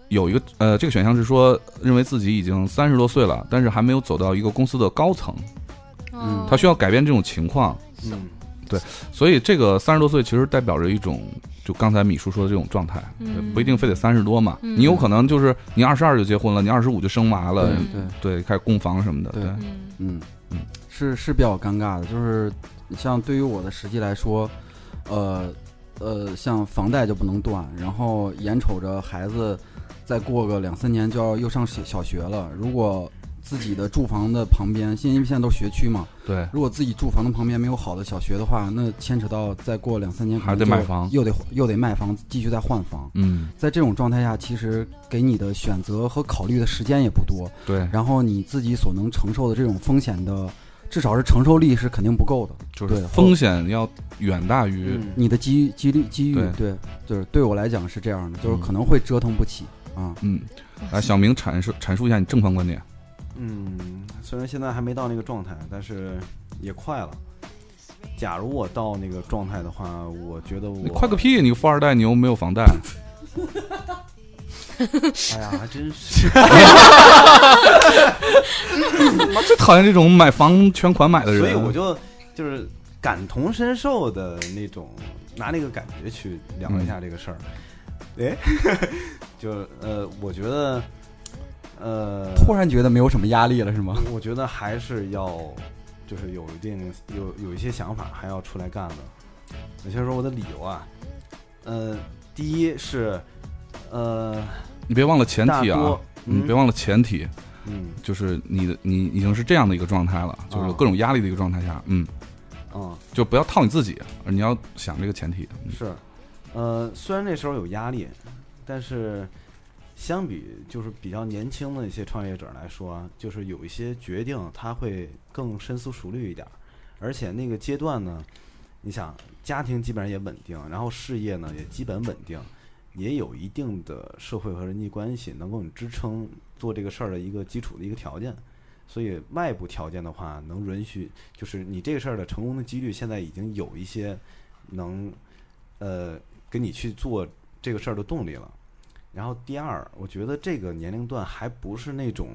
[SPEAKER 1] 有一个呃，这个选项是说认为自己已经三十多岁了，但是还没有走到一个公司的高层，
[SPEAKER 4] 嗯
[SPEAKER 2] 哦
[SPEAKER 1] 他需要改变这种情况，
[SPEAKER 3] 嗯，
[SPEAKER 1] 所以这个三十多岁其实代表着一种。就刚才米叔说的这种状态，
[SPEAKER 2] 嗯
[SPEAKER 1] 不一定非得三十多嘛，
[SPEAKER 2] 嗯
[SPEAKER 1] 你有可能就是你二十二就结婚了，你二十五就生娃了，
[SPEAKER 4] 对对，
[SPEAKER 1] 对，开始供房什么的，
[SPEAKER 4] 对
[SPEAKER 1] 对，
[SPEAKER 2] 嗯
[SPEAKER 4] 嗯
[SPEAKER 1] 嗯，
[SPEAKER 4] 是是比较尴尬的，就是像对于我的实际来说，呃呃，像房贷就不能断，然后眼瞅着孩子再过个两三年就要又上小小学了，如果自己的住房的旁边，因为现在都是学区嘛，
[SPEAKER 1] 对，
[SPEAKER 4] 如果自己住房的旁边没有好的小学的话，那牵扯到再过两三年可
[SPEAKER 1] 还
[SPEAKER 4] 能
[SPEAKER 1] 得
[SPEAKER 4] 就
[SPEAKER 1] 买房
[SPEAKER 4] 又得又得卖房，继续再换房。
[SPEAKER 1] 嗯，
[SPEAKER 4] 在这种状态下，其实给你的选择和考虑的时间也不多，
[SPEAKER 1] 对，
[SPEAKER 4] 然后你自己所能承受的这种风险的，至少是承受力是肯定不够的。
[SPEAKER 1] 就是
[SPEAKER 4] 对
[SPEAKER 1] 风险要远大于
[SPEAKER 3] 嗯
[SPEAKER 4] 你的机机率机遇
[SPEAKER 1] 对
[SPEAKER 4] 对，就是对我来讲是这样的，就是
[SPEAKER 1] 嗯
[SPEAKER 4] 可能会折腾不起啊。
[SPEAKER 1] 嗯，来，小明阐述阐述一下你正方观点。
[SPEAKER 3] 嗯，虽然现在还没到那个状态，但是也快了。假如我到那个状态的话，我觉得
[SPEAKER 1] 你
[SPEAKER 3] 我
[SPEAKER 1] 快个！屁！你个富二代，你又没有房
[SPEAKER 3] (laughs)
[SPEAKER 1] 贷，
[SPEAKER 3] 哎呀，还
[SPEAKER 1] (laughs)
[SPEAKER 3] 真是
[SPEAKER 1] 我最讨厌这种买房全款买的人。
[SPEAKER 3] 所以我就就是感同身受的那种，拿那个感觉去聊一下这个事儿。
[SPEAKER 1] 嗯
[SPEAKER 3] 哎， (laughs) 就是呃，我觉得呃，
[SPEAKER 4] 突然觉得没有什么压力了是吗？
[SPEAKER 3] 我觉得还是要，就是有一定有有一些想法，还要出来干的。我先说我的理由啊，呃，第一是，呃，
[SPEAKER 1] 你别忘了前
[SPEAKER 3] 大
[SPEAKER 1] 提啊
[SPEAKER 3] 多，，
[SPEAKER 1] 你别忘了前提，
[SPEAKER 3] 嗯
[SPEAKER 1] 就是你的你已经是这样的一个状态
[SPEAKER 3] 啊
[SPEAKER 1] 了，就是有各种压力的一个状态下，嗯，
[SPEAKER 3] 嗯
[SPEAKER 1] 就不要套你自己，你要想这个前提。嗯
[SPEAKER 3] 是，呃，虽然那时候有压力，但是相比就是比较年轻的一些创业者来说啊，就是有一些决定他会更深思熟虑一点儿，而且那个阶段呢，你想家庭基本上也稳定，然后事业呢也基本稳定，也有一定的社会和人际关系能够你支撑做这个事儿的一个基础的一个条件。所以外部条件的话，能允许就是你这个事儿的成功的几率，现在已经有一些能呃给你去做这个事儿的动力了。然后第二，我觉得这个年龄段还不是那种，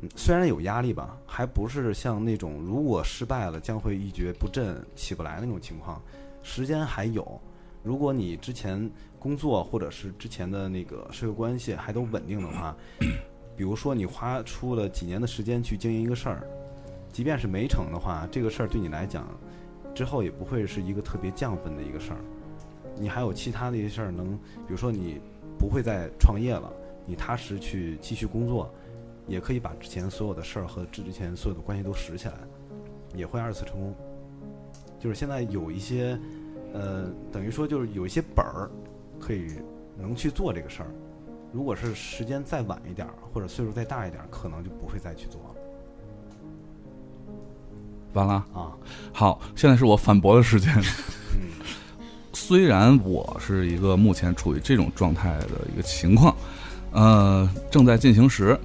[SPEAKER 3] 嗯虽然有压力吧，还不是像那种如果失败了将会一蹶不振、起不来那种情况。时间还有，如果你之前工作或者是之前的那个社会关系还都稳定的话，比如说你花出了几年的时间去经营一个事儿，即便是没成的话，这个事儿对你来讲之后也不会是一个特别降分的一个事儿。你还有其他的一些事儿能，比如说你不会再创业了，你踏实去继续工作，也可以把之前所有的事儿和之前所有的关系都拾起来，也会二次成功。就是现在有一些，呃，等于说就是有一些本儿，可以能去做这个事儿。如果是时间再晚一点儿，或者岁数再大一点儿，可能就不会再去做了
[SPEAKER 1] 完了，
[SPEAKER 3] 啊。
[SPEAKER 1] 好，现在是我反驳的时间。
[SPEAKER 3] 嗯
[SPEAKER 1] 虽然我是一个目前处于这种状态的一个情况，呃，正在进行时，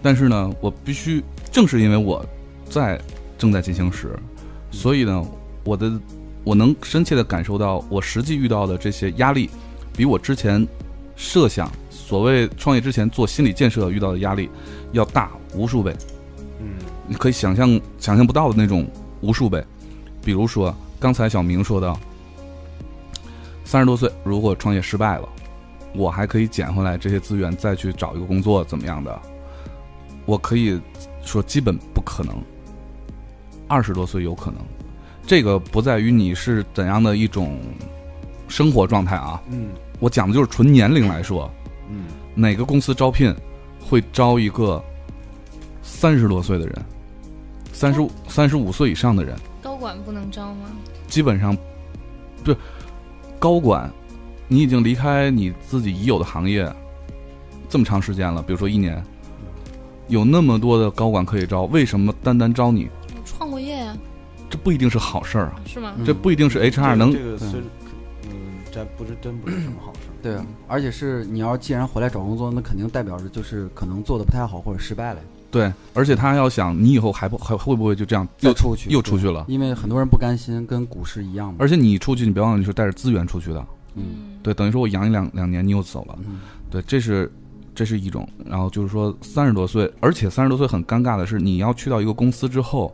[SPEAKER 1] 但是呢，我必须正是因为我在正在进行时，所以呢，我的我能深切的感受到，我实际遇到的这些压力，比我之前设想所谓创业之前做心理建设遇到的压力要大无数倍，
[SPEAKER 3] 嗯
[SPEAKER 1] 你可以想象想象不到的那种无数倍。比如说刚才小明说到，三十多岁如果创业失败了，我还可以捡回来这些资源再去找一个工作怎么样的？我可以说基本不可能。二十多岁有可能，这个不在于你是怎样的一种生活状态啊，
[SPEAKER 3] 嗯
[SPEAKER 1] 我讲的就是纯年龄来说，
[SPEAKER 3] 嗯
[SPEAKER 1] 哪个公司招聘会招一个三十多岁的人，三十五三十五岁以上的人，
[SPEAKER 6] 高管不能招吗？
[SPEAKER 1] 基本上，对高管，你已经离开你自己已有的行业这么长时间了，比如说一年，有那么多的高管可以招，为什么单单招你？
[SPEAKER 6] 我创过业
[SPEAKER 2] 啊
[SPEAKER 6] 呀、
[SPEAKER 1] 这不一定是好事儿啊，
[SPEAKER 6] 是
[SPEAKER 4] 嗯
[SPEAKER 6] 吗？
[SPEAKER 1] 这不一定是 HR 能
[SPEAKER 3] 这个是嗯，这不是真不是什么好事。
[SPEAKER 4] 对啊，而且是你要既然回来找工作，那肯定代表着就是可能做的不太好或者失败了，
[SPEAKER 1] 对，而且他要想你以后还不还会不会就这样
[SPEAKER 4] 又
[SPEAKER 1] 又
[SPEAKER 4] 出去
[SPEAKER 1] 又出去了。
[SPEAKER 4] 因为很多人不甘心，跟股市一样嘛。
[SPEAKER 1] 而且你出去，你别忘了你是带着资源出去的，
[SPEAKER 4] 嗯
[SPEAKER 1] 对，等于说我养你两两年，你又走了，
[SPEAKER 4] 嗯
[SPEAKER 1] 对，这是这是一种。然后就是说三十多岁，而且三十多岁很尴尬的是，你要去到一个公司之后，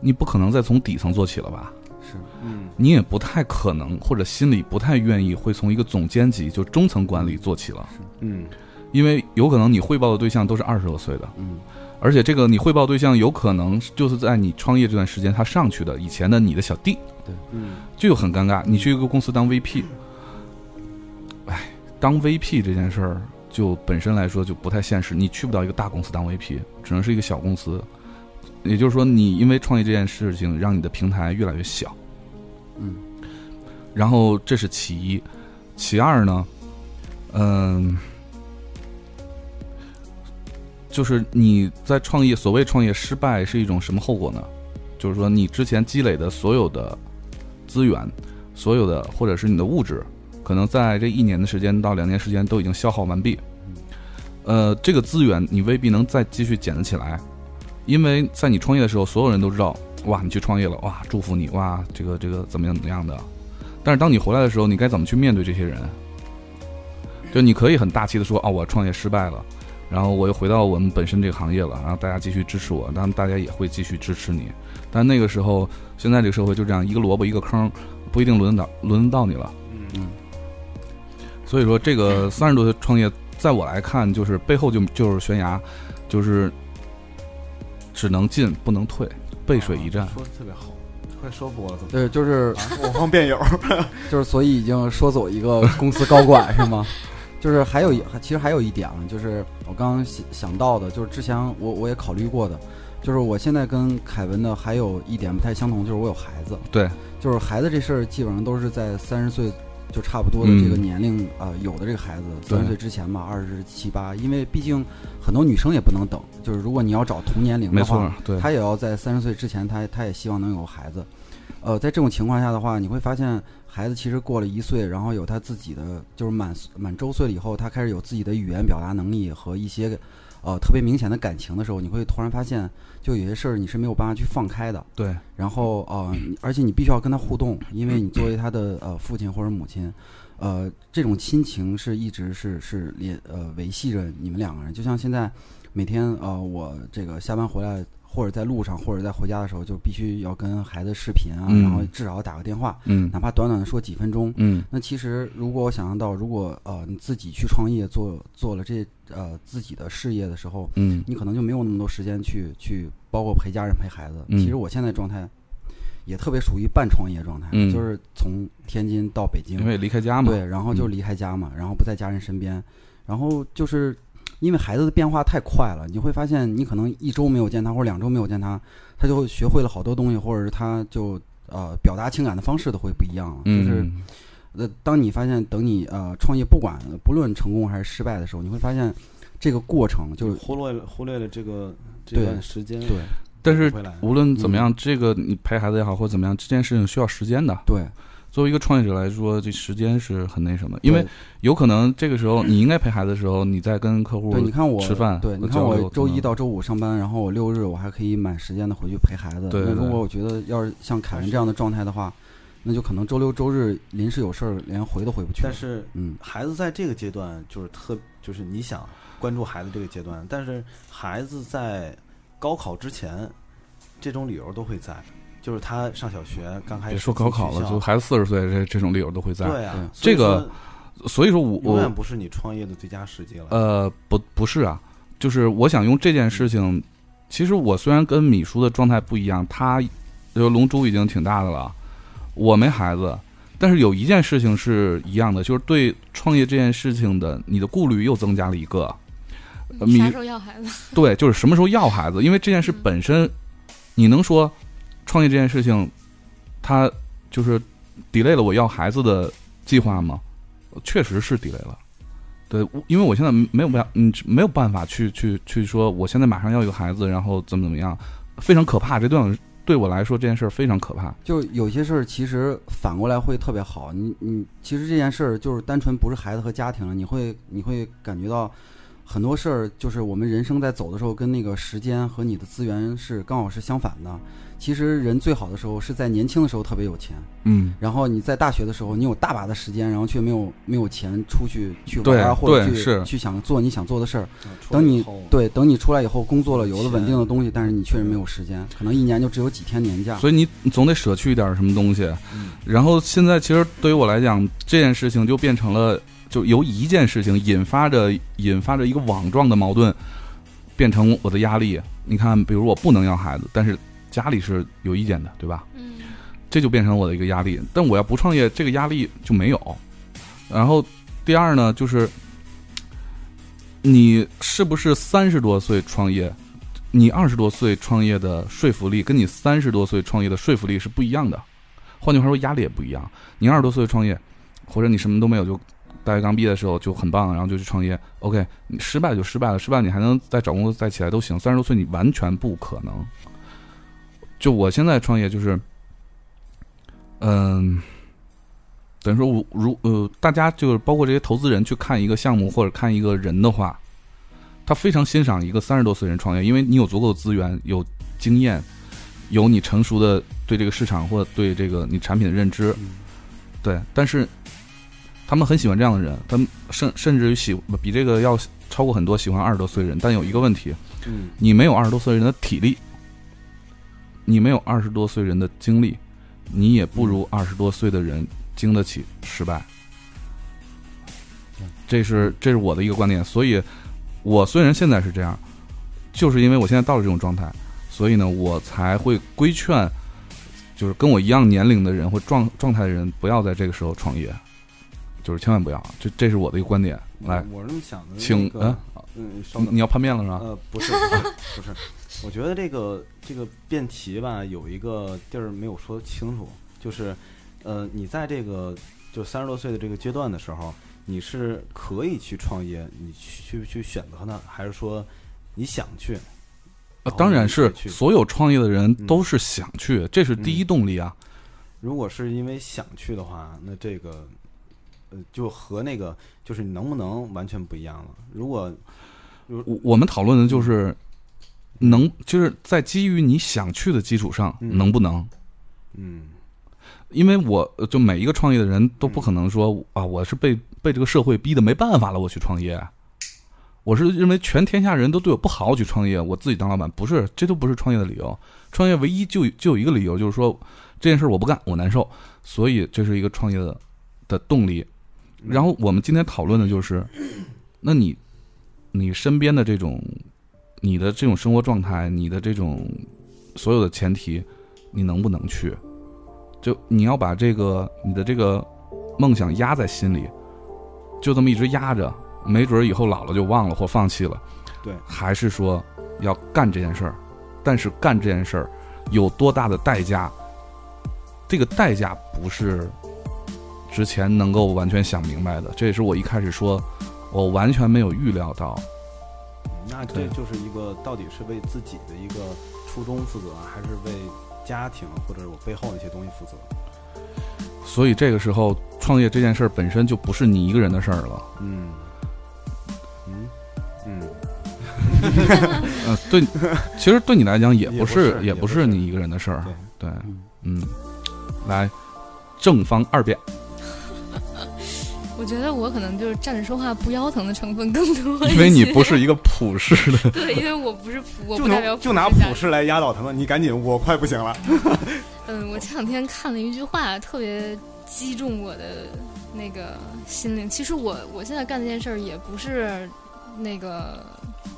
[SPEAKER 1] 你不可能再从底层做起了吧？
[SPEAKER 4] 是
[SPEAKER 3] 嗯
[SPEAKER 1] 你也不太可能，或者心里不太愿意会从一个总监级就中层管理做起了，
[SPEAKER 3] 嗯
[SPEAKER 1] 因为有可能你汇报的对象都是二十多岁的，
[SPEAKER 4] 嗯
[SPEAKER 1] 而且这个你汇报对象有可能就是在你创业这段时间他上去的以前的你的小弟，
[SPEAKER 3] 嗯
[SPEAKER 1] 就很尴尬。你去一个公司当 VP，哎，当 VP 这件事儿就本身来说就不太现实，你去不到一个大公司当 VP，只能是一个小公司。也就是说，你因为创业这件事情，让你的平台越来越小，
[SPEAKER 4] 嗯，
[SPEAKER 1] 然后这是其一，其二呢，嗯。就是你在创业，所谓创业失败是一种什么后果呢？就是说你之前积累的所有的资源，所有的或者是你的物质，可能在这一年的时间到两年时间都已经消耗完毕。呃，这个资源你未必能再继续捡得起来，因为在你创业的时候，所有人都知道，哇，你去创业了，哇，祝福你，哇，这个这个怎么样怎么样的。但是当你回来的时候，你该怎么去面对这些人？就你可以很大气的说，哦，我创业失败了，然后我又回到我们本身这个行业了，然后大家继续支持我，当然大家也会继续支持你。但那个时候，现在这个社会就这样，一个萝卜一个坑，不一定轮得到轮得到你了。
[SPEAKER 3] 嗯
[SPEAKER 1] 所以说，这个三十多岁创业，在我来看，就是背后就就是悬崖，就是只能进不能退，背水一
[SPEAKER 4] 啊
[SPEAKER 1] 战。
[SPEAKER 3] 说的特别好，快说服我了，怎么？啊
[SPEAKER 4] 对，就是
[SPEAKER 3] 我方辩友，
[SPEAKER 4] 就是，所以已经说走一个公司高管是吗？就是还有一，其实还有一点啊，就是我刚刚想想到的，就是之前我我也考虑过的，就是我现在跟凯文的还有一点不太相同，就是我有孩子，
[SPEAKER 1] 对，
[SPEAKER 4] 就是孩子这事儿基本上都是在三十岁就差不多的这个年龄啊、呃有的这个孩子
[SPEAKER 1] 嗯对
[SPEAKER 4] 三十岁之前吧，二十七八，因为毕竟很多女生也不能等，就是如果你要找同年龄
[SPEAKER 1] 没
[SPEAKER 4] 的
[SPEAKER 1] 错
[SPEAKER 4] 话，，
[SPEAKER 1] 对，
[SPEAKER 4] 她也要在三十岁之前，她她也希望能有个孩子。呃，在这种情况下的话，你会发现孩子其实过了一岁，然后有他自己的，就是满满周岁了以后，他开始有自己的语言表达能力和一些呃特别明显的感情的时候，你会突然发现，就有些事儿你是没有办法去放开的。
[SPEAKER 1] 对，
[SPEAKER 4] 然后呃，你而且你必须要跟他互动，因为你作为他的呃父亲或者母亲，呃，这种亲情是一直是是连呃维系着你们两个人。就像现在每天呃，我这个下班回来或者在路上或者在回家的时候，就必须要跟孩子视频啊，
[SPEAKER 1] 嗯
[SPEAKER 4] 然后至少要打个电话，
[SPEAKER 1] 嗯
[SPEAKER 4] 哪怕短短的说几分钟，
[SPEAKER 1] 嗯，
[SPEAKER 4] 那其实，如果我想象到，如果呃你自己去创业做做了这呃自己的事业的时候，
[SPEAKER 1] 嗯，
[SPEAKER 4] 你可能就没有那么多时间去去，包括陪家人、陪孩子。
[SPEAKER 1] 嗯
[SPEAKER 4] 其实我现在状态也特别属于半创业状态，
[SPEAKER 1] 嗯
[SPEAKER 4] 就是从天津到北京
[SPEAKER 1] 因，为离开家嘛，
[SPEAKER 4] 对，然后就
[SPEAKER 1] 嗯
[SPEAKER 4] 离开家嘛，然后不在家人身边，然后就是因为孩子的变化太快了，你会发现你可能一周没有见他，或者两周没有见他，他就学会了好多东西，或者是他就呃表达情感的方式都会不一样了，就是。
[SPEAKER 1] 嗯，
[SPEAKER 4] 呃，当你发现等你呃创业不管不论成功还是失败的时候，你会发现这个过程就
[SPEAKER 3] (laughs) 忽略了忽略了这个这
[SPEAKER 4] 对
[SPEAKER 3] 段时间，
[SPEAKER 4] 对
[SPEAKER 1] 但是
[SPEAKER 3] 回来
[SPEAKER 1] 无论
[SPEAKER 4] 嗯
[SPEAKER 1] 怎么样，这个你陪孩子也好，或者怎么样，这件事情需要时间的。
[SPEAKER 4] 对，
[SPEAKER 1] 作为一个创业者来说，这时间是很那什么，因为
[SPEAKER 4] 对
[SPEAKER 1] 有可能这个时候你应该陪孩子的时候，你在跟客户
[SPEAKER 4] 对，你看我
[SPEAKER 1] 吃饭
[SPEAKER 4] 对，你
[SPEAKER 1] 和
[SPEAKER 4] 看
[SPEAKER 1] 交
[SPEAKER 4] 我
[SPEAKER 1] 流
[SPEAKER 4] 周一
[SPEAKER 1] 等等
[SPEAKER 4] 到周五上班，然后我六日我还可以满时间的回去陪孩子。
[SPEAKER 1] 对
[SPEAKER 4] 那
[SPEAKER 1] 对
[SPEAKER 4] 如果我觉得要是像凯文这样的状态的话，那就可能周六周日临时有事儿，连回都回不去了。
[SPEAKER 3] 但是
[SPEAKER 4] 嗯，
[SPEAKER 3] 孩子在这个阶段就是特，就是你想关注孩子这个阶段，但是孩子在高考之前，这种理由都会在，就是他上小学刚开始
[SPEAKER 1] 别说高考了，就孩子四十岁这这种理由都会在。嗯
[SPEAKER 3] 对啊
[SPEAKER 4] 对，
[SPEAKER 3] 所以
[SPEAKER 1] 这个
[SPEAKER 3] 说
[SPEAKER 1] 所以说我
[SPEAKER 3] 永
[SPEAKER 1] 我
[SPEAKER 3] 远不是你创业的最佳时机了。
[SPEAKER 1] 呃不不是啊，就是我想用这件事
[SPEAKER 3] 嗯
[SPEAKER 1] 情，其实我虽然跟米叔的状态不一样，他就是龙珠已经挺大的了，我没孩子，但是有一件事情是一样的，就是对创业这件事情的你的顾虑又增加了一个。呃
[SPEAKER 2] 你啥
[SPEAKER 1] 米
[SPEAKER 2] 时候要孩
[SPEAKER 1] (laughs)
[SPEAKER 2] 子？
[SPEAKER 1] 对，就是什么时候要孩子，因为这件事本身，你能说创业这件事情，它就是 delay 了我要孩子的计划吗？确实是 delay 了。对，我因为我现在没有办法，嗯，没有办法去去去说，我现在马上要一个孩子，然后怎么怎么样，非常可怕。这段对我来说，这件事儿非常可怕。
[SPEAKER 4] 就有些事儿其实反过来会特别好。你你其实这件事儿就是单纯不是孩子和家庭了，你会你会感觉到很多事儿就是我们人生在走的时候，跟那个时间和你的资源是刚好是相反的。其实人最好的时候是在年轻的时候特别有钱，
[SPEAKER 1] 嗯，
[SPEAKER 4] 然后你在大学的时候，你有大把的时间，然后却没有没有钱出去去
[SPEAKER 1] 对
[SPEAKER 4] 玩儿或者
[SPEAKER 1] 对
[SPEAKER 4] 去
[SPEAKER 1] 是
[SPEAKER 4] 去想做你想做的事儿。
[SPEAKER 3] 嗯出来
[SPEAKER 4] 等你
[SPEAKER 3] 以后
[SPEAKER 4] 对，等你出来以后工作了，有了
[SPEAKER 3] 钱
[SPEAKER 4] 稳定的东西，但是你确实没有时间，可能一年就只有几天年假。
[SPEAKER 1] 所以你总得舍去一点什么东西。
[SPEAKER 3] 嗯
[SPEAKER 1] 然后现在其实对于我来讲，这件事情就变成了，就由一件事情引发着引发着一个网状的矛盾，变成我的压力。你看，比如我不能要孩子，但是家里是有意见的，对吧？
[SPEAKER 2] 嗯，
[SPEAKER 1] 这就变成我的一个压力。但我要不创业，这个压力就没有。然后第二呢，就是你是不是三十多岁创业？你二十多岁创业的说服力，跟你三十多岁创业的说服力是不一样的。换句话说，压力也不一样。你二十多岁创业，或者你什么都没有就大学刚毕业的时候就很棒，然后就去创业。OK，你失败就失败了，失败你还能再找工作再起来都行。三十多岁你完全不可能。就我现在创业就是，嗯，等于说我如呃，大家就是包括这些投资人去看一个项目或者看一个人的话，他非常欣赏一个三十多岁人创业，因为你有足够的资源、有经验、有你成熟的对这个市场或者对这个你产品的认知，对。但是他们很喜欢这样的人，他们甚甚至于喜比这个要超过很多喜欢二十多岁的人。但有一个问题，
[SPEAKER 3] 嗯
[SPEAKER 1] 你没有二十多岁人的体力，你没有二十多岁人的经历，你也不
[SPEAKER 3] 嗯
[SPEAKER 1] 如二十多岁的人经得起失败。
[SPEAKER 3] 嗯
[SPEAKER 1] 这是这是我的一个观点，所以，我虽然现在是这样，就是因为我现在到了这种状态，所以呢，我才会规劝，就是跟我一样年龄的人或状状态的人，不要在这个时候创业，就是千万不要。啊这这是我的一个观点。来，
[SPEAKER 3] 我是这么想的，
[SPEAKER 1] 请
[SPEAKER 3] 嗯那个
[SPEAKER 1] 嗯
[SPEAKER 3] 嗯，稍
[SPEAKER 1] 你
[SPEAKER 3] 等
[SPEAKER 1] 你要叛变了是吧？
[SPEAKER 3] 呃，不是，不是，不是。我觉得这个这个辩题吧，有一个地儿没有说清楚，就是，呃，你在这个就三十多岁的这个阶段的时候，你是可以去创业，你去去去选择呢，还是说你想去？
[SPEAKER 1] 呃
[SPEAKER 3] 然后
[SPEAKER 1] 当然
[SPEAKER 3] 哦你
[SPEAKER 1] 是
[SPEAKER 3] 去
[SPEAKER 1] 所有创业的人
[SPEAKER 3] 嗯
[SPEAKER 1] 都是想去，这是第一动力啊。
[SPEAKER 3] 如果是因为想去的话，那这个，呃，就和那个就是你能不能完全不一样了。如果
[SPEAKER 1] 我我们讨论的就是能，就是在基于你想去的基础上，
[SPEAKER 3] 嗯
[SPEAKER 1] 能不能？
[SPEAKER 3] 嗯
[SPEAKER 1] 因为我呃就每一个创业的人都不可能说啊，我是被被这个社会逼的没办法了，我去创业。我是认为全天下人都对我不好，我去创业，我自己当老板不是，这都不是创业的理由。创业唯一就就有一个理由，就是说这件事儿我不干，我难受，所以这是一个创业的的动力。
[SPEAKER 3] 嗯
[SPEAKER 1] 然后我们今天讨论的就是，那你你身边的这种你的这种生活状态，你的这种所有的前提，你能不能去？就你要把这个你的这个梦想压在心里，就这么一直压着，没准儿以后老了就忘了或放弃了。
[SPEAKER 3] 对
[SPEAKER 1] 还是说要干这件事儿，但是干这件事儿有多大的代价？这个代价不是之前能够完全想明白的，这也是我一开始说，我完全没有预料到。
[SPEAKER 3] 那这
[SPEAKER 1] 对
[SPEAKER 3] 就是一个到底是为自己的一个初衷负责，还是为家庭或者我背后那些东西负责？
[SPEAKER 1] 所以这个时候，创业这件事儿本身就不是你一个人的事儿了。
[SPEAKER 3] (laughs) 嗯，嗯，嗯，
[SPEAKER 1] 呃，对，其实对你来讲也不
[SPEAKER 3] 也不是
[SPEAKER 1] 也
[SPEAKER 3] 也
[SPEAKER 1] 不
[SPEAKER 3] 不
[SPEAKER 1] 是
[SPEAKER 3] 是
[SPEAKER 1] 你一个人的事儿。
[SPEAKER 3] 对，
[SPEAKER 1] 对，
[SPEAKER 4] 嗯
[SPEAKER 1] 嗯，来，正方二辩。
[SPEAKER 2] 我觉得我可能就是站着说话不腰疼的成分更多一些。，
[SPEAKER 1] 因为你不是一个普世的
[SPEAKER 2] (laughs) 对，因为我不是普，我
[SPEAKER 7] 就
[SPEAKER 2] 不代表
[SPEAKER 7] 能
[SPEAKER 2] 普
[SPEAKER 7] 就拿
[SPEAKER 2] 世价值
[SPEAKER 7] 普世来压倒他们，你赶紧，我快不行了。
[SPEAKER 2] 嗯，我前两天看了一句话，特别击中我的那个心灵。其实我我现在干这件事儿也不是那个，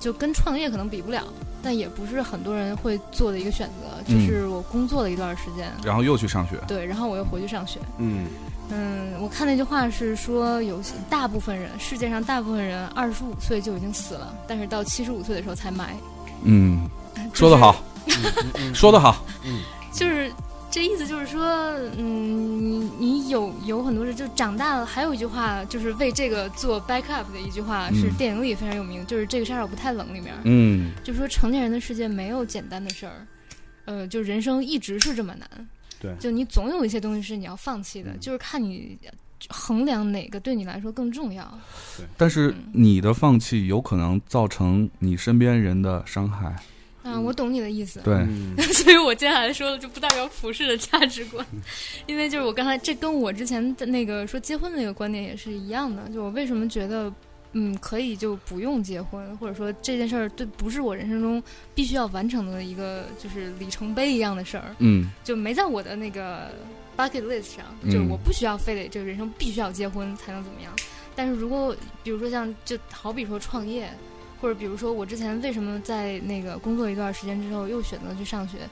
[SPEAKER 2] 就跟创业可能比不了，但也不是很多人会做的一个选择。就
[SPEAKER 1] 嗯
[SPEAKER 2] 是我工作了一段时间，
[SPEAKER 1] 然后又去上学，
[SPEAKER 2] 对，然后我又回去上学。
[SPEAKER 7] 嗯
[SPEAKER 2] 嗯，我看那句话是说，有些大部分人，世界上大部分人二十五岁就已经死了，但是到七十五岁的时候才埋。 (laughs)
[SPEAKER 1] 嗯，
[SPEAKER 2] 就
[SPEAKER 1] 说得
[SPEAKER 2] 是
[SPEAKER 1] 好，
[SPEAKER 3] 嗯
[SPEAKER 1] 说得好，
[SPEAKER 2] 就是这意思，就是说，嗯，你你有有很多事，就长大了。还有一句话，就是为这个做 backup 的一句话，是
[SPEAKER 1] 嗯
[SPEAKER 2] 电影里非常有名，就是这个杀手不太冷里面，
[SPEAKER 1] 嗯，
[SPEAKER 2] 就说成年人的世界没有简单的事儿，呃，就人生一直是这么难。
[SPEAKER 7] 对
[SPEAKER 2] 就你总有一些东西是你要放弃
[SPEAKER 1] 嗯
[SPEAKER 2] 的，就是看你衡量哪个对你来说更重要。
[SPEAKER 1] 但是
[SPEAKER 2] 嗯
[SPEAKER 1] 你的放弃有可能造成你身边人的伤害，嗯
[SPEAKER 2] 啊，我懂你的意思。
[SPEAKER 1] 对，
[SPEAKER 7] 嗯
[SPEAKER 2] (laughs) 所以我接下来说的就不代表普世的价值观，因为就是我刚才这跟我之前的那个说结婚的那个观点也是一样的，就我为什么觉得。嗯，可以就不用结婚，或者说这件事儿对不是我人生中必须要完成的一个就是里程碑一样的事儿，
[SPEAKER 1] 嗯
[SPEAKER 2] 就没在我的那个 bucket list 上，
[SPEAKER 1] 嗯
[SPEAKER 2] 就是我不需要非得这个人生必须要结婚才能怎么样。但是如果比如说像就好比说创业，或者比如说我之前为什么在那个工作一段时间之后又选择去上学，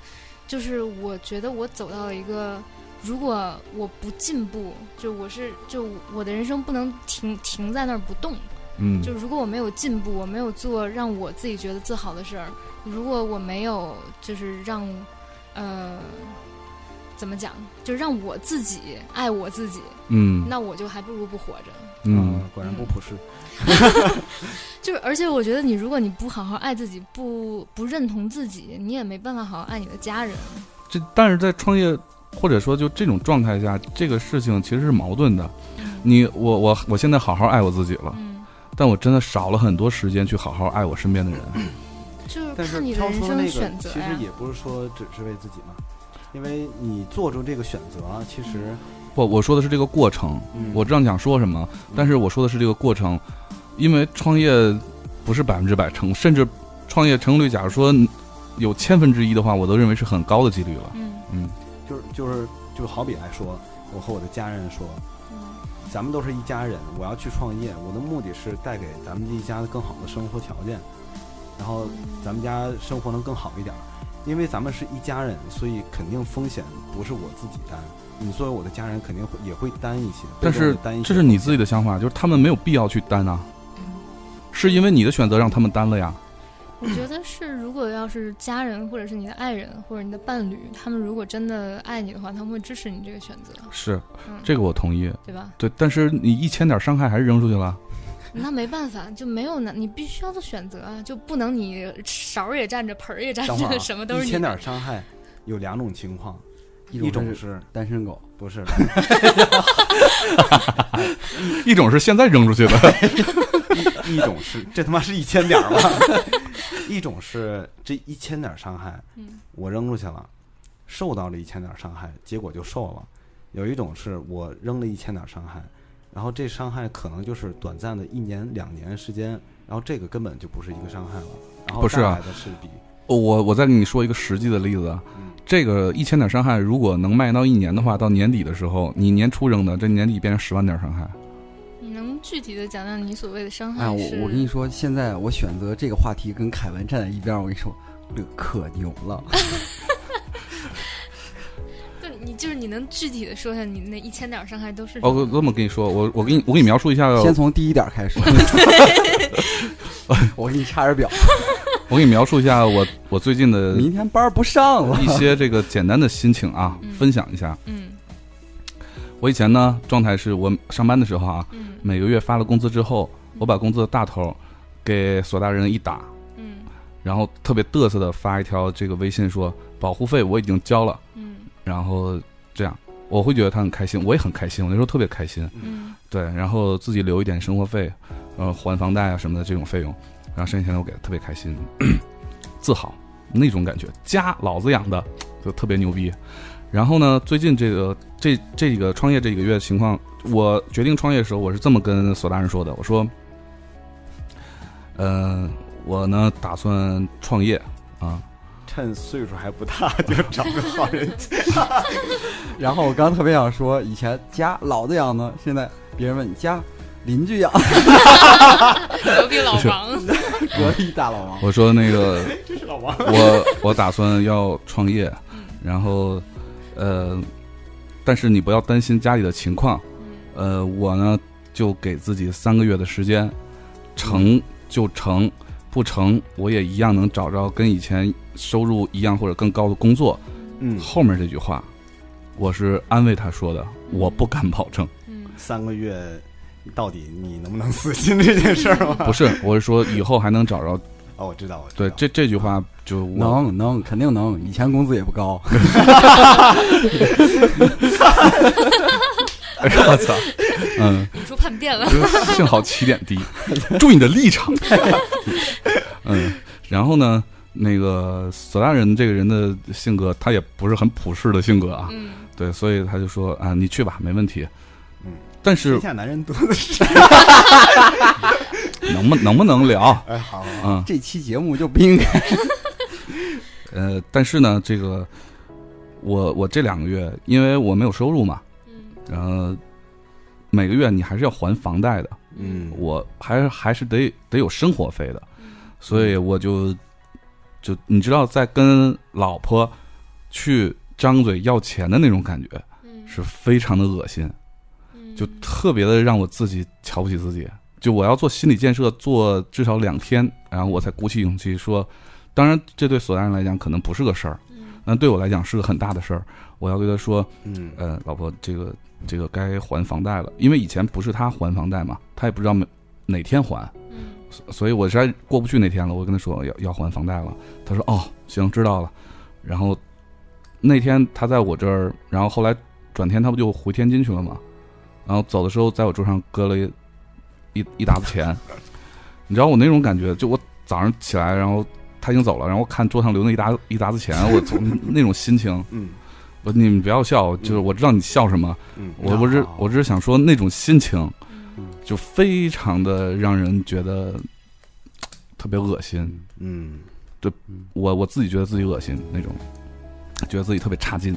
[SPEAKER 2] 就是我觉得我走到了一个，如果我不进步，就我是就我的人生不能停停在那儿不动，
[SPEAKER 1] 嗯，
[SPEAKER 2] 就如果我没有进步，我没有做让我自己觉得自豪的事儿，如果我没有就是让，呃，怎么讲，就让我自己爱我自己，
[SPEAKER 1] 嗯
[SPEAKER 2] 那我就还不如不活着。
[SPEAKER 1] 嗯
[SPEAKER 3] 啊，果然不普世。
[SPEAKER 2] 就是，而且我觉得你，如果你不好好爱自己，不不认同自己，你也没办法好好爱你的家人。
[SPEAKER 1] 这但是在创业或者说就这种状态下，这个事情其实是矛盾的。你我我我现在好好爱我自己了，
[SPEAKER 2] 嗯，
[SPEAKER 1] 但我真的少了很多时间去好好爱我身边的人。
[SPEAKER 2] 就是
[SPEAKER 3] 但是
[SPEAKER 2] 看你的
[SPEAKER 3] 超
[SPEAKER 2] 人
[SPEAKER 3] 出
[SPEAKER 2] 生
[SPEAKER 3] 那个
[SPEAKER 2] 选择
[SPEAKER 3] 其
[SPEAKER 2] 呀、
[SPEAKER 3] 实也不是说只是为自己嘛，因为你做出这个选择啊，其实
[SPEAKER 1] 不，我说的是这个过程。
[SPEAKER 3] 嗯
[SPEAKER 1] 我知道你想说什么，但是我说的是这个过程，因为创业不是百分之百成功，甚至创业成功率，假如说有千分之一的话，我都认为是很高的几率了。
[SPEAKER 2] 嗯
[SPEAKER 1] 嗯
[SPEAKER 3] 就是就是就好比来说，我和我的家人说，
[SPEAKER 2] 嗯
[SPEAKER 3] 咱们都是一家人，我要去创业，我的目的是带给咱们一家更好的生活条件，然后咱们家生活能更好一点儿。因为咱们是一家人，所以肯定风险不是我自己担，你作为我的家人肯定会也会担一些，
[SPEAKER 1] 但是
[SPEAKER 3] 被动地担一些
[SPEAKER 1] 这是你自己的想法，就是他们没有必要去担啊，是因为你的选择让他们担了呀。
[SPEAKER 2] 我觉得是，如果要是家人或者是你的爱人或者你的伴侣，他们如果真的爱你的话，他们会支持你这个选择，
[SPEAKER 1] 是，
[SPEAKER 2] 嗯，
[SPEAKER 1] 这个我同意。
[SPEAKER 2] 对吧？
[SPEAKER 1] 对，但是你一千点伤害还是扔出去了。 (laughs)
[SPEAKER 2] 那没办法，就没有难，你必须要做选择啊，就不能你勺儿也占着，盆儿也占
[SPEAKER 3] 等会儿、
[SPEAKER 2] 着，(laughs)
[SPEAKER 3] 啊、
[SPEAKER 2] 什么都是
[SPEAKER 3] 一
[SPEAKER 2] 你
[SPEAKER 3] 千
[SPEAKER 2] 的
[SPEAKER 3] 点儿伤害，有两种情况，一
[SPEAKER 4] 一
[SPEAKER 3] 种
[SPEAKER 4] 是
[SPEAKER 3] 是
[SPEAKER 4] 单身狗，
[SPEAKER 3] 不是？
[SPEAKER 1] 一种是现在扔出去的， (laughs)
[SPEAKER 3] (laughs) 一种是这他妈是一千点儿 (laughs) 吗？一种是这一千点儿伤害，
[SPEAKER 2] 嗯
[SPEAKER 3] 我扔出去了，受到了一千点儿伤害，结果就受了；有一种是我扔了一千点儿伤害，然后这伤害可能就是短暂的一年两年时间，然后这个根本就不是一个伤害了，然后
[SPEAKER 1] 不是
[SPEAKER 3] 带
[SPEAKER 1] 啊
[SPEAKER 3] 来的是比
[SPEAKER 1] 我我再给你说一个实际的例子啊，
[SPEAKER 3] 嗯
[SPEAKER 1] 这个一千点伤害如果能卖到一年的话，到年底的时候，你年初扔的，这年底变成十万点伤害。
[SPEAKER 2] 你能具体的讲讲你所谓的伤害
[SPEAKER 4] 哎，我
[SPEAKER 2] 是？
[SPEAKER 4] 我跟你说，现在我选择这个话题跟凯文站在一边儿，我跟你说，这个可牛了。
[SPEAKER 2] 就你就是你能具体的说一下你那一千点儿伤害都是什么？
[SPEAKER 1] 哦，我这么跟你说，我我给你我给你描述一下，
[SPEAKER 4] 先从第一点儿开始，我给你查点表，
[SPEAKER 1] 我给你描述一下我我最近的
[SPEAKER 4] 明天班儿不上了。 (laughs)
[SPEAKER 1] 一些这个简单的心情啊
[SPEAKER 2] 嗯，
[SPEAKER 1] 分享一下。
[SPEAKER 2] 嗯
[SPEAKER 1] 我以前呢状态是我上班的时候啊，
[SPEAKER 2] 嗯
[SPEAKER 1] 每个月发了工资之后，我把工资的大头给索大人一打，
[SPEAKER 2] 嗯
[SPEAKER 1] 然后特别嘚瑟的发一条这个微信说保护费我已经交了，
[SPEAKER 2] 嗯
[SPEAKER 1] 然后这样我会觉得他很开心，我也很开心，我那时候特别开心，
[SPEAKER 2] 嗯
[SPEAKER 1] 对，然后自己留一点生活费，呃，还房贷啊什么的这种费用，然后剩下钱我给他特别开 (clears throat) 心，自豪那种感觉，家老子养的就特别牛逼，然后呢，最近这个这这个创业这几个月情况，我决定创业的时候，我是这么跟索大人说的，我说，呃，我呢打算创业啊，
[SPEAKER 8] 趁岁数还不大就找个好人家。
[SPEAKER 4] 然后我刚特别想说，以前家老子养的，现在别人问你家邻居养，
[SPEAKER 6] 隔壁老王，
[SPEAKER 4] 隔壁大老王。
[SPEAKER 1] 我说那个
[SPEAKER 9] (laughs) 这是老王，
[SPEAKER 1] 我我打算要创业，然后，呃，但是你不要担心家里的情况，
[SPEAKER 9] 嗯
[SPEAKER 1] 呃，我呢就给自己三个月的时间，
[SPEAKER 9] 嗯
[SPEAKER 1] 成就成，不成我也一样能找着跟以前收入一样或者更高的工作。
[SPEAKER 8] 嗯，
[SPEAKER 1] 后面这句话，我是安慰他说的，
[SPEAKER 9] 嗯
[SPEAKER 1] 我不敢保证，
[SPEAKER 2] 嗯
[SPEAKER 8] 三个月，到底你能不能死心这件事儿
[SPEAKER 9] 啊
[SPEAKER 8] 吗？
[SPEAKER 1] 不是，我是说以后还能找着。
[SPEAKER 8] 哦，我知道，我知
[SPEAKER 1] 对，
[SPEAKER 8] 道
[SPEAKER 1] 这这句话就我 (laughs)
[SPEAKER 4] 能能肯定能，以前工资也不高， (laughs)
[SPEAKER 1] 哎我操，嗯，
[SPEAKER 6] 你说叛变了，
[SPEAKER 1] 幸好起点
[SPEAKER 8] (laughs)
[SPEAKER 1] 低，注意你的立场。 (laughs) 嗯，然后呢，那个索大人这个人的性格，他也不是很普世的性格啊，
[SPEAKER 6] 嗯，
[SPEAKER 1] 对，所以他就说啊，你去吧，没问题。
[SPEAKER 8] 嗯，
[SPEAKER 1] 但是
[SPEAKER 8] 天下男人多的是。
[SPEAKER 1] 能不能不能聊？
[SPEAKER 8] 哎，好，好好
[SPEAKER 1] 嗯，
[SPEAKER 4] 这期节目就不应该。
[SPEAKER 1] 呃，但是呢，这个我我这两个月，因为我没有收入嘛，
[SPEAKER 6] 嗯
[SPEAKER 1] 然后每个月你还是要还房贷的，
[SPEAKER 8] 嗯，
[SPEAKER 1] 我还是还是得得有生活费的，
[SPEAKER 6] 嗯
[SPEAKER 1] 所以我就就你知道，在跟老婆去张嘴要钱的那种感觉，
[SPEAKER 6] 嗯，
[SPEAKER 1] 是非常的恶心，
[SPEAKER 6] 嗯
[SPEAKER 1] 就特别的让我自己瞧不起自己。就我要做心理建设，做至少两天，然后我才鼓起勇气说。当然，这对索大人来讲可能不是个事儿，
[SPEAKER 6] 嗯
[SPEAKER 1] 那对我来讲是个很大的事儿。我要对他说，
[SPEAKER 8] 嗯
[SPEAKER 1] 呃，老婆，这个这个该还房贷了，因为以前不是他还房贷嘛，他也不知道哪哪天还，
[SPEAKER 6] 嗯
[SPEAKER 1] 所以我实在过不去那天了，我跟他说要要还房贷了，他说哦行知道了，然后那天他在我这儿，然后后来转天他不就回天津去了吗？然后走的时候在我桌上搁了一一一沓子钱，你知道我那种感觉，就我早上起来，然后他已经走了，然后看桌上留那一沓一沓子钱，我从那种心情，
[SPEAKER 8] 嗯
[SPEAKER 1] 我你们不要笑，就是我知道你笑什么，
[SPEAKER 8] 嗯，
[SPEAKER 1] 我我只我只是想说那种心情，
[SPEAKER 6] 嗯
[SPEAKER 1] 就非常的让人觉得特别恶心，
[SPEAKER 8] 嗯
[SPEAKER 1] 我我自己觉得自己恶心那种，觉得自己特别差劲。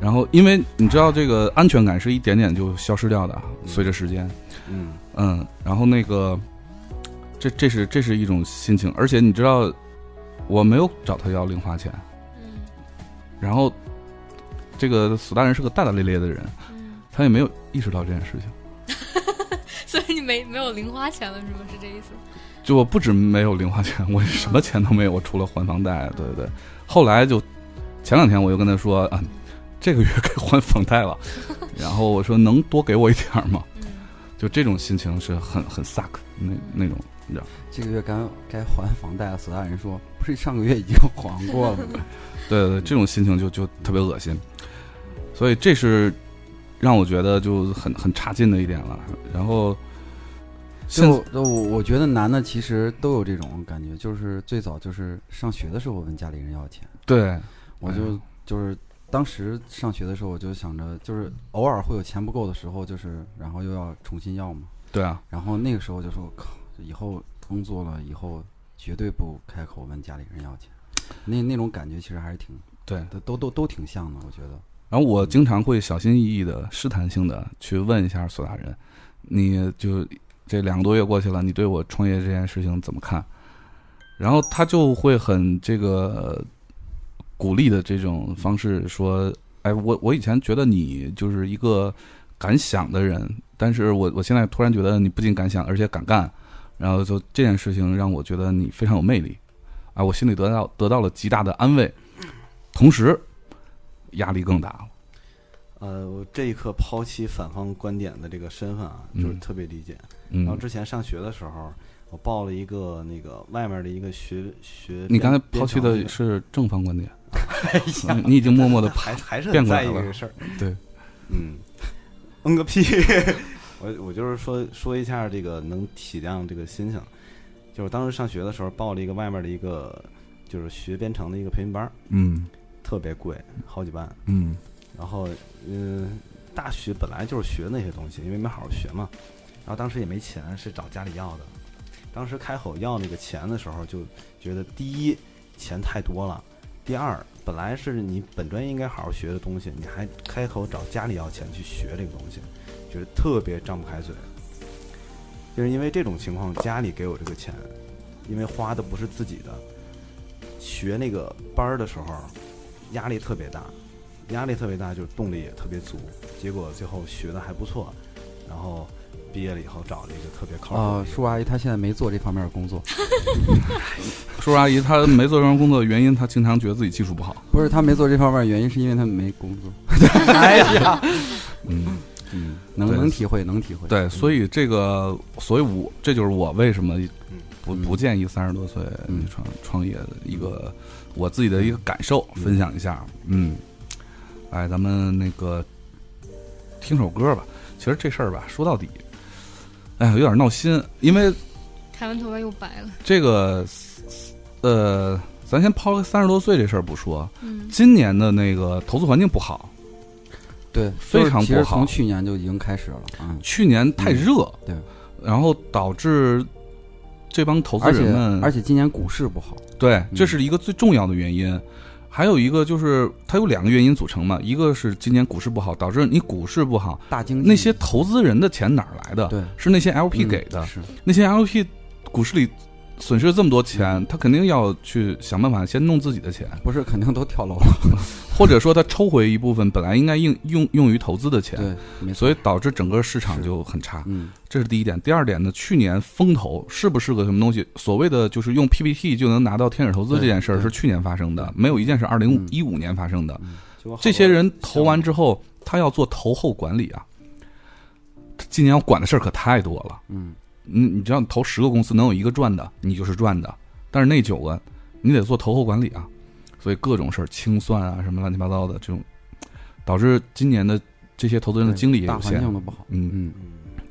[SPEAKER 1] 然后，因为你知道这个安全感是一点点就消失掉的，随着时间，
[SPEAKER 8] 嗯
[SPEAKER 1] 嗯，然后那个，这这是这是一种心情，而且你知道，我没有找他要零花钱，
[SPEAKER 6] 嗯
[SPEAKER 1] 然后这个索大人是个大大咧咧的人，
[SPEAKER 2] (laughs)
[SPEAKER 6] 嗯，
[SPEAKER 1] 他也没有意识到这件事情。
[SPEAKER 6] 所以你没没有零花钱了是吗？是这意思？
[SPEAKER 1] 就我不止没有零花钱，我什么钱都没有，我除了还房贷。对对对，后来就前两天我就跟他说啊，这个月该还房贷了，然后我说能多给我一点儿吗？
[SPEAKER 6] 嗯
[SPEAKER 1] 就这种心情是很很 suck 那那种，你知道？
[SPEAKER 4] 这个月该该还房贷了，索大人说不是上个月已经还过了 (laughs) 吗？
[SPEAKER 1] 对对对，这种心情就就特别恶心，所以这是让我觉得就很很差劲的一点了。然后现
[SPEAKER 4] 就就我我觉得男的其实都有这种感觉，就是最早就是上学的时候问家里人要钱，
[SPEAKER 1] 对
[SPEAKER 4] 我就就是当时上学的时候我就想着，就是偶尔会有钱不够的时候，就是然后又要重新要嘛，
[SPEAKER 1] 对啊，
[SPEAKER 4] 然后那个时候就说，靠，以后工作了以后绝对不开口问家里人要钱，那那种感觉其实还是挺
[SPEAKER 1] 对。
[SPEAKER 4] 都都都都挺像的，我觉得。
[SPEAKER 1] 然后我经常会小心翼翼的、试探性的去问一下索大人，你就这两个多月过去了，你对我创业这件事情怎么看？然后他就会很这个呃鼓励的这种方式说：“哎，我我以前觉得你就是一个敢想的人，但是我我现在突然觉得你不仅敢想，而且敢干。然后就这件事情让我觉得你非常有魅力，啊，我心里得到得到了极大的安慰，同时压力更大了。”
[SPEAKER 8] 呃，我这一刻抛弃反方观点的这个身份啊，就是
[SPEAKER 1] 嗯
[SPEAKER 8] 特别理解。
[SPEAKER 1] 嗯，
[SPEAKER 8] 然后之前上学的时候，我报了一个那个外面的一个学学。
[SPEAKER 1] 你刚才
[SPEAKER 8] 编
[SPEAKER 1] 抛弃的
[SPEAKER 8] 编程
[SPEAKER 1] 是正方观点，
[SPEAKER 8] 那个哎呀
[SPEAKER 1] 嗯你已经默默
[SPEAKER 3] (laughs)
[SPEAKER 1] 的
[SPEAKER 8] 那还还是
[SPEAKER 1] 变
[SPEAKER 8] 很
[SPEAKER 1] 过来
[SPEAKER 8] 在意
[SPEAKER 1] 了
[SPEAKER 8] 这个事儿。
[SPEAKER 1] 对，
[SPEAKER 8] 嗯，嗯个屁！我我就是说说一下这个能体谅这个心情，就是当时上学的时候报了一个外面的一个就是学编程的一个培训班儿，
[SPEAKER 1] 嗯
[SPEAKER 3] 特别贵，好几万。
[SPEAKER 10] 嗯
[SPEAKER 3] 然后，嗯、大学本来就是学那些东西，因为没好好学嘛。然后当时也没钱，是找家里要的。当时开口要那个钱的时候，就觉得第一，钱太多了；第二，本来是你本专业应该好好学的东西，你还开口找家里要钱去学这个东西，觉得特别张不开嘴。就是因为这种情况，家里给我这个钱，因为花的不是自己的。学那个班儿的时候，压力特别大，压力特别大，就是动力也特别足，结果最后学的还不错，然后毕业了以后找了一个特别靠谱的
[SPEAKER 4] 啊、
[SPEAKER 3] 一个
[SPEAKER 4] 叔阿姨她现在没做这方面的工作，
[SPEAKER 1] 叔叔阿姨她没做这份工作的原因，她经常觉得自己技术不好。
[SPEAKER 4] 不是她没做这方面的原因，是因为她没工作。
[SPEAKER 1] 嗯，
[SPEAKER 4] 嗯，能
[SPEAKER 1] 对
[SPEAKER 4] 能体会，能体会。
[SPEAKER 1] 对，所以这个，所以我这就是我为什么不
[SPEAKER 4] 嗯
[SPEAKER 1] 不建议三十多岁
[SPEAKER 4] 嗯
[SPEAKER 1] 你创创业的一个我自己的一个感受，分享一下。嗯，哎，咱们那个听首歌吧。其实这事儿吧，说到底，哎呀，有点闹心，因为
[SPEAKER 2] 开完头发又白了，
[SPEAKER 1] 这个，呃，咱先抛开三十多岁这事儿不说，
[SPEAKER 2] 嗯，
[SPEAKER 1] 今年的那个投资环境不好，
[SPEAKER 4] 对，
[SPEAKER 1] 非
[SPEAKER 4] 就是
[SPEAKER 1] 常
[SPEAKER 4] 其
[SPEAKER 1] 不
[SPEAKER 4] 实
[SPEAKER 1] 好
[SPEAKER 4] 从去年就已经开始了啊。
[SPEAKER 1] 去年太热，
[SPEAKER 4] 对，
[SPEAKER 1] 然后导致这帮投资
[SPEAKER 4] 而且
[SPEAKER 1] 人们，
[SPEAKER 4] 而嗯
[SPEAKER 1] 且
[SPEAKER 4] 且今年股市不好，
[SPEAKER 1] 对，这是一个最重要的原因。还有一个就是，它有两个原因组成嘛，一个是今年股市不好，导致你股市不好，
[SPEAKER 4] 大经济
[SPEAKER 1] 那些投资人的钱哪儿来的？
[SPEAKER 4] 嗯对
[SPEAKER 1] 是那些 LP 给的，
[SPEAKER 4] 嗯是
[SPEAKER 1] 那些 LP 股市里损失这么多钱，他肯定要去想办法先弄自己的钱，
[SPEAKER 4] 不是肯定都跳楼了？
[SPEAKER 1] 或者说他抽回一部分本来应该应用用于投资的钱，
[SPEAKER 4] 对，没错。
[SPEAKER 1] 所以导致整个市场
[SPEAKER 4] 是
[SPEAKER 1] 就很差。
[SPEAKER 4] 嗯，
[SPEAKER 1] 这是第一点。第二点呢，去年风投是不是个什么东西？所谓的就是用 PPT 就能拿到天使投资这件事儿
[SPEAKER 4] 对对嗯
[SPEAKER 1] 是去年发生的，没有一件是二零一五年发生的。
[SPEAKER 3] 结果好多
[SPEAKER 1] 这些人投完之后，他要做投后管理啊，他今年要管的事儿可太多了。
[SPEAKER 4] 嗯，
[SPEAKER 1] 你你知道，你投十个公司能有一个赚的，你就是赚的，但是那九个你得做投后管理啊，所以各种事儿清算啊，什么乱七八糟的这种，导致今年的这些投资人的
[SPEAKER 4] 对
[SPEAKER 1] 精力也
[SPEAKER 4] 大
[SPEAKER 1] 有
[SPEAKER 4] 环
[SPEAKER 1] 限。
[SPEAKER 4] 境都不好。
[SPEAKER 1] 嗯，
[SPEAKER 4] 嗯，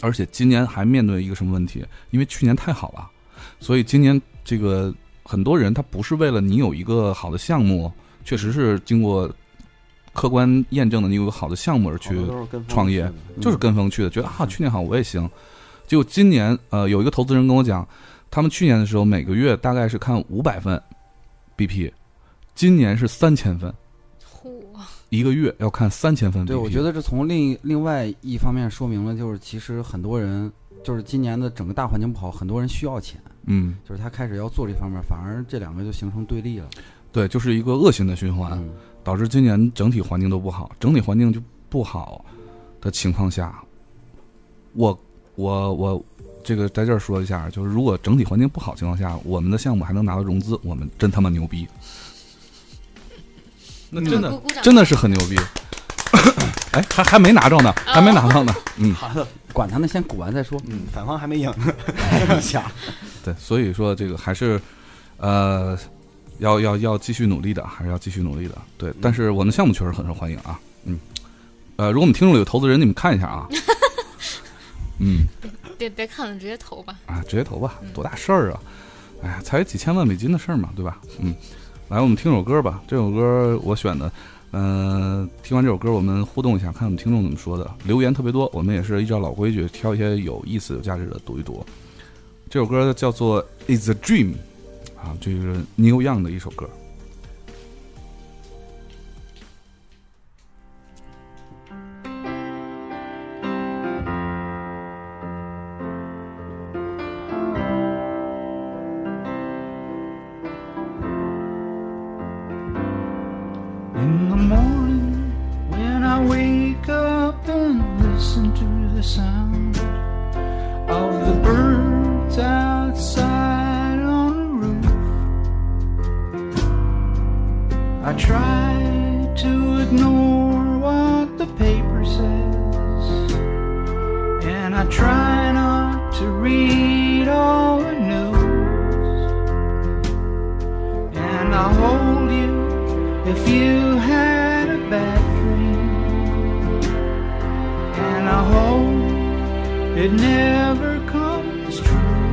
[SPEAKER 1] 而且今年还面对一个什么问题？因为去年太好了，所以今年这个很多人他不是为了你有一个好的项目，确实是经过客观验证的，你有个好的项目而
[SPEAKER 3] 好
[SPEAKER 1] 去
[SPEAKER 3] 多都是跟风
[SPEAKER 1] 创业
[SPEAKER 3] 去的
[SPEAKER 1] 就是跟风去的，觉得啊去年好我也行。结果今年呃有一个投资人跟我讲，他们去年的时候每个月大概是看五百份 BP，今年是三千份，
[SPEAKER 2] 嚯，
[SPEAKER 1] 一个月要看三千份 BP。
[SPEAKER 4] 对，我觉得这从另另外一方面说明了，就是其实很多人就是今年的整个大环境不好，很多人需要钱，
[SPEAKER 1] 嗯
[SPEAKER 4] 就是他开始要做这方面，反而这两个就形成对立了。
[SPEAKER 1] 对，就是一个恶性的循环。
[SPEAKER 4] 嗯，
[SPEAKER 1] 导致今年整体环境都不好，整体环境就不好的情况下，我我我这个在这儿说一下，就是如果整体环境不好情况下，我们的项目还能拿到融资，我们真他妈牛逼，那真的
[SPEAKER 2] 鼓鼓掌，
[SPEAKER 1] 真的是很牛逼。 (coughs) 哎，还还没拿着呢，还没拿到呢。嗯，
[SPEAKER 3] 好的，
[SPEAKER 4] 管他呢，先鼓完再说。
[SPEAKER 3] 嗯，反方
[SPEAKER 1] (laughs)
[SPEAKER 3] 还没赢呢，想
[SPEAKER 1] 对，所以说这个还是，呃，要要要继续努力的，还是要继续努力的。对，但是我们的项目确实很受欢迎啊，嗯，呃，如果我们听众里有投资人，你们看一下啊，嗯
[SPEAKER 2] 别别看了，直接投吧。
[SPEAKER 1] 啊，直接投吧，多大事儿啊！哎呀，才几千万美金的事儿嘛，对吧？嗯，来，我们听首歌吧，这首歌我选的。嗯，听完这首歌，我们互动一下，看我们听众怎么说的。留言特别多，我们也是依照老规矩，挑一些有意思、有价值的读一读。这首歌叫做《Is a Dream》，啊，这就是 Neil Young 的一首歌。
[SPEAKER 11] In the morning, when I wake up and listen to the sound of the birds outside on the roof, I try to ignore what the paper says, and I try not to read all the news, and I hold you. If you had a bad dream And I hope it never comes true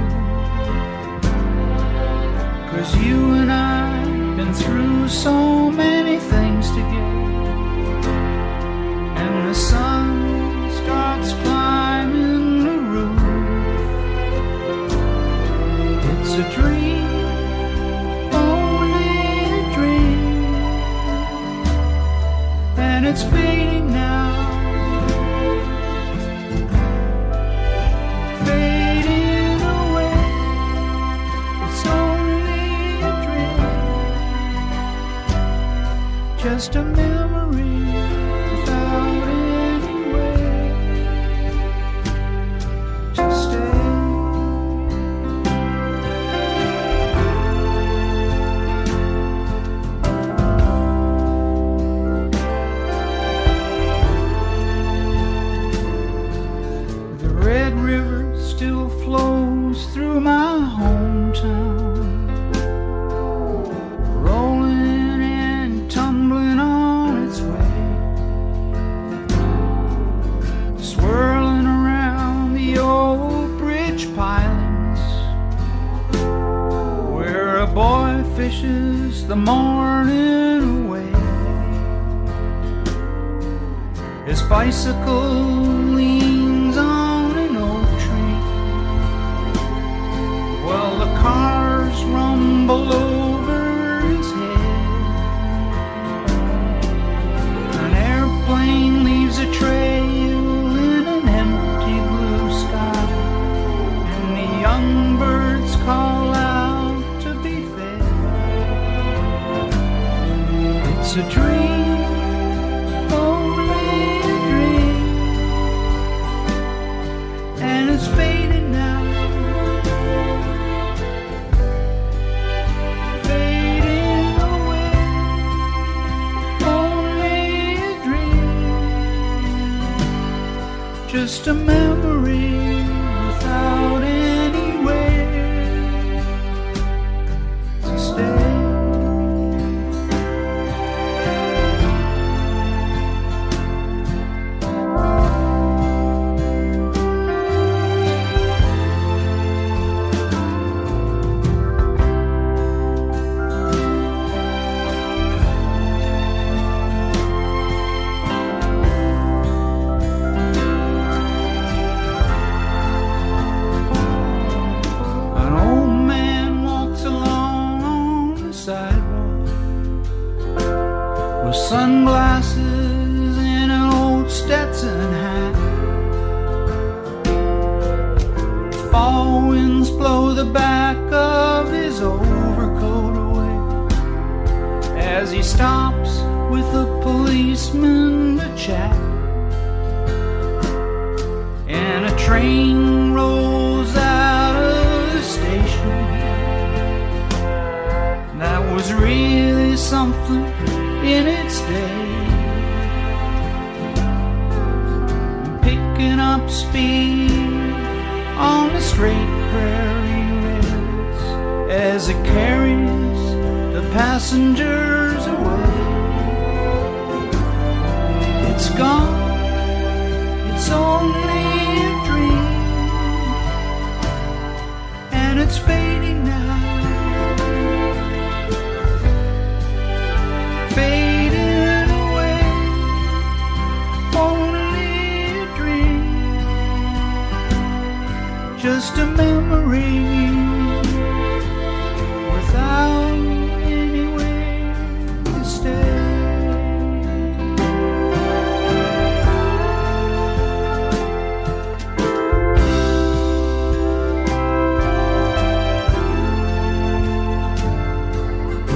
[SPEAKER 11] Cause you and I've been through so many things
[SPEAKER 12] together, and the sun starts climbing the roof. It's a dream, only a dream, and it's fading now. Fading away, it's only a dream, just a memory without any way to stay. The Red River still flows through my hometown, rolling and tumbling on its way, swirling around the old bridge pilings, where a boy fishes the morning away. His bicycle leans on an old tree. While the cars rumble over his head. An airplane leaves a trail in an empty blue sky. And the young birds call out to be fed. It's a dream. Only a dream, and it's fading now. Fading away. Only a dream, Just a memory without any way to stay. An old man walks along on the sidewalk with sunglasses and an old Stetson hat. Fall winds blow the back of his overcoat away as he stops with a policeman to chat and a train rolls out of the station. That was really something in its day. Picking up speed on the straight prairie rails as it carries the passengers away. It's gone. It's only a dream, and it's fading now. Fading away, only a dream, just a memory without any way to stay.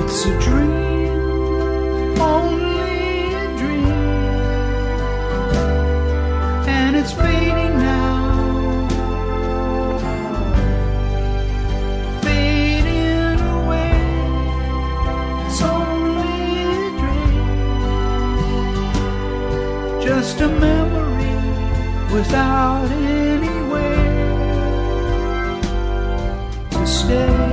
[SPEAKER 12] It's a dream, only a dream, and it's fading now. Fading away, it's only a dream, just a memory without any way to stay.